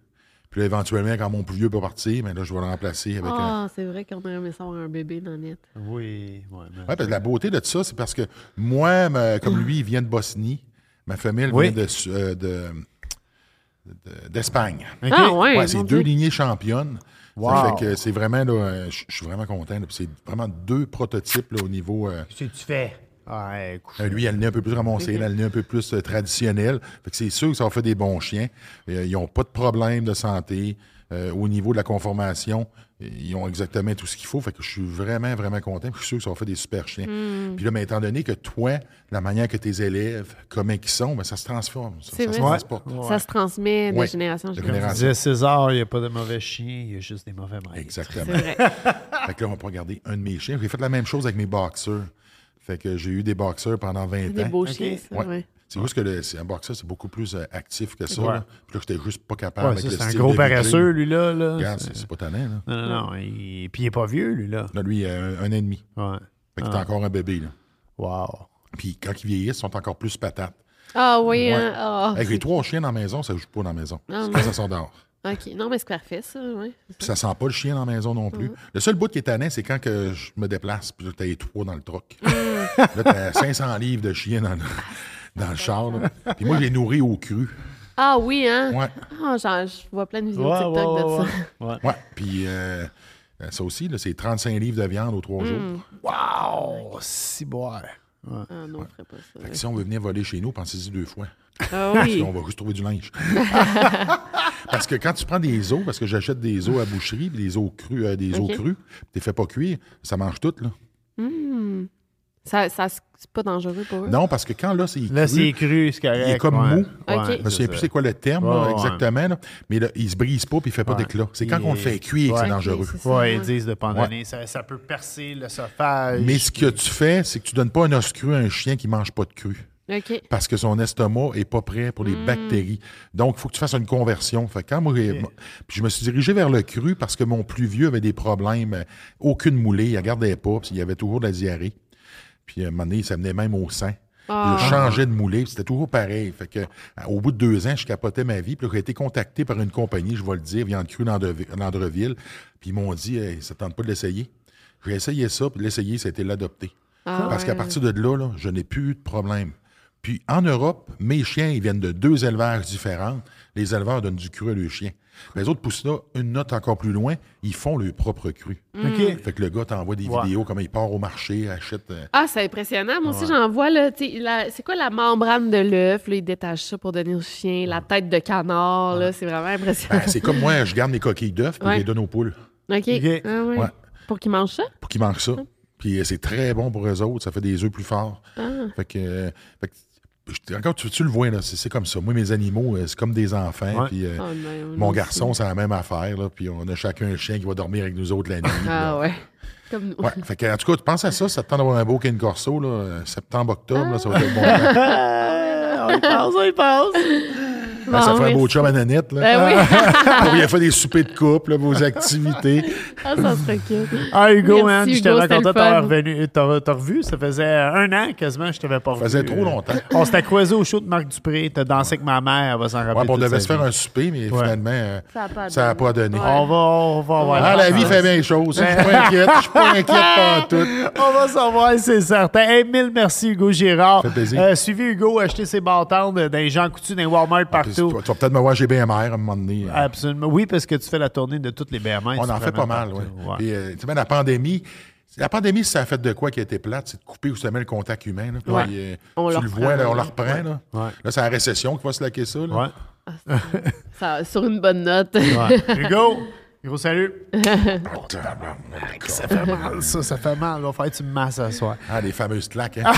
Puis là, éventuellement, quand mon plus vieux peut partir, ben, là, je vais le remplacer avec un, Ah, c'est vrai qu'on aurait aimé ça avoir un bébé dans net. Oui. Ouais, mais- Ouais, parce que la beauté de ça, c'est parce que moi, ma- comme lui, il vient de Bosnie. Ma famille Oui. vient de Su- euh, de- de- d'Espagne. OK. Ah, ouais. Ouais, c'est mon deux Dieu. lignées championnes. Ça Wow. fait que c'est vraiment, là, euh, je je suis vraiment content. là, puis C'est vraiment deux prototypes là, au niveau. euh, Qu'est-ce que tu fais? Ouais, écoute. euh, lui, il a le nez un peu plus ramassé, Mhm. il a le nez un peu plus euh, traditionnel. Fait que c'est sûr que ça va faire des bons chiens. Euh, ils n'ont pas de problème de santé. Euh, au niveau de la conformation, euh, ils ont exactement tout ce qu'il faut. Fait que je suis vraiment, vraiment content. Puis Je suis sûr que ça va faire des super chiens. Hmm. Puis là, mais étant donné que toi, la manière que tes élèves, comment ils sont, ben, ça se transforme. Ça, C'est ça se vrai. transporte. Ça se transmet de Ouais. génération en De génération. génération. disait César, il n'y a pas de mauvais chiens, il y a juste des mauvais maîtres. Exactement. C'est vrai. *laughs* Fait que là, on va regarder un de mes chiens. J'ai fait la même chose avec mes boxeurs. Fait que j'ai eu des boxeurs pendant 20 ans. Des beaux chiens, ça, Ouais. ouais. C'est juste que le, c'est- un boxeur, c'est beaucoup plus euh, actif que ça. Ouais. là. Puis là, j'étais juste pas capable. Ouais, avec ça, le c'est un style gros de vie que j'ai. paresseux, lui-là. là. Regarde, c'est, c'est pas tannant. Là. Non, non, non. il- Puis il n'est pas vieux, lui-là. Là, lui, il a un, un an et demi. Ouais. Fait Ah. qu'il est encore un bébé. Là. Wow. Puis quand ils vieillissent, ils sont encore plus patates. Ah oui, Ouais. hein, ah. Avec les trois chiens dans la maison, ça joue pas dans la maison. Ah, C'est non. quand ça sort dehors. OK. Non, mais c'est parfait, ça, oui. Puis ça sent pas le chien dans la maison non plus. Le seul bout qui est tannant, c'est quand que je me déplace, puis là, t'as les trois dans *laughs* le truck. là, t'as 500 livres de chien dans le, dans le char. là. Puis moi, je les nourris au cru. Ah oui, hein? Ouais. Ah, genre, je vois plein de vidéos Ouais, TikTok ouais, de ouais, ça. ouais. Ouais. Puis euh, ça aussi, là, c'est 35 livres de viande aux Hmm. trois jours. Wow! Si boire. Ah non, on ferait pas ça. Fait que si on veut venir voler chez nous, pensez-y deux fois. Ah Puis oui. on va juste trouver *laughs* du linge. *laughs* parce que quand tu prends des os, parce que j'achète des os à boucherie, puis des os crus, euh, des os Ok. crus, tu les fais pas cuire, ça mange tout, là. Ça, ça, c'est pas dangereux pour eux. Non, parce que quand là, c'est Là, cru, c'est cru, c'est correct. Il est comme ouais. mou. Ouais, Ok. Je me souviens plus c'est quoi le terme Ouais, là, ouais. exactement, là. mais là, il se brise pas puis il fait pas Ouais. d'éclat. C'est quand Il on le fait est- cuire que Ouais. c'est dangereux. Ok, c'est ça. Ouais, ils disent de pandonner. Ouais. Ça, ça peut percer l'œsophage. Mais ce que tu fais, c'est que tu donnes pas un os cru à un chien qui mange pas de cru. OK. Parce que son estomac est pas prêt pour les bactéries. Donc, il faut que tu fasses une conversion. Fait que quand moi, j'ai- puis je me suis dirigé vers le cru parce que mon plus vieux avait des problèmes. euh, Aucune moulée, il ne gardait pas, puis il avait toujours de la diarrhée. Puis à un moment donné, ça venait même au sang. Ah. Puis Je changeais de moulée, puis c'était toujours pareil. Fait que, à- au bout de deux ans, je capotais ma vie. Puis là, j'ai été contacté par une compagnie, je vais le dire, Viande Crue Landrevi- Landreville. Puis ils m'ont dit, Hey, ça ne tente pas de l'essayer. J'ai essayé ça, puis l'essayer, c'était l'adopter. Ah Parce ouais. qu'à partir de là, là, je n'ai plus eu de problème. Puis en Europe, mes chiens, ils viennent de deux élevages différents. Les éleveurs donnent du cru à leurs chiens. Les autres poussent là une note encore plus loin, ils font leur propre cru. OK. Fait que le gars t'envoie des Ouais. vidéos, comment il part au marché, achète. euh, Ah, c'est impressionnant. Moi aussi, j'en vois, là. tu sais, la- C'est quoi la membrane de l'œuf? Là, ils détachent ça pour donner au chien. La tête de canard, là. C'est vraiment impressionnant. Ben, c'est comme moi, je garde mes coquilles d'œufs puis Ouais. je les donne aux poules OK. Ok. Ah, ouais. Ouais. Pour qu'ils mangent ça? pour qu'ils mangent ça. Puis euh, c'est très bon pour eux autres, ça fait des œufs plus forts. Ah. Fait que, euh, fait que, je- encore, tu, tu le vois, là, c'est, c'est comme ça. Moi, mes animaux, euh, c'est comme des enfants. Ouais. Puis, euh, Oh, non, mon aussi. garçon, c'est la même affaire. Là, puis on a chacun un chien qui va dormir avec nous autres la nuit. Ah là. ouais. Comme nous. Ouais, fait que, en tout cas, tu penses à ça, ça te tente d'avoir un beau Ken Corso, là, hein. Ah. euh, septembre, octobre, là, ça va être bon. temps. *laughs* Ah, on y pense, on y pense. Ah, ça Bon, fait un beau merci. chum à Nanette. Là. Ben oui. *laughs* Vous pourriez faire des soupers de couple, là, vos activités. Ah, ça serait cute. Ah, Hugo, Merci, man, je Hugo, suis tellement c'était content de le t'avoir fun. revenu- t'avoir- t'avoir revu. Ça faisait euh, un an quasiment que je t'avais pas revu. Ça faisait trop longtemps. On s'était croisés au show de Marc Dupré. T'as dansé avec ma mère, elle va s'en rappeler. Ouais, puis on toute devait sa se faire vie. un souper, mais Ouais. finalement, euh, Ça a pas ça n'a donné. pas donné. On va, on va avoir. Ah, la vie fait bien les choses. Je suis pas inquiète. Je *laughs* suis pas inquiète pas tout. On va savoir, c'est certain. Hey, mille merci, Hugo Girard. Ça fait plaisir. Euh, suivez Hugo, achetez ses bâtards dans les gens coutus, dans les Walmart, Ah, Puis, Tu partout. Ah, vas tu vas peut-être me voir chez BMR à un moment donné. euh, Absolument. Oui, parce que tu fais la tournée de toutes les BMS. On en fait pas mal, oui. Puis, euh, tu sais, même la pandémie, la pandémie, ça a fait de quoi qui a été plate, c'est de couper justement le contact humain. là. Puis, Ouais. euh, On tu le le reprend, vois, là, on ouais. le reprend. Là, Ouais. Là, c'est la récession qui va se laquer ça. là. Ouais. *laughs* Ça, sur une bonne note. *laughs* Ouais. Hugo, gros salut. Tabarnak. Ça fait mal, ça, ça fait mal. va faire tu me masses à soir. Ah, les fameuses claques. *laughs* hein.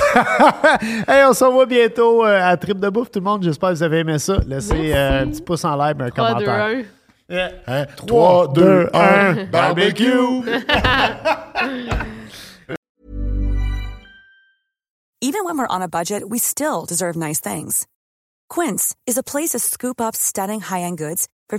Hey, on se revoit bientôt euh, à Trip de Bouffe, tout le monde. J'espère que vous avez aimé ça. Laissez euh, un petit pouce en l'air, mais un 3, 2, commentaire. 1. Hein? 3, 2, 1, barbecue! Even when we're on a budget, we still deserve nice things. Quince is a place to scoop up stunning high-end goods for